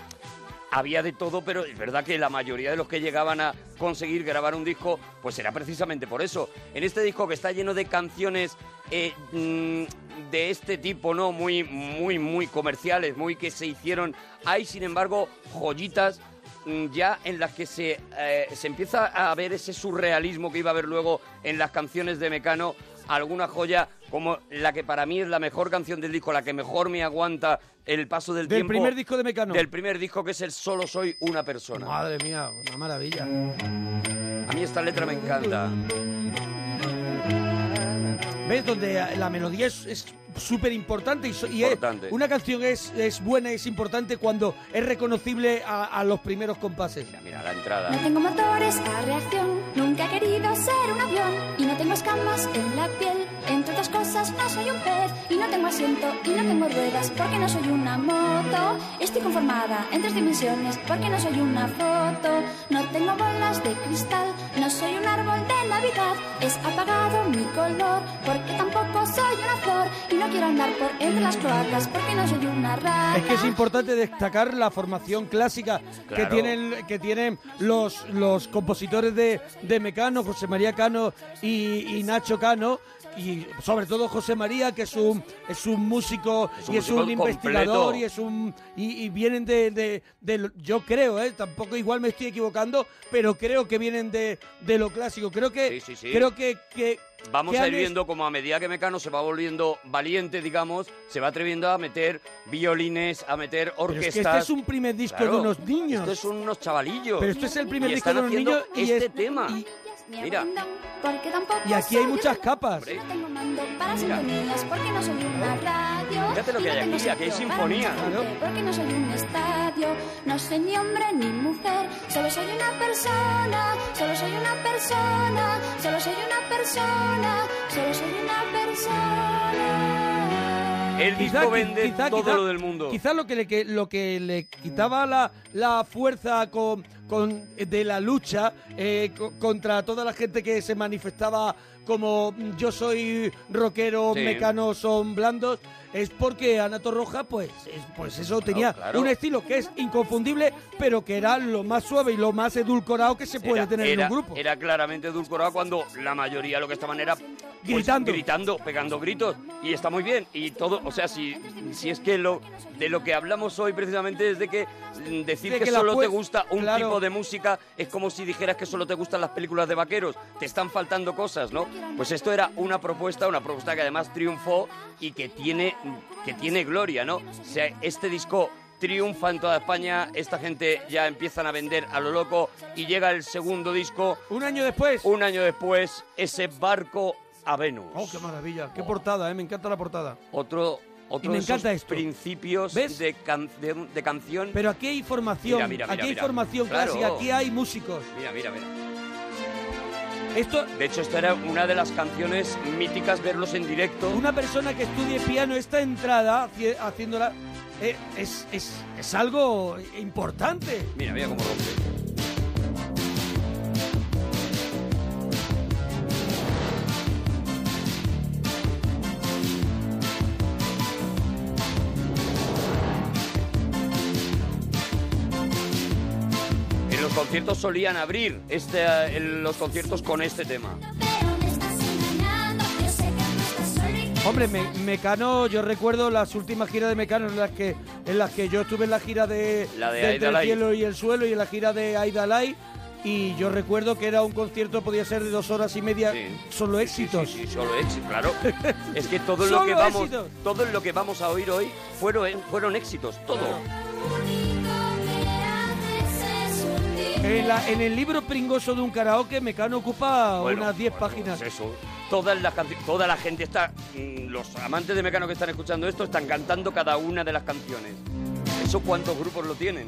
Speaker 3: había de todo, pero es verdad que la mayoría de los que llegaban a conseguir grabar un disco, pues era precisamente por eso. En este disco que está lleno de canciones eh, mm, de este tipo, ¿no? Muy, muy, muy comerciales, muy que se hicieron. Hay, sin embargo, joyitas mm, ya en las que se, eh, se empieza a ver ese surrealismo que iba a haber luego en las canciones de Mecano, alguna joya como la que para mí es la mejor canción del disco, la que mejor me aguanta el paso del,
Speaker 2: Del
Speaker 3: tiempo.
Speaker 2: primer disco de Mecano.
Speaker 3: Del primer disco que es el Solo soy una persona.
Speaker 2: Madre mía, una maravilla.
Speaker 3: A mí esta letra me encanta.
Speaker 2: ¿Ves? Donde la melodía es- es súper importante y, so- y es-
Speaker 3: Importante.
Speaker 2: una canción es, es buena y es importante cuando es reconocible a, a los primeros compases.
Speaker 3: Mira, la entrada.
Speaker 14: No tengo motores a reacción, nunca he querido ser un avión y no tengo escamas en la piel. Entre otras cosas, no soy un pez y no tengo asiento y no tengo ruedas porque no soy una moto. Estoy conformada en tres dimensiones porque no soy una foto. No tengo bolas de cristal, no soy un árbol de Navidad. Es apagado mi color porque tampoco soy una flor y no quiero andar por entre las cloacas porque no soy una rata.
Speaker 2: Es que es importante destacar la formación clásica que
Speaker 3: Claro.
Speaker 2: tienen, que tienen los, los compositores de, de Mecano, José María Cano y, y Nacho Cano, y sobre todo José María, que es un, es un músico
Speaker 3: Es un
Speaker 2: y es
Speaker 3: músico
Speaker 2: un investigador
Speaker 3: completo.
Speaker 2: y es un y, y vienen de, de- de lo- yo creo, eh, tampoco igual me estoy equivocando, pero creo que vienen de, de lo clásico. Creo que
Speaker 3: sí.
Speaker 2: creo que, que
Speaker 3: Vamos
Speaker 2: que
Speaker 3: a
Speaker 2: han
Speaker 3: ir
Speaker 2: es-
Speaker 3: viendo como a medida que Mecano se va volviendo valiente, digamos, se va atreviendo a meter violines, a meter
Speaker 2: Pero
Speaker 3: orquestas.
Speaker 2: es que este es un primer disco
Speaker 3: Claro, Este
Speaker 2: de unos niños.
Speaker 3: Esto es unos chavalillos.
Speaker 2: Pero esto es el primer
Speaker 3: Y
Speaker 2: disco de
Speaker 3: están
Speaker 2: unos niños
Speaker 3: haciendo
Speaker 2: y
Speaker 3: este
Speaker 2: es-
Speaker 3: tema. Mira,
Speaker 14: Porque tampoco
Speaker 2: Y aquí hay muchas capas.
Speaker 14: No tengo mando para
Speaker 3: Mira.
Speaker 14: sintonías, porque no soy una radio.
Speaker 3: Fíjate lo que
Speaker 14: y no
Speaker 3: hay
Speaker 14: tengo
Speaker 3: aquí, aquí hay
Speaker 14: sitio
Speaker 3: sinfonía.
Speaker 14: para mucha gente, Porque no soy un estadio, no soy ni hombre ni mujer, solo soy una persona, solo soy una persona, solo soy una persona, solo soy una persona.
Speaker 3: el disco
Speaker 2: Quizá-
Speaker 3: vende
Speaker 2: quizá-
Speaker 3: todo
Speaker 2: quizá-
Speaker 3: lo del mundo.
Speaker 2: Quizás lo que le, que- lo que le quitaba la, la fuerza con, con- de la lucha eh, co- contra toda la gente que se manifestaba como mm, yo soy rockero,
Speaker 3: Sí.
Speaker 2: mecano son blandos, es porque Anato Roja, pues, es- pues eso tenía
Speaker 3: claro.
Speaker 2: un estilo que es inconfundible, pero que era lo más suave y lo más edulcorado que se puede tener en
Speaker 3: era,
Speaker 2: un grupo.
Speaker 3: Era claramente edulcorado cuando la mayoría lo que estaban era pues,
Speaker 2: Gritando.
Speaker 3: gritando, pegando gritos. Y está muy bien. Y todo, o sea, si, si es que lo de lo que hablamos hoy precisamente es de que mm, decir
Speaker 2: De
Speaker 3: que,
Speaker 2: que la
Speaker 3: solo te
Speaker 2: pues-
Speaker 3: gusta un
Speaker 2: claro.
Speaker 3: tipo de música es como si dijeras que solo te gustan las películas de vaqueros. Te están faltando cosas, ¿no? Pues esto era una propuesta, una propuesta que además triunfó y que tiene, que tiene gloria, ¿no? O sea, este disco triunfa en toda España, esta gente ya empiezan a vender a lo loco y llega el segundo disco.
Speaker 2: Un año después.
Speaker 3: Un año después, ese barco a Venus.
Speaker 2: Oh, qué maravilla, qué portada, eh, me encanta la portada.
Speaker 3: Otro, otro
Speaker 2: me
Speaker 3: de esos
Speaker 2: encanta esto.
Speaker 3: principios de, can- de un- de canción.
Speaker 2: Pero aquí hay formación,
Speaker 3: Mira, mira, mira,
Speaker 2: aquí hay
Speaker 3: mira.
Speaker 2: formación
Speaker 3: Claro.
Speaker 2: clásica, aquí hay músicos.
Speaker 3: Mira, mira, mira.
Speaker 2: Esto,
Speaker 3: De hecho, esta era una de las canciones míticas verlos en directo.
Speaker 2: Una persona que estudie piano, esta entrada, haci- haciéndola, eh, es, es- es algo importante.
Speaker 3: Mira, mira cómo rompe. En los conciertos solían abrir este, eh, el- los conciertos con este tema.
Speaker 2: Hombre, Me- Mecano, yo recuerdo las últimas giras de Mecano en las que, en las que yo estuve en la gira de,
Speaker 3: La de
Speaker 2: Entre el
Speaker 3: Aidalai.
Speaker 2: cielo y el suelo y en la gira de Aidalai. Y yo recuerdo que era un concierto, podía ser de dos horas y media, solo éxitos.
Speaker 3: Sí, solo éxito, claro. Es que todo
Speaker 2: Solo
Speaker 3: lo que vamos,
Speaker 2: éxitos.
Speaker 3: todo lo que vamos a oír hoy fueron, eh, fueron éxitos, todo.
Speaker 2: En, la- en el libro pringoso de un karaoke, Mecano ocupa
Speaker 3: Bueno,
Speaker 2: unas 10 páginas.
Speaker 3: Pues eso. Todas las canci- toda la gente está, mm, los amantes de Mecano que están escuchando esto están cantando cada una de las canciones. ¿Eso cuántos grupos lo tienen?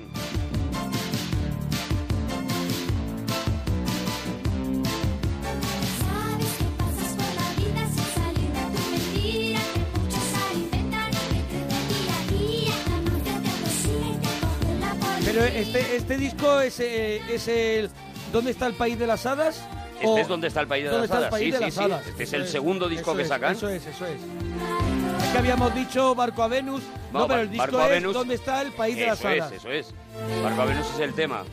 Speaker 2: Pero este, este disco es, eh, es el. ¿Dónde está el país de las hadas?
Speaker 3: Este
Speaker 2: O-
Speaker 3: es donde está el país de
Speaker 2: ¿Dónde
Speaker 3: las
Speaker 2: está el
Speaker 3: hadas.
Speaker 2: país
Speaker 3: sí,
Speaker 2: de
Speaker 3: sí,
Speaker 2: las
Speaker 3: sí.
Speaker 2: hadas?
Speaker 3: Este es
Speaker 2: Eso
Speaker 3: el
Speaker 2: es,
Speaker 3: segundo disco
Speaker 2: eso
Speaker 3: que
Speaker 2: es,
Speaker 3: sacan.
Speaker 2: eso es, eso es. Es que habíamos dicho Barco a Venus. No, pero
Speaker 3: No, Bar-
Speaker 2: el disco
Speaker 3: Barco a
Speaker 2: es
Speaker 3: Venus-
Speaker 2: ¿Dónde está el país de las
Speaker 3: Eso
Speaker 2: hadas?
Speaker 3: es, eso es. Barco a Venus es el tema.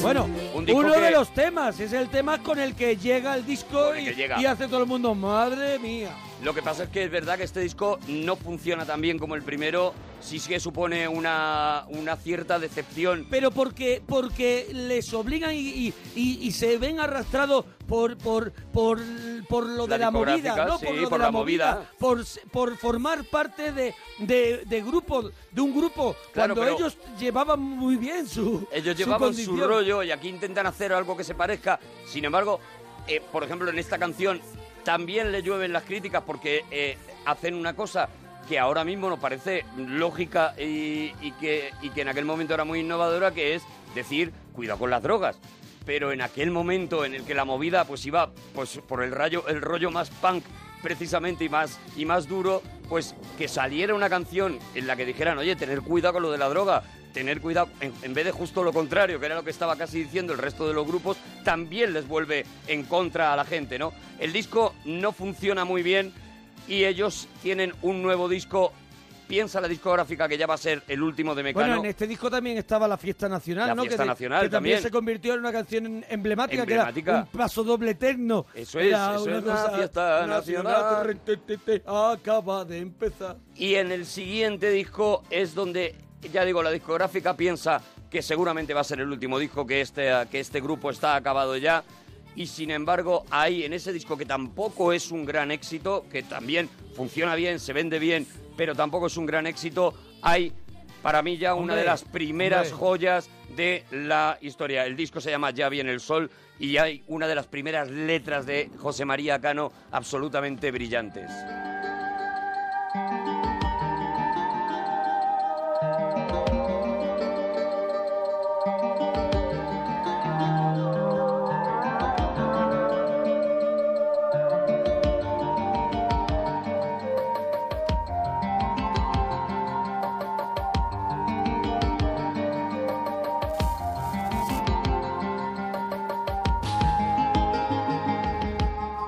Speaker 2: Bueno,
Speaker 3: Un disco
Speaker 2: uno
Speaker 3: que-
Speaker 2: de los temas, es el tema con el que llega el disco y,
Speaker 3: que llega.
Speaker 2: y hace todo el mundo, madre mía.
Speaker 3: Lo que pasa es que es verdad que este disco no funciona tan bien como el primero. Sí sí que supone una, una cierta decepción.
Speaker 2: Pero porque, porque les obligan y, y- y- y se ven arrastrados por, por, por, por lo
Speaker 3: La
Speaker 2: de la movida,
Speaker 3: discográfica,
Speaker 2: ¿no?
Speaker 3: sí,
Speaker 2: por lo
Speaker 3: por
Speaker 2: de la,
Speaker 3: la
Speaker 2: movida,
Speaker 3: movida.
Speaker 2: Por, s- por formar parte de, de, de grupo, de un grupo,
Speaker 3: Claro,
Speaker 2: cuando
Speaker 3: pero-
Speaker 2: ellos llevaban muy bien su
Speaker 3: Ellos
Speaker 2: su
Speaker 3: llevaban su,
Speaker 2: condición.
Speaker 3: rollo y aquí intentan hacer algo que se parezca. Sin embargo, eh, por ejemplo, en esta canción también le llueven las críticas porque eh, hacen una cosa que ahora mismo nos parece lógica y, y que, y que en aquel momento era muy innovadora, que es decir, cuidado con las drogas. Pero en aquel momento en el que la movida pues iba pues, por el, rayo, el rollo más punk precisamente y más, y más duro, pues que saliera una canción en la que dijeran, oye, tener cuidado con lo de la droga, tener cuidado, en, en vez de justo lo contrario, que era lo que estaba casi diciendo el resto de los grupos, también les vuelve en contra a la gente, ¿no? El disco no funciona muy bien y ellos tienen un nuevo disco piensa la discográfica que ya va a ser el último de Mecano?
Speaker 4: Bueno, en este disco también estaba la fiesta nacional,
Speaker 3: La
Speaker 4: ¿no?
Speaker 3: Fiesta
Speaker 4: que,
Speaker 3: Nacional
Speaker 4: que también,
Speaker 3: también.
Speaker 4: se convirtió en una canción en- emblemática, que
Speaker 3: Emblemática.
Speaker 4: era un paso doble eterno.
Speaker 3: Eso es, eso es la fiesta nacional.
Speaker 4: Acaba de empezar.
Speaker 3: Y en el siguiente disco es donde, ya digo, la discográfica piensa que seguramente va a ser el último disco, que este, que este grupo está acabado ya. Y sin embargo, hay en ese disco que tampoco es un gran éxito, que también funciona bien, se vende bien, pero tampoco es un gran éxito, hay para mí ya una
Speaker 1: Hombre,
Speaker 3: de las primeras
Speaker 1: hombre.
Speaker 3: joyas de la historia. El disco se llama Ya viene el sol y hay una de las primeras letras de José María Cano absolutamente brillantes.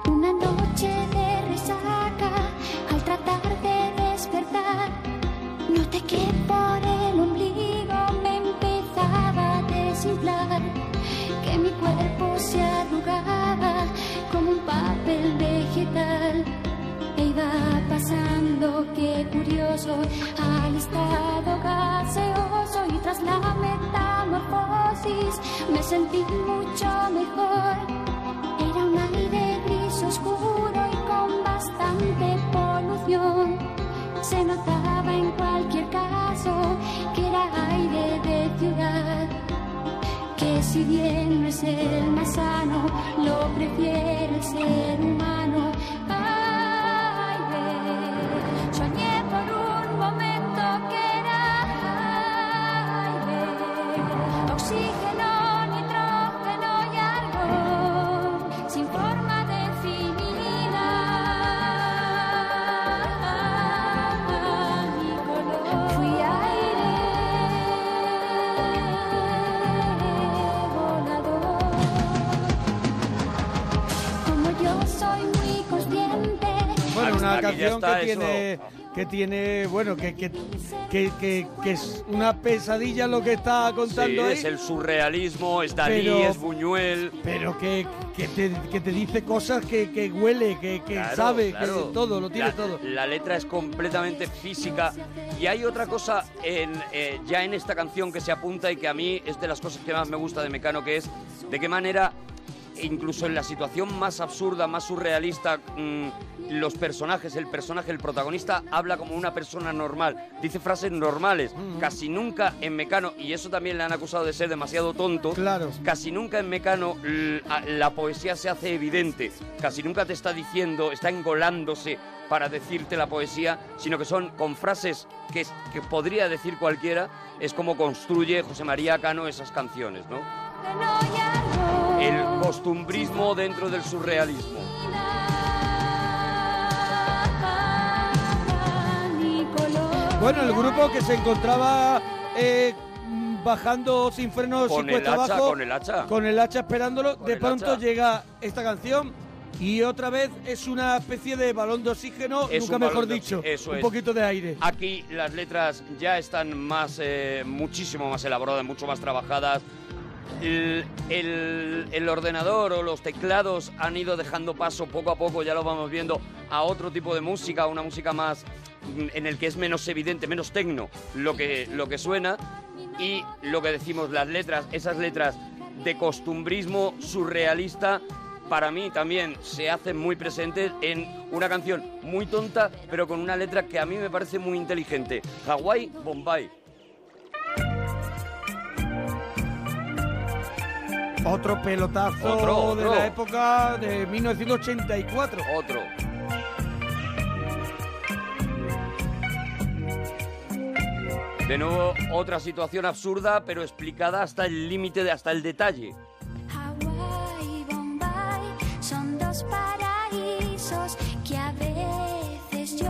Speaker 14: Una noche de resaca al tratar de despertar. Noté que por el ombligo me empezaba a desinflar. Que mi cuerpo se arrugaba como un papel vegetal. E iba pasando, qué curioso, al estado gaseoso y tras la metamorfosis me sentí mucho mejor. Era un aire gris oscuro y con bastante polución. Se notaba en cualquier caso que era aire de ciudad. Que si bien no es el más sano, lo prefiere el ser humano. Ay, ve, soñé por un momento que era aire, oxígeno, nitrógeno y algo sin forma definida. Ni color. Fui aire volador. Como yo soy muy consciente.
Speaker 4: Bueno, una
Speaker 14: Hasta aquí ya
Speaker 4: canción
Speaker 14: está,
Speaker 4: que
Speaker 14: eso-
Speaker 4: tiene, que tiene, bueno, que, que, que, que- que es una pesadilla lo que está
Speaker 3: Sí,
Speaker 4: contando ahí.
Speaker 3: es el surrealismo, es Dalí,
Speaker 4: Pero-
Speaker 3: es Buñuel.
Speaker 4: Pero que, que, te, que te dice cosas que, que huele, que, que
Speaker 3: Claro,
Speaker 4: sabe,
Speaker 3: claro.
Speaker 4: que todo, lo tiene
Speaker 3: la,
Speaker 4: todo.
Speaker 3: La letra es completamente física. Y hay otra cosa en, eh, ya en esta canción que se apunta y que a mí es de las cosas que más me gusta de Mecano, que es de qué manera, incluso en la situación más absurda, más surrealista, mm, los personajes, el personaje, el protagonista, habla como una persona normal. Dice frases normales. Casi nunca en Mecano, y eso también le han acusado de ser demasiado tonto,
Speaker 4: Claro.
Speaker 3: Casi nunca en Mecano l- a- la poesía se hace evidente, casi nunca te está diciendo, está engolándose para decirte la poesía, sino que son con frases que, es- que podría decir cualquiera, es como construye José María Cano esas canciones, ¿no? El costumbrismo dentro del surrealismo.
Speaker 4: Bueno, el grupo que se encontraba eh, mm, bajando sin frenos
Speaker 3: Con
Speaker 4: sin
Speaker 3: el
Speaker 4: cuesta
Speaker 3: hacha,
Speaker 4: abajo,
Speaker 3: con el hacha.
Speaker 4: con el hacha esperándolo. de
Speaker 3: el
Speaker 4: pronto
Speaker 3: hacha.
Speaker 4: llega esta canción y otra vez es una especie de balón de oxígeno,
Speaker 3: Es
Speaker 4: nunca
Speaker 3: un
Speaker 4: mejor
Speaker 3: balón de
Speaker 4: dicho,
Speaker 3: oxi- eso
Speaker 4: un
Speaker 3: es.
Speaker 4: poquito de aire.
Speaker 3: Aquí las letras ya están más, eh, muchísimo más elaboradas, mucho más trabajadas. El, el- el ordenador o los teclados han ido dejando paso poco a poco, ya lo vamos viendo, a otro tipo de música, una música más mm, en el que es menos evidente, menos tecno lo que, lo que suena. Y lo que decimos, las letras, esas letras de costumbrismo surrealista, para mí también se hacen muy presentes en una canción muy tonta, pero con una letra que a mí me parece muy inteligente. Hawái, Bombay.
Speaker 4: Otro pelotazo
Speaker 3: Otro,
Speaker 4: de
Speaker 3: otro.
Speaker 4: la época de 1984.
Speaker 3: Otro. De nuevo, otra situación absurda, pero explicada hasta el límite, de- hasta el detalle.
Speaker 14: Hawái y Bombay son dos paraísos que a veces yo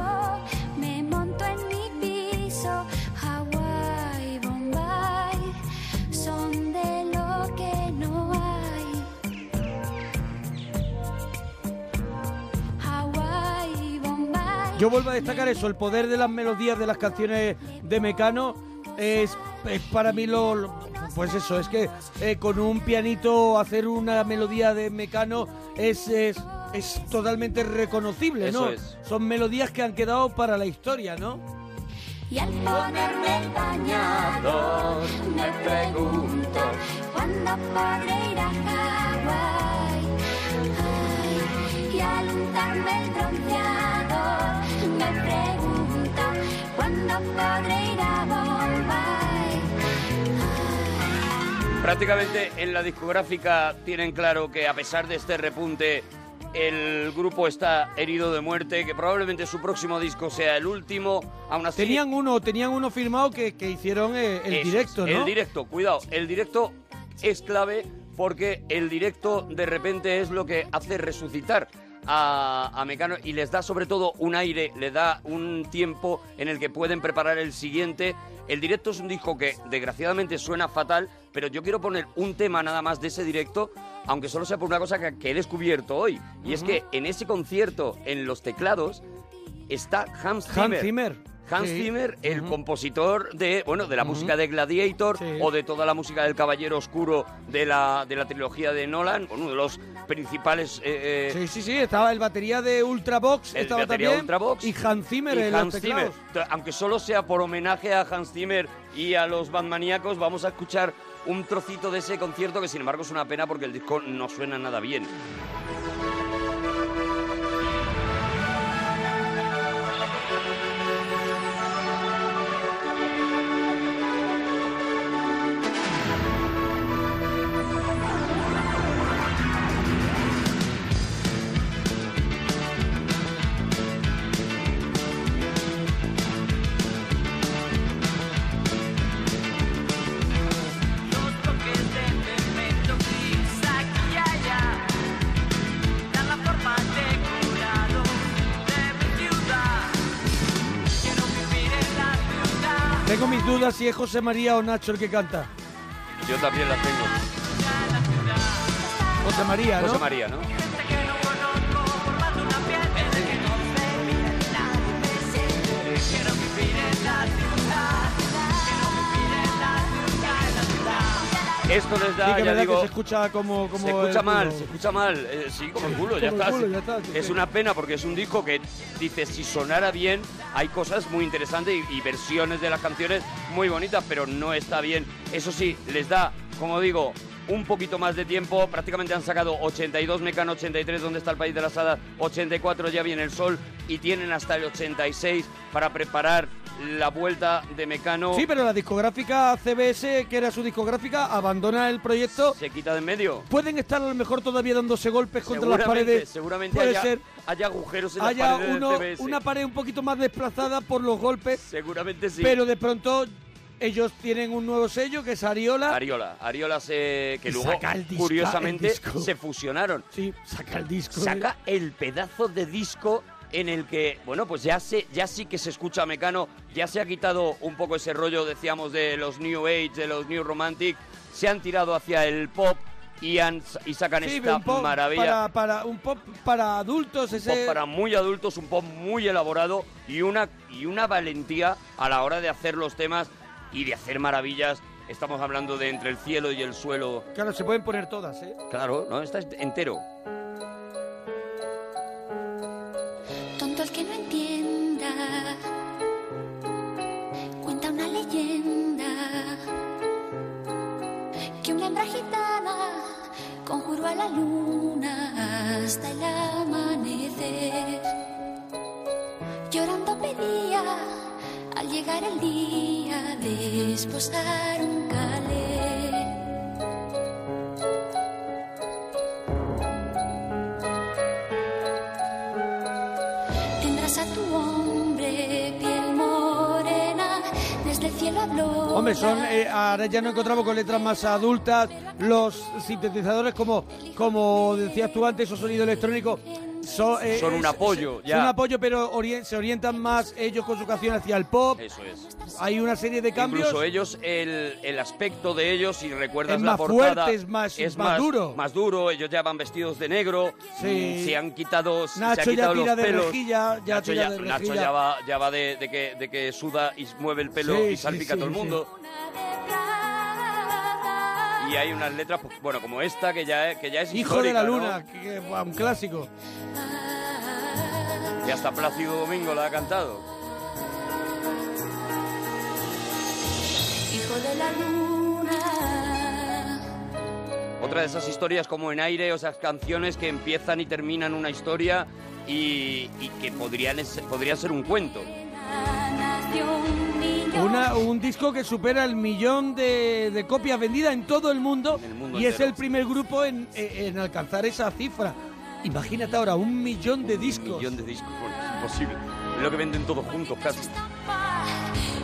Speaker 14: me monto en mi piso. Hawái y Bombay son de lo que no hay. Hawái y Bombay
Speaker 2: Yo vuelvo a destacar eso, el poder de las melodías de las canciones de Mecano es, es para mí lo, lo- Pues eso, es que eh, con un pianito hacer una melodía de Mecano es... es es totalmente reconocible, ¿no?
Speaker 16: Eso es.
Speaker 2: Son melodías que han quedado para la historia, ¿no?
Speaker 14: Y al ponerme el bañador me pregunto cuándo podré ir a Hawái. Ay, Y al untarme el bronceador me pregunto cuándo podré ir a Bombay.
Speaker 3: Prácticamente en la discográfica tienen claro que a pesar de este repunte, el grupo está herido de muerte, que probablemente su próximo disco sea el último. Aún así,
Speaker 2: Tenían uno, tenían uno firmado que, que hicieron eh, el,
Speaker 3: Ah, Eso es,
Speaker 2: directo, ¿no?
Speaker 3: El directo, cuidado, el directo es clave porque el directo de repente es lo que hace resucitar a, a Mecano y les da sobre todo un aire, les da un tiempo en el que pueden preparar el siguiente. El directo es un disco que desgraciadamente suena fatal, pero yo quiero poner un tema nada más de ese directo, aunque solo sea por una cosa que, que he descubierto hoy, y es
Speaker 2: Ujú.
Speaker 3: que en ese concierto, en los teclados, está Hans Zimmer.
Speaker 2: Hans Zimmer.
Speaker 3: Hans
Speaker 2: Sí.
Speaker 3: Zimmer, el compositor de, bueno, de la música de Gladiator o de toda la música del Caballero Oscuro de la, de la trilogía de Nolan, uno de los principales... eh, eh,
Speaker 2: Sí, sí, sí, estaba el batería de Ultravox,
Speaker 3: El
Speaker 2: estaba
Speaker 3: batería
Speaker 2: también,
Speaker 3: Ultravox.
Speaker 2: y Hans Zimmer
Speaker 3: y
Speaker 2: en
Speaker 3: Hans
Speaker 2: los
Speaker 3: Zimmer.
Speaker 2: teclados.
Speaker 3: T- Aunque solo sea por homenaje a Hans Zimmer y a los bandmaníacos, vamos a escuchar un trocito de ese concierto que sin embargo es una pena porque el disco no suena nada bien.
Speaker 4: Aquí y allá, dan la forma de curado de mi ciudad. Quiero vivir en la ciudad,
Speaker 2: Tengo mis dudas si es José María o Nacho el que canta.
Speaker 3: Yo también la tengo.
Speaker 2: José María, ¿no?
Speaker 3: José María, ¿no?
Speaker 4: quiero vivir en la ciudad, quiero vivir en la ciudad, en la ciudad.
Speaker 3: Esto les da,
Speaker 2: Sí, que
Speaker 3: ya
Speaker 2: verdad
Speaker 3: digo,
Speaker 2: que se escucha como... como
Speaker 3: se escucha
Speaker 2: el-
Speaker 3: mal,
Speaker 2: como-
Speaker 3: se escucha mal. eh, sí, como el culo,
Speaker 2: Sí,
Speaker 3: ya,
Speaker 2: como el
Speaker 3: está,
Speaker 2: culo,
Speaker 3: sí.
Speaker 2: ya está, sí,
Speaker 3: Es
Speaker 2: sí.
Speaker 3: una pena porque es un disco que dice si sonara bien, hay cosas muy interesantes y, y versiones de las canciones muy bonitas, pero no está bien. Eso sí, les da, como digo, un poquito más de tiempo. Prácticamente han sacado 82 Mecano 83, donde está el país de las hadas, 84 ya viene el sol y tienen hasta el 86 para preparar la vuelta de Mecano.
Speaker 2: Sí, pero la discográfica CBS, que era su discográfica, abandona el proyecto.
Speaker 3: Se quita de en medio.
Speaker 2: Pueden estar a lo mejor todavía dándose golpes contra las
Speaker 3: Seguramente,
Speaker 2: paredes.
Speaker 3: Seguramente
Speaker 2: Puede
Speaker 3: haya,
Speaker 2: ser.
Speaker 3: haya agujeros en
Speaker 2: Haya
Speaker 3: las paredes
Speaker 2: uno-
Speaker 3: del CBS.
Speaker 2: una pared un poquito más desplazada por los golpes.
Speaker 3: Seguramente sí.
Speaker 2: Pero de pronto ellos tienen un nuevo sello que es Ariola.
Speaker 3: Ariola, Ariola se que
Speaker 2: Y
Speaker 3: luego
Speaker 2: saca el disca-
Speaker 3: curiosamente
Speaker 2: el disco.
Speaker 3: se fusionaron.
Speaker 2: Sí, saca el disco.
Speaker 3: Saca el pedazo de disco en el que, bueno, pues ya se ya sí que se escucha a Mecano, ya se ha quitado un poco ese rollo decíamos de los New Age, de los New Romantic, se han tirado hacia el pop y han y sacan
Speaker 2: Sí,
Speaker 3: esta
Speaker 2: un pop Para,
Speaker 3: maravilla.
Speaker 2: eh. para- un pop para adultos, ese.
Speaker 3: pop para muy adultos, un pop muy elaborado y una, y una valentía a la hora de hacer los temas y de hacer maravillas. Estamos hablando de entre el cielo y el suelo.
Speaker 2: Claro, se pueden poner todas, ¿eh?
Speaker 3: Claro, ¿no? Está entero.
Speaker 14: Tonto el que no entienda, cuenta una leyenda que una hembra gitana conjuró a la luna hasta el amanecer. Llorando pedía al llegar el día de esposar un calé. Tendrás a tu hombre piel morena, desde el cielo habló.
Speaker 2: Hombre, son, eh, ahora ya no encontramos con letras más adultas, los sintetizadores como, como decías tú antes, esos sonidos electrónicos So- eh,
Speaker 3: Son un
Speaker 2: es-
Speaker 3: apoyo,
Speaker 2: es-
Speaker 3: ya.
Speaker 2: Son un apoyo, pero orien- se orientan más ellos con su canción hacia el pop.
Speaker 3: Eso es.
Speaker 2: Hay una serie de cambios.
Speaker 3: Incluso ellos, el, el aspecto de ellos, si recuerdas
Speaker 2: Es
Speaker 3: la
Speaker 2: más
Speaker 3: portada...
Speaker 2: fuerte, es más- más duro.
Speaker 3: Más duro, ellos ya van vestidos de negro,
Speaker 2: Sí.
Speaker 3: se han quitado, se
Speaker 2: Nacho
Speaker 3: han quitado
Speaker 2: ya tira
Speaker 3: los
Speaker 2: de
Speaker 3: pelos.
Speaker 2: rejilla, ya
Speaker 3: Nacho,
Speaker 2: tira
Speaker 3: ya,
Speaker 2: de
Speaker 3: Nacho
Speaker 2: rejilla.
Speaker 3: ya va, ya va de, de que, de que suda y mueve el pelo
Speaker 2: Sí,
Speaker 3: y
Speaker 2: sí,
Speaker 3: salpica
Speaker 2: sí,
Speaker 3: a todo el
Speaker 2: sí.
Speaker 3: mundo. Y hay unas letras, pues, bueno, como esta, que ya, es- que ya es
Speaker 2: Hijo de la
Speaker 3: histórica, ¿no?
Speaker 2: luna, que- que- buah, un clásico.
Speaker 3: Y hasta Plácido Domingo la ha cantado.
Speaker 14: Hijo de la luna.
Speaker 3: Otra de esas historias como en aire, o esas canciones que empiezan y terminan una historia y, y que podrían, es- podría ser un cuento.
Speaker 2: Una, un disco que supera el millón de, de copias vendidas en todo el mundo,
Speaker 3: mundo
Speaker 2: y es
Speaker 3: entero.
Speaker 2: el primer grupo en, en- en alcanzar esa cifra. Imagínate ahora, un millón de discos.
Speaker 3: millón de discos, bueno, es imposible. Es lo que venden todos juntos casi.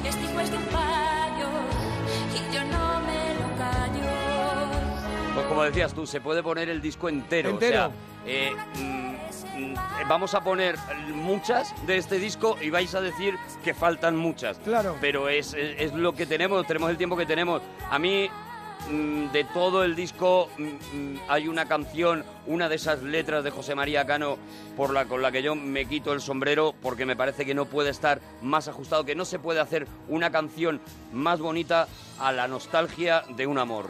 Speaker 14: Este hijo es de un payo y yo no me lo callo.
Speaker 3: Pues como decías tú, se puede poner el disco entero.
Speaker 2: Entero.
Speaker 3: O sea, eh, mm, mm, vamos a poner muchas de este disco y vais a decir que faltan muchas.
Speaker 2: Claro.
Speaker 3: Pero es, es- es lo que tenemos, tenemos el tiempo que tenemos. A mí, mm, de todo el disco, mm, mm, hay una canción, una de esas letras de José María Cano, por la, con la que yo me quito el sombrero, porque me parece que no puede estar más ajustado, que no se puede hacer una canción más bonita a la nostalgia de un amor.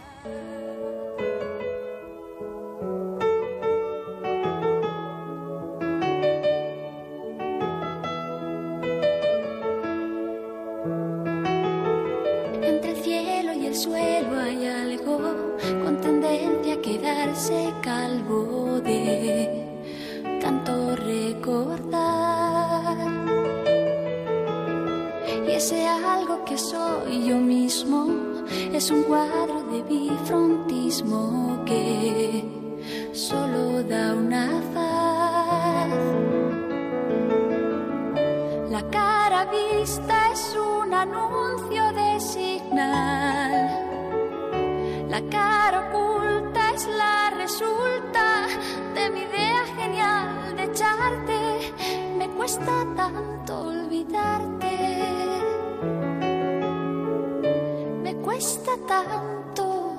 Speaker 14: Entre el cielo y el suelo hay algo con tendencia a quedarse calvo de tanto recordar. Y ese algo que soy yo mismo es un cuadro de bifrontismo que solo da una faz. La cara vista es un anuncio de señal. La cara oculta es la resulta de mi idea genial de echarte. Me cuesta tanto olvidarte. Me cuesta tanto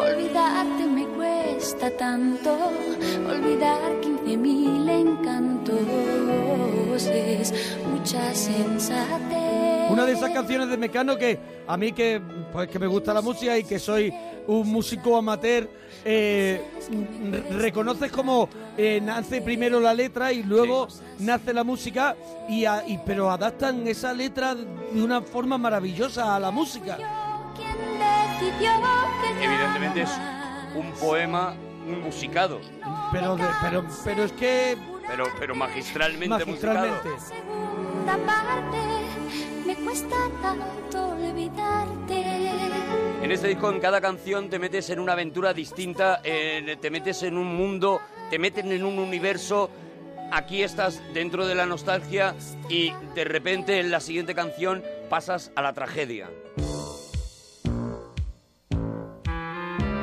Speaker 14: olvidarte, me cuesta tanto olvidar 15.000 encantos. Es mucha sensatez.
Speaker 2: Una de esas canciones de Mecano que a mí que pues que me gusta la música y que soy un músico amateur, eh, r- reconoces como eh, nace primero la letra y luego nace la música, y, a- y- pero adaptan esa letra de una forma maravillosa a la música.
Speaker 14: decidió que
Speaker 3: Evidentemente es un poema musicado,
Speaker 2: Pero, de- pero, pero es que
Speaker 3: pero, pero magistralmente,
Speaker 2: magistralmente.
Speaker 3: musicado.
Speaker 14: segunda parte me cuesta tanto olvidarte.
Speaker 3: En este disco, en cada canción, te metes en una aventura distinta, eh, te metes en un mundo, te meten en un universo. Aquí estás dentro de la nostalgia y de repente en la siguiente canción pasas a la tragedia.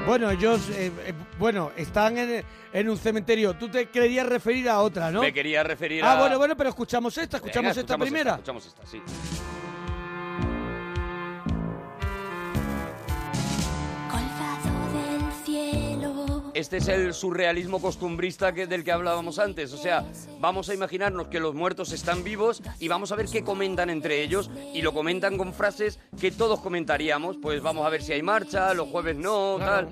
Speaker 2: Bueno, ellos eh, eh, bueno, están en, en un cementerio. Tú te querías referir a otra, ¿no?
Speaker 3: Me quería referir a...
Speaker 2: Ah, bueno, bueno, pero escuchamos esta,
Speaker 3: Venga,
Speaker 2: escuchamos esta primera.
Speaker 3: escuchamos esta, sí.
Speaker 14: Colgado del cielo.
Speaker 3: Este es el surrealismo costumbrista que, del que hablábamos antes. O sea, vamos a imaginarnos que los muertos están vivos y vamos a ver qué comentan entre ellos. Y lo comentan con frases que todos comentaríamos. Pues vamos a ver si hay marcha, los jueves no, tal.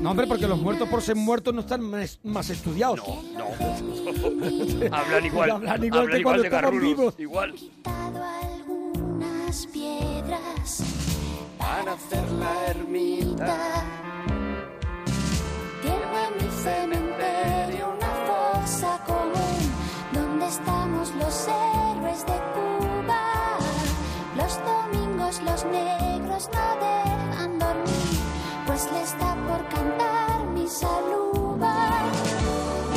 Speaker 2: No, hombre, porque los muertos por ser muertos no están más, más estudiados.
Speaker 3: No. Hablan igual.
Speaker 2: Hablan igual que cuando
Speaker 3: de
Speaker 2: estaban
Speaker 3: garrulos,
Speaker 2: vivos.
Speaker 3: Igual.
Speaker 14: unas piedras para hacer la ermita. Tengo en mi cementerio una fosa común donde estamos los héroes de Cuba. Los domingos los negros no dejan dormir, pues les da por cantar mi saluba.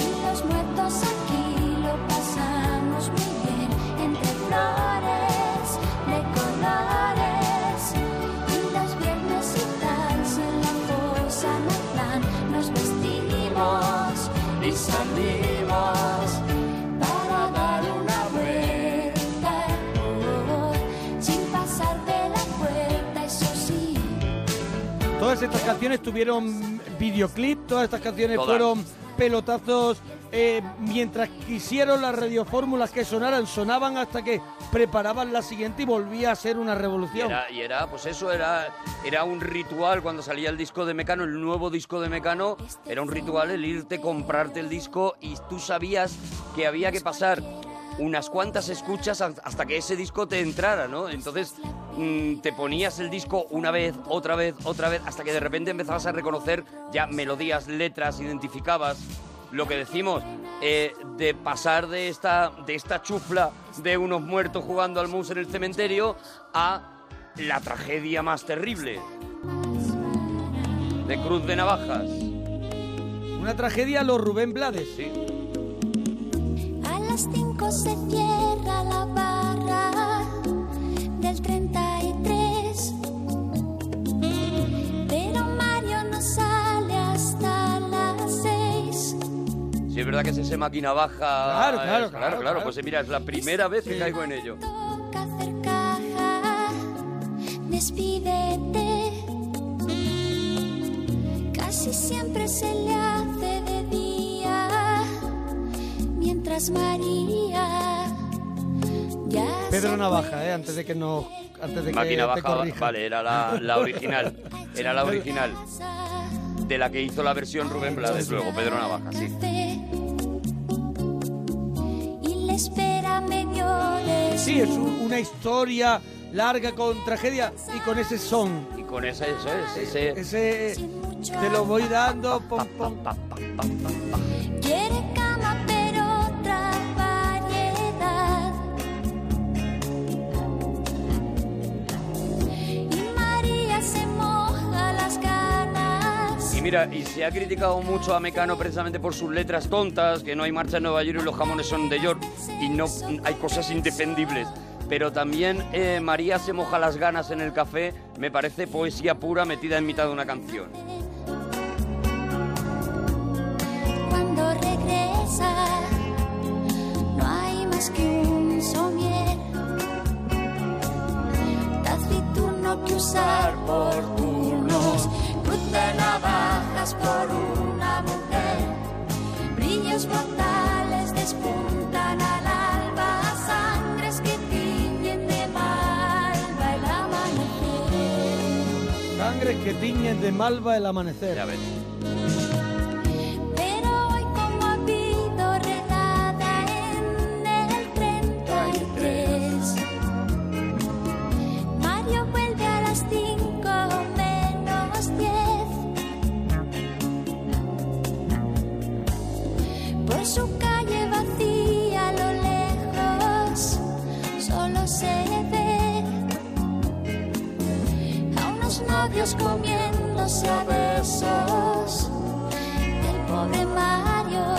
Speaker 14: Y los muertos aquí lo pasamos muy bien entre flores de colores. Y los viernes y salimos para dar una vuelta oh, sin pasar de la puerta, eso sí.
Speaker 2: Todas estas canciones tuvieron videoclip, todas estas canciones
Speaker 16: Todas.
Speaker 2: fueron pelotazos. eh, mientras quisieron las radiofórmulas que sonaran, sonaban hasta que preparaban la siguiente y volvía a ser una
Speaker 3: Y
Speaker 2: revolución.
Speaker 3: era, y era, pues eso, era, era un ritual cuando salía el disco de Mecano, el nuevo disco de Mecano, era un ritual el irte, comprarte el disco y tú sabías que había que pasar unas cuantas escuchas a- hasta que ese disco te entrara, ¿no? Entonces mm, te ponías el disco una vez, otra vez, otra vez, hasta que de repente empezabas a reconocer ya melodías, letras, identificabas lo que decimos, eh, de pasar de esta, de esta chufla de unos muertos jugando al mus en el cementerio a la tragedia más terrible. De Cruz de Navajas.
Speaker 2: Una tragedia a los Rubén Blades.
Speaker 14: A las 5 se cierra la barra del 33. Pero Mario no sale hasta las 6.
Speaker 3: Sí, es verdad que es ese máquina baja.
Speaker 14: Claro, claro,
Speaker 3: es-
Speaker 14: claro, claro.
Speaker 3: Pues eh, mira, es la primera vez que caigo en ello.
Speaker 14: Caja, despídete. Casi siempre se le hace de día. Mientras María ya
Speaker 2: Pedro Navaja, eh, antes de que no, antes de que
Speaker 3: Máquina
Speaker 2: te
Speaker 3: baja,
Speaker 2: corrija.
Speaker 3: vale, era la, la original. Era la original. De la que hizo la versión Rubén Blades luego, Pedro Navaja, sí.
Speaker 14: fe. y la espera medio de
Speaker 2: Sí, es un- una historia larga con tragedia y con ese son.
Speaker 3: Y con esa, eso es, ese...
Speaker 2: Ese te lo voy dando. Pom, pom.
Speaker 14: quiere cama pero otra variedad y María se moja las ganas
Speaker 3: Y mira, y se ha criticado mucho a Mecano precisamente por sus letras tontas, que no hay marcha en Nueva York y los jamones son de York, y no hay cosas indefendibles. Pero también eh, María se moja las ganas en el café, me parece poesía pura metida en mitad de una canción.
Speaker 14: cuando regresa no hay más que un somier taciturno que usar por turnos cruz de navajas por una mujer brillos mortales despuntan al alba sangres que tiñen de malva el amanecer
Speaker 2: Sangres que tiñen de malva el amanecer.
Speaker 14: Pero hoy como ha habido redada en el 33 Mario vuelve a las 5 menos 10 Por su calle vacía a lo lejos solo se ve a unos novios comiéndose a besos el pobre Mario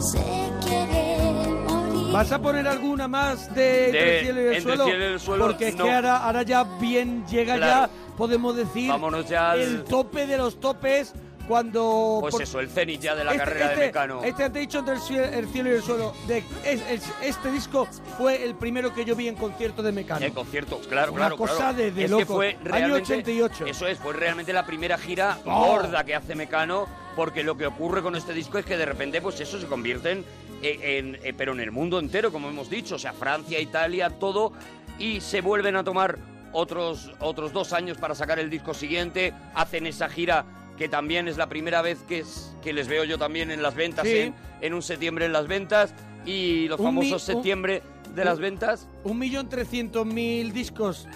Speaker 14: se quiere morir.
Speaker 2: ¿Vas a poner alguna más de Entre
Speaker 3: De
Speaker 2: el cielo y el,
Speaker 3: Entre el
Speaker 2: suelo?
Speaker 3: cielo y el suelo,
Speaker 2: Porque es
Speaker 3: no.
Speaker 2: que ahora, ahora ya bien llega
Speaker 3: Claro.
Speaker 2: ya, podemos decir,
Speaker 3: Vámonos ya al-
Speaker 2: el tope de los topes cuando...
Speaker 3: Pues
Speaker 2: por-
Speaker 3: eso, el cenit ya de la
Speaker 2: Este-
Speaker 3: carrera
Speaker 2: este-
Speaker 3: de Mecano.
Speaker 2: Este te he dicho entre el cielo, el cielo y el suelo. De, es- es- este disco fue el primero que yo vi en concierto de Mecano.
Speaker 3: El concierto, Eh, claro,
Speaker 2: Una
Speaker 3: claro,
Speaker 2: cosa
Speaker 3: claro.
Speaker 2: de- de
Speaker 3: es que
Speaker 2: loco.
Speaker 3: fue
Speaker 2: Año
Speaker 3: realmente, 88. Eso es, fue realmente la primera gira
Speaker 2: Oh.
Speaker 3: gorda que hace Mecano, porque lo que ocurre con este disco es que de repente, pues eso se convierten en, en- eh, pero en el mundo entero, como hemos dicho, o sea, Francia, Italia, todo, y se vuelven a tomar otros, otros dos años para sacar el disco siguiente, hacen esa gira que también es la primera vez que, es, que les veo yo también en las ventas,
Speaker 2: Sí.
Speaker 3: en, en un septiembre en las ventas, y los
Speaker 2: Un mi-
Speaker 3: famosos
Speaker 2: un-
Speaker 3: septiembre de
Speaker 2: un-
Speaker 3: las ventas.
Speaker 2: Un millón trescientos mil discos.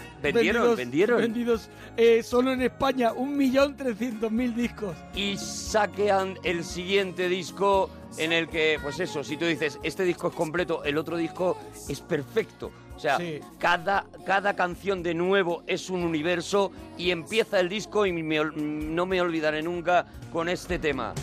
Speaker 2: vendidos,
Speaker 3: Vendieron, vendieron.
Speaker 2: Vendidos eh, solo en España. Un millón trescientos mil discos.
Speaker 3: y saquean el siguiente disco en el que, pues eso, si tú dices, este disco es completo, el otro disco es perfecto. O sea,
Speaker 2: Sí.
Speaker 3: cada, cada canción de nuevo es un universo y empieza el disco y me ol- no me olvidaré nunca con este tema.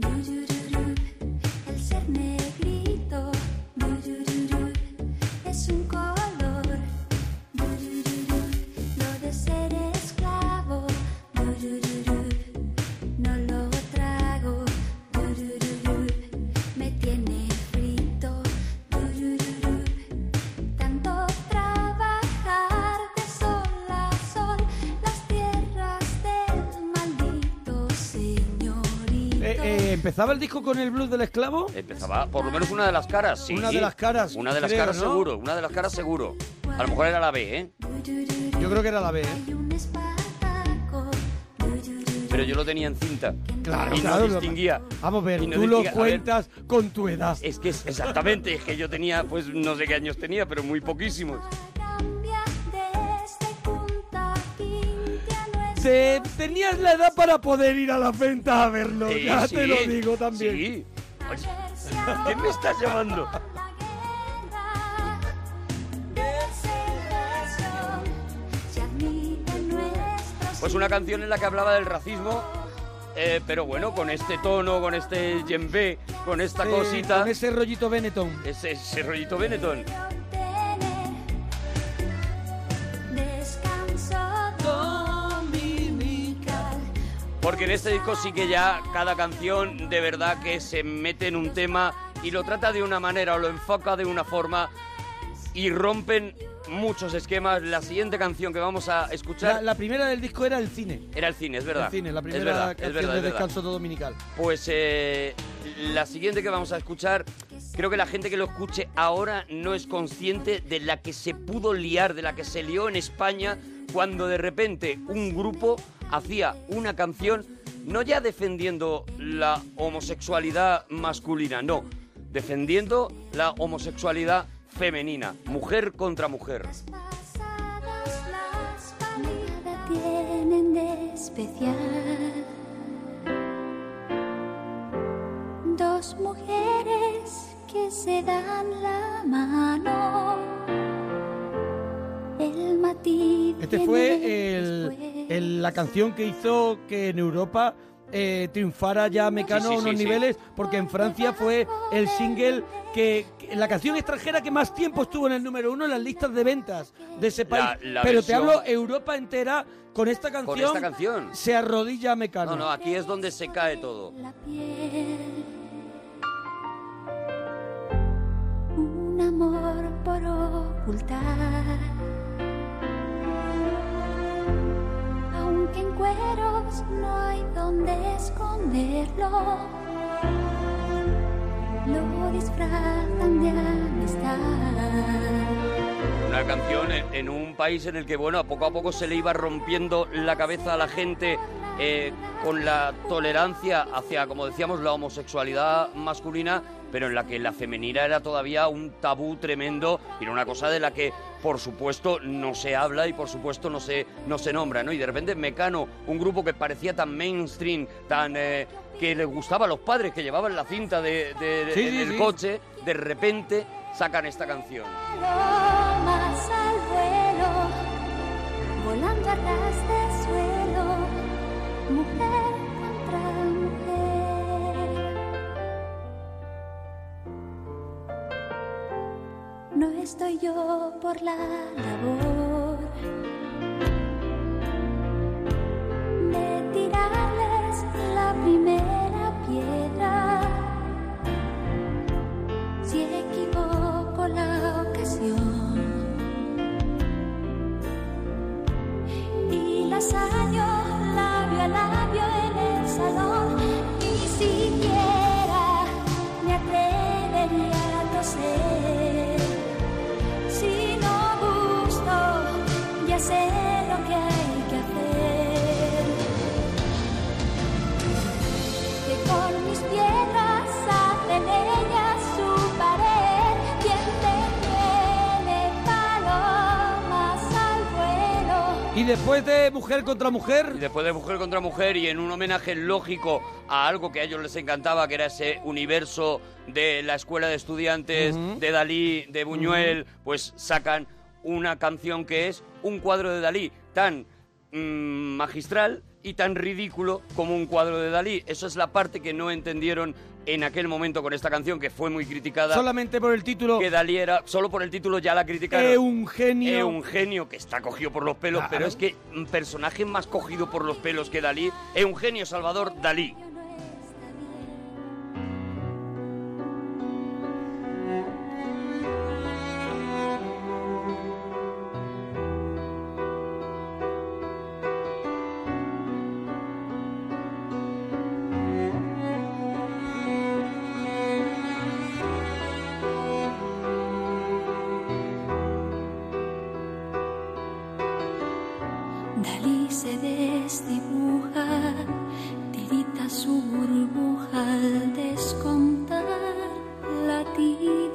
Speaker 14: El ser negrito
Speaker 4: eh, empezaba el disco con el blues del esclavo.
Speaker 3: Empezaba por lo menos una de las caras, sí.
Speaker 4: Una de las caras,
Speaker 3: Una de las
Speaker 4: creo,
Speaker 3: caras
Speaker 4: ¿no?
Speaker 3: seguro, una de las caras seguro. A lo mejor era la B, ¿eh?
Speaker 4: Yo creo que era la B, ¿eh?
Speaker 3: Pero yo lo tenía en cinta.
Speaker 4: Claro,
Speaker 3: y
Speaker 4: claro,
Speaker 3: no
Speaker 4: lo-
Speaker 3: distinguía.
Speaker 4: Vamos a ver,
Speaker 3: Y no
Speaker 4: tú lo
Speaker 3: distinguía- a ver,
Speaker 4: cuentas con tu edad.
Speaker 3: Es que es exactamente, es que yo tenía, pues no sé qué años tenía, pero muy poquísimos.
Speaker 4: Te- tenías la edad para poder ir a la venta a verlo,
Speaker 3: Sí,
Speaker 4: ya te
Speaker 3: sí,
Speaker 4: lo digo también.
Speaker 3: sí. Oye, ¿Quién me estás llamando? Pues una canción en la que hablaba del racismo, eh, pero bueno, con este tono, con este yembe, con esta
Speaker 4: Eh,
Speaker 3: cosita,
Speaker 4: Con ese rollito Benetton.
Speaker 3: ese, ese rollito Benetton. Porque en este disco sí que ya cada canción de verdad que se mete en un tema y lo trata de una manera o lo enfoca de una forma y rompen muchos esquemas. La siguiente canción que vamos a escuchar
Speaker 4: La, la primera del disco era el cine.
Speaker 3: era el cine, es verdad.
Speaker 4: El cine, la
Speaker 3: Es
Speaker 4: primera
Speaker 3: verdad, es
Speaker 4: canción
Speaker 3: verdad,
Speaker 4: de
Speaker 3: es verdad.
Speaker 4: descanso dominical.
Speaker 3: Pues eh, la siguiente que vamos a escuchar, creo que la gente que lo escuche ahora no es consciente de la que se pudo liar, de la que se lió en España cuando de repente un grupo hacía una canción no ya defendiendo la homosexualidad masculina, no, defendiendo la homosexualidad femenina, mujer contra mujer.
Speaker 14: Nada tienen de especial. Dos mujeres que se dan la mano. El matiz.
Speaker 4: Este fue el, el- la canción que hizo que en Europa eh, triunfara ya Mecano
Speaker 3: Sí, sí,
Speaker 4: a unos
Speaker 3: sí, sí.
Speaker 4: niveles, porque en Francia fue el single que, que- la canción extranjera que más tiempo estuvo en el número uno en las listas de ventas de ese país.
Speaker 3: La- la
Speaker 4: Pero te
Speaker 3: versión-
Speaker 4: hablo Europa entera con esta canción.
Speaker 3: Con esta canción.
Speaker 4: Se arrodilla Mecano.
Speaker 3: No, no, aquí es donde se cae todo.
Speaker 14: Un amor por ocultar. Aunque en cueros no hay donde esconderlo. Lo disfrazan de amistad.
Speaker 3: Una canción en, en un país en el que, bueno, poco a poco se le iba rompiendo la cabeza a la gente eh, con la tolerancia hacia, como decíamos, la homosexualidad masculina, pero en la que la femenina era todavía un tabú tremendo y era una cosa de la que, por supuesto, no se habla y, por supuesto, no se, no se nombra, ¿no? Y de repente Mecano, un grupo que parecía tan mainstream, tan... eh, que le gustaba a los padres que llevaban la cinta de, de-
Speaker 4: Sí,
Speaker 3: en
Speaker 4: sí,
Speaker 3: el
Speaker 4: sí.
Speaker 3: coche, de repente sacan esta canción.
Speaker 14: Palomas al vuelo, volando a ras de suelo, mujer contra mujer. No estoy yo por la labor de tirarles la primera piedra si equivoco la ocasión y las hallo labio a labio en el salón, ni siquiera me atrevería a toser. Si no gusto, ya sé lo que hay que hacer que con mis piedras hacen ella su pared. Quien te tiene palomas al vuelo.
Speaker 4: Y después de Mujer contra Mujer,
Speaker 3: Y después de Mujer contra Mujer y en un homenaje lógico a algo que a ellos les encantaba, que era ese universo de la escuela de estudiantes, de Dalí, de Buñuel, pues sacan una canción que es un cuadro de Dalí tan mm, magistral y tan ridículo como un cuadro de Dalí. Eso es la parte que no entendieron en aquel momento con esta canción, que fue muy criticada.
Speaker 4: solamente por el título, Eh,
Speaker 3: que Dalí era, solo por el título ya la criticaron.
Speaker 4: es un genio.
Speaker 3: Es un genio que está cogido por los pelos, pero es que un personaje más cogido por los pelos que Dalí es un genio Salvador Dalí.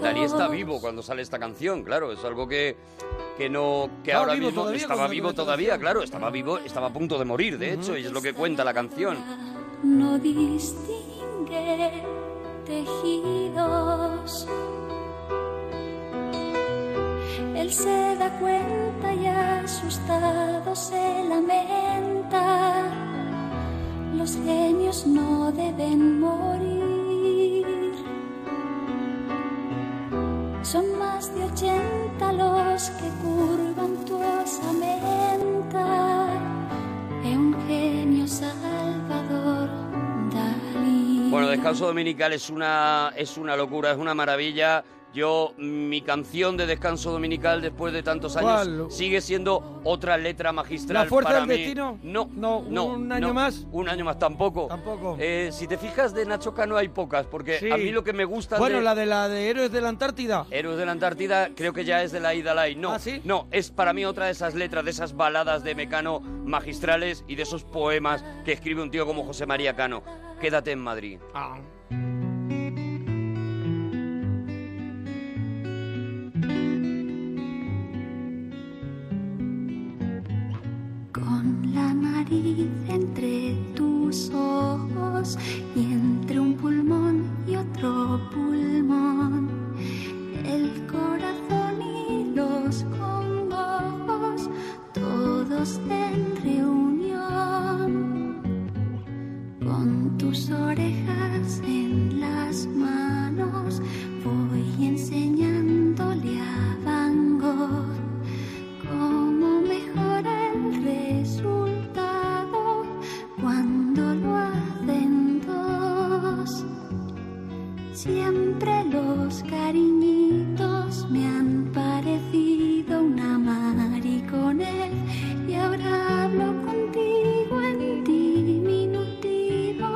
Speaker 3: Madrid está vivo cuando sale esta canción, claro, es algo que, que no, que
Speaker 25: Estaba
Speaker 3: ahora
Speaker 25: vivo
Speaker 3: mismo
Speaker 25: todavía
Speaker 3: estaba
Speaker 25: cuando salió
Speaker 3: vivo
Speaker 25: esta
Speaker 3: todavía,
Speaker 25: canción.
Speaker 3: claro, estaba vivo, estaba a punto de morir, de hecho, y es lo que cuenta la canción.
Speaker 14: no distingue tejidos. Él se da cuenta y asustado se lamenta. Los genios no deben morir. Son más de ochenta los que curvan tu osamenta. Es un genio salvador, Dalí.
Speaker 3: Bueno, Descanso Dominical es una, es una locura, es una maravilla. Yo, mi canción de Descanso Dominical después de tantos años
Speaker 2: ¿Cuál?
Speaker 3: sigue siendo otra letra magistral
Speaker 2: ¿La fuerza
Speaker 3: para
Speaker 2: del
Speaker 3: mí.
Speaker 2: destino?
Speaker 3: No, no,
Speaker 2: ¿un año
Speaker 3: no.
Speaker 2: más?
Speaker 3: Un año más tampoco.
Speaker 2: Tampoco.
Speaker 3: Eh, si te fijas de Nacho Cano hay pocas, porque
Speaker 2: Sí.
Speaker 3: a mí lo que me gusta
Speaker 2: Bueno,
Speaker 3: de
Speaker 2: la de la de Héroes de la Antártida.
Speaker 3: Héroes de la Antártida creo que ya es de la Ida Lai.
Speaker 2: ¿Ah,
Speaker 3: No, no, es para mí otra de esas letras, de esas baladas de Mecano magistrales y de esos poemas que escribe un tío como José María Cano. Quédate en Madrid.
Speaker 2: Ah.
Speaker 14: Con la nariz entre tus ojos y entre un pulmón y otro pulmón, el corazón y los combos, todos en reunión. Con tus orejas en las manos voy enseñándole a Van Gogh cómo mejora el resultado cuando lo hacen dos. Siempre los cariñitos me han parecido una mariconel y ahora hablo contigo en diminutivo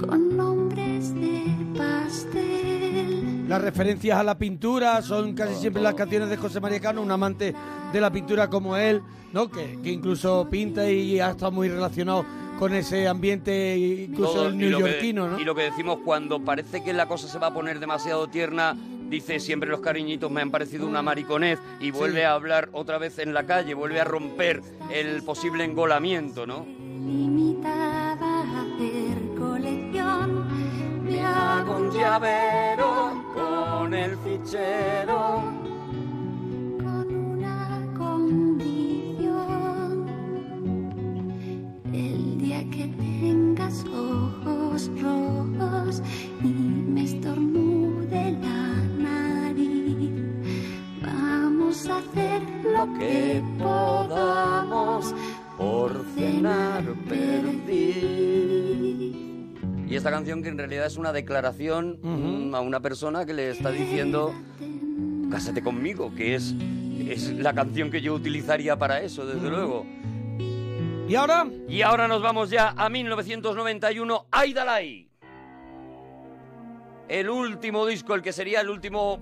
Speaker 14: con nombres de pastel.
Speaker 2: Las referencias a la pintura son casi siempre las canciones de José María Cano, un amante de la pintura como él, ¿no? Que, que incluso pinta y ha estado muy relacionado con ese ambiente, incluso
Speaker 3: Todo-
Speaker 2: el
Speaker 3: y lo que-
Speaker 2: neoyorquino, ¿no?
Speaker 3: Y lo que decimos cuando parece que la cosa se va a poner demasiado tierna, dice siempre los cariñitos me han parecido una mariconez y vuelve a hablar otra vez en la calle, vuelve a romper el posible engolamiento, ¿no?
Speaker 14: Limitada a hacer colección, me hago un
Speaker 3: llavero con el fichero.
Speaker 14: condición. El día que tengas ojos rojos y me estornude la nariz, vamos a hacer lo que podamos
Speaker 3: por cenar perdiz. Y esta canción que en realidad es una declaración mm, a una persona que le está diciendo, cásate conmigo, que es, es la canción que yo utilizaría para eso, desde luego.
Speaker 2: ¿Y ahora?
Speaker 3: Y ahora nos vamos ya a 1991, Aidalai. El último disco, el que sería el último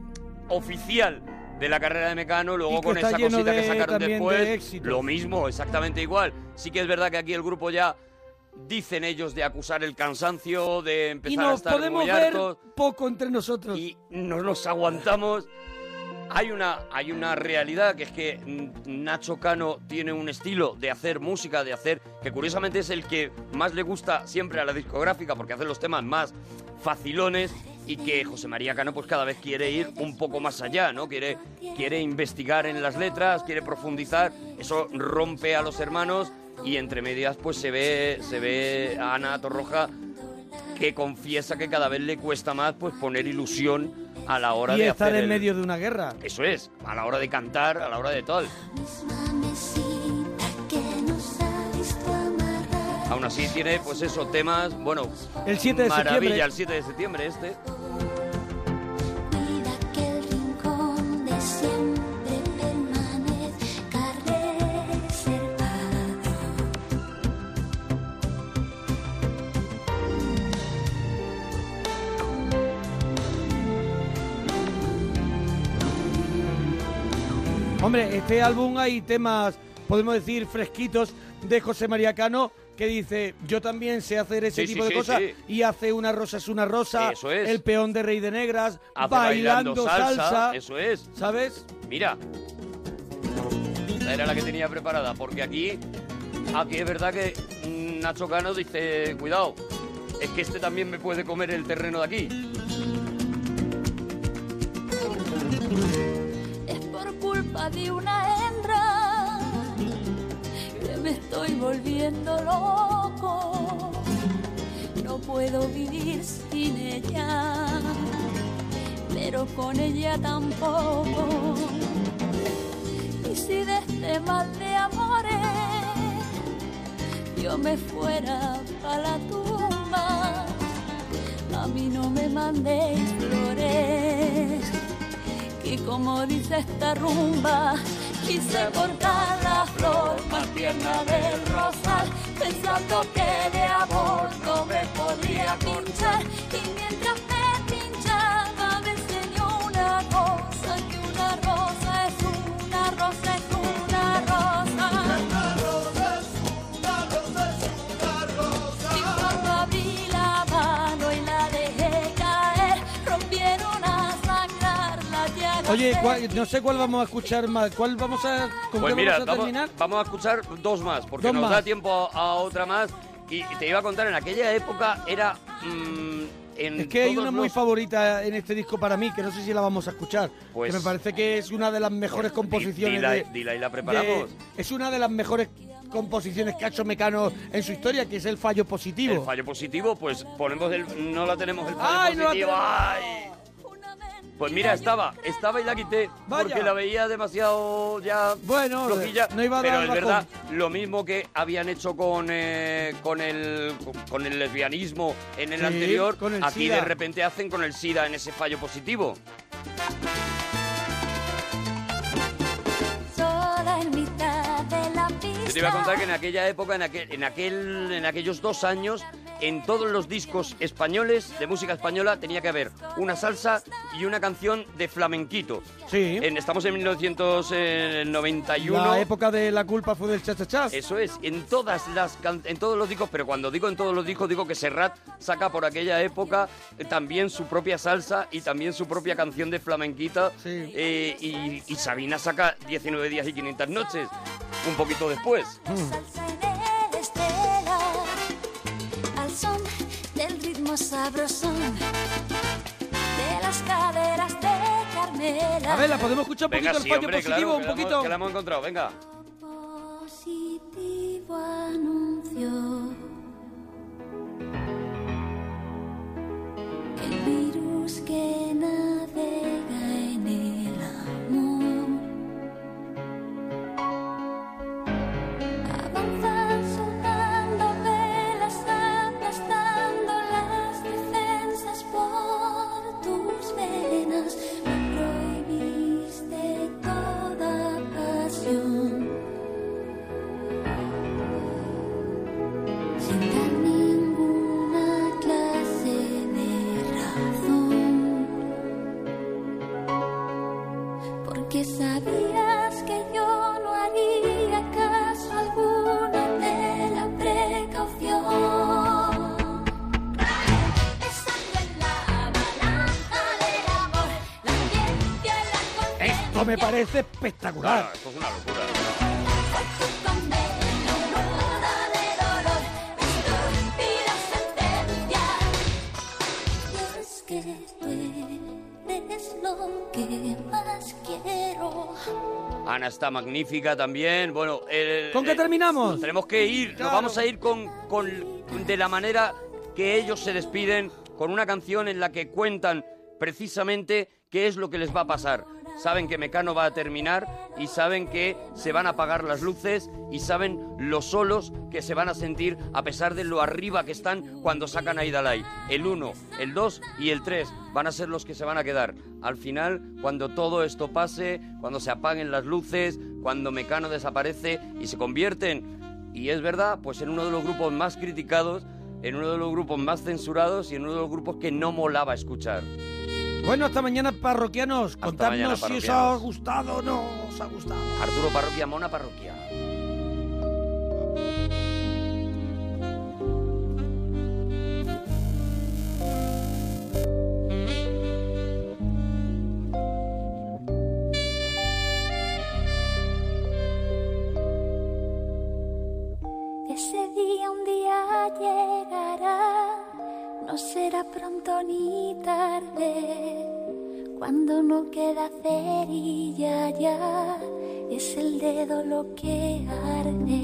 Speaker 3: oficial de la carrera de Mecano, luego
Speaker 2: que
Speaker 3: con
Speaker 2: está
Speaker 3: esa
Speaker 2: lleno
Speaker 3: cosita que
Speaker 2: de-
Speaker 3: sacaron
Speaker 2: también de
Speaker 3: después,
Speaker 2: éxitos.
Speaker 3: lo mismo, exactamente igual. Sí que es verdad que aquí el grupo ya dicen ellos de acusar el cansancio, de empezar
Speaker 2: Y
Speaker 3: a
Speaker 2: nos
Speaker 3: estar
Speaker 2: podemos
Speaker 3: muy
Speaker 2: ver
Speaker 3: hartos
Speaker 2: poco entre nosotros.
Speaker 3: Y no nos aguantamos. Hay una, hay una realidad que es que mm, Nacho Cano tiene un estilo de hacer música, de hacer, que curiosamente es el que más le gusta siempre a la discográfica porque hace los temas más facilones y que José María Cano pues cada vez quiere ir un poco más allá, ¿no? Quiere, quiere investigar en las letras, quiere profundizar, eso rompe a los hermanos y entre medias pues se ve, se ve a Ana Torroja que confiesa que cada vez le cuesta más pues poner ilusión a la hora
Speaker 2: Y
Speaker 3: de
Speaker 2: estar
Speaker 3: hacer
Speaker 2: en
Speaker 3: el-
Speaker 2: medio de una guerra.
Speaker 3: eso es, a la hora de cantar, a la hora de tal.
Speaker 14: misma mesita que nos ha visto amarrar.
Speaker 3: Aún así tiene, pues eso, temas, bueno,
Speaker 2: El 7 de
Speaker 3: maravilla,
Speaker 2: septiembre.
Speaker 3: el 7 de septiembre este.
Speaker 14: aquel rincón de siempre permanezca reservado.
Speaker 2: Hombre, este álbum hay temas, podemos decir, fresquitos de José María Cano que dice, yo también sé hacer ese
Speaker 3: Sí, sí,
Speaker 2: tipo de
Speaker 3: sí,
Speaker 2: cosas,
Speaker 3: sí.
Speaker 2: y hace una rosa es una rosa,
Speaker 3: Eso es.
Speaker 2: el peón de Rey de Negras,
Speaker 3: Hace
Speaker 2: bailando, salsa,
Speaker 3: Eso es.
Speaker 2: ¿sabes?
Speaker 3: Mira. Esta era la que tenía preparada, porque aquí, aquí es verdad que Nacho Cano dice, cuidado, es que este también me puede comer el terreno de aquí.
Speaker 14: es por culpa de una hembra que me estoy volviendo loco. No puedo vivir sin ella, pero con ella tampoco. Y si de este mal de amores yo me fuera a la tumba, a mí no me mandéis flores. Y como dice esta rumba, quise cortar la flor más tierna del rosal, pensando que de amor no me podía pinchar. Y mientras me pinchaba, me enseñó una cosa: que una rosa es una rosa, es una rosa. Y cuando abrí la mano y la dejé caer, rompieron a sangrar la llaga.
Speaker 2: Oye, ¿cuál- no sé cuál vamos a escuchar más, cuál vamos a, con
Speaker 3: Pues
Speaker 2: qué
Speaker 3: mira,
Speaker 2: vamos a terminar.
Speaker 3: vamos, vamos a escuchar dos más, porque
Speaker 2: Dos
Speaker 3: nos
Speaker 2: más.
Speaker 3: da tiempo a, a otra más. Y y te iba a contar, en aquella época era... mm, en
Speaker 2: Es que hay
Speaker 3: todos
Speaker 2: una muy
Speaker 3: los-
Speaker 2: favorita en este disco para mí, que no sé si la vamos a escuchar.
Speaker 3: Pues-
Speaker 2: que me parece que es una de las mejores composiciones.
Speaker 3: dila-
Speaker 2: de-
Speaker 3: dila y la
Speaker 2: de-
Speaker 3: preparamos.
Speaker 2: es una de las mejores composiciones que ha hecho Mecano en su historia, que es El Fallo Positivo.
Speaker 3: El fallo positivo, pues ponemos el... No la tenemos el fallo
Speaker 2: ¡Ay, no la
Speaker 3: positivo.
Speaker 2: tenemos!
Speaker 3: ¡Ay! Pues mira, estaba, estaba y la quité porque
Speaker 2: Vaya.
Speaker 3: la veía demasiado ya
Speaker 2: bueno,
Speaker 3: flojilla.
Speaker 2: no iba a
Speaker 3: pero
Speaker 2: dar
Speaker 3: es
Speaker 2: bajón.
Speaker 3: verdad, lo mismo que habían hecho con, eh, con, el, con el lesbianismo en el
Speaker 2: Sí,
Speaker 3: anterior,
Speaker 2: con el
Speaker 3: aquí
Speaker 2: SIDA.
Speaker 3: de repente hacen con el SIDA en ese fallo positivo.
Speaker 14: sola en mitad de la pista.
Speaker 3: Yo te iba a contar que en aquella época, en, aquel, en, aquel, en aquellos dos años, en todos los discos españoles de música española tenía que haber una salsa y una canción de flamenquito.
Speaker 2: Sí.
Speaker 3: En- estamos en eh, 1991.
Speaker 2: La época de la culpa fue del cha-cha-cha.
Speaker 3: Eso es, en todas las can- en todos los discos, pero cuando digo en todos los discos digo que Serrat saca por aquella época eh, también su propia salsa y también su propia canción de flamenquita Eh, y, y Sabina saca 19 días y 500 noches un poquito después.
Speaker 14: de estela al son del ritmo sabrosón de las caderas de Carmela.
Speaker 2: A ver, ¿la podemos escuchar un
Speaker 3: Venga,
Speaker 2: poquito el
Speaker 3: sí,
Speaker 2: fallo
Speaker 3: hombre,
Speaker 2: positivo?
Speaker 3: claro,
Speaker 2: un poquito.
Speaker 3: que la hemos- que la hemos encontrado, venga.
Speaker 14: Positivo anuncio que el virus que navega en el amor avanza soltando velas, aplastando las defensas por tus venas. Me prohibiste toda pasión. Sin dar ninguna clase de razón, porque sabías que yo no haría caso alguno de la precaución. Pesando en la balanza del amor, la ciencia y la
Speaker 2: Esto me parece espectacular.
Speaker 3: Ah, Esto es una locura.
Speaker 14: vida sentencia. Y es que tú eres lo que más quiero.
Speaker 3: Ana está magnífica también. Bueno, el-
Speaker 2: ¿Con qué
Speaker 3: el-
Speaker 2: terminamos?
Speaker 3: Tenemos que ir, nos
Speaker 2: Claro.
Speaker 3: vamos a ir con, con- de la manera que ellos se despiden, con una canción en la que cuentan precisamente qué es lo que les va a pasar. Saben que Mecano va a terminar y saben que se van a apagar las luces y saben lo solos que se van a sentir a pesar de lo arriba que están cuando sacan a Idalai. El 1, el 2 y el 3 van a ser los que se van a quedar. Al final, cuando todo esto pase, cuando se apaguen las luces, cuando Mecano desaparece y se convierten y es verdad, pues en uno de los grupos más criticados, en uno de los grupos más censurados y en uno de los grupos que no molaba escuchar.
Speaker 2: Bueno, hasta mañana, parroquianos. Contadnos
Speaker 3: mañana,
Speaker 2: si os ha
Speaker 3: parroquianos.
Speaker 2: gustado o no os ha gustado.
Speaker 3: Arturo Parroquia, Mona Parroquia.
Speaker 14: será pronto ni tarde, cuando no queda cerilla ya, es el dedo lo que arde.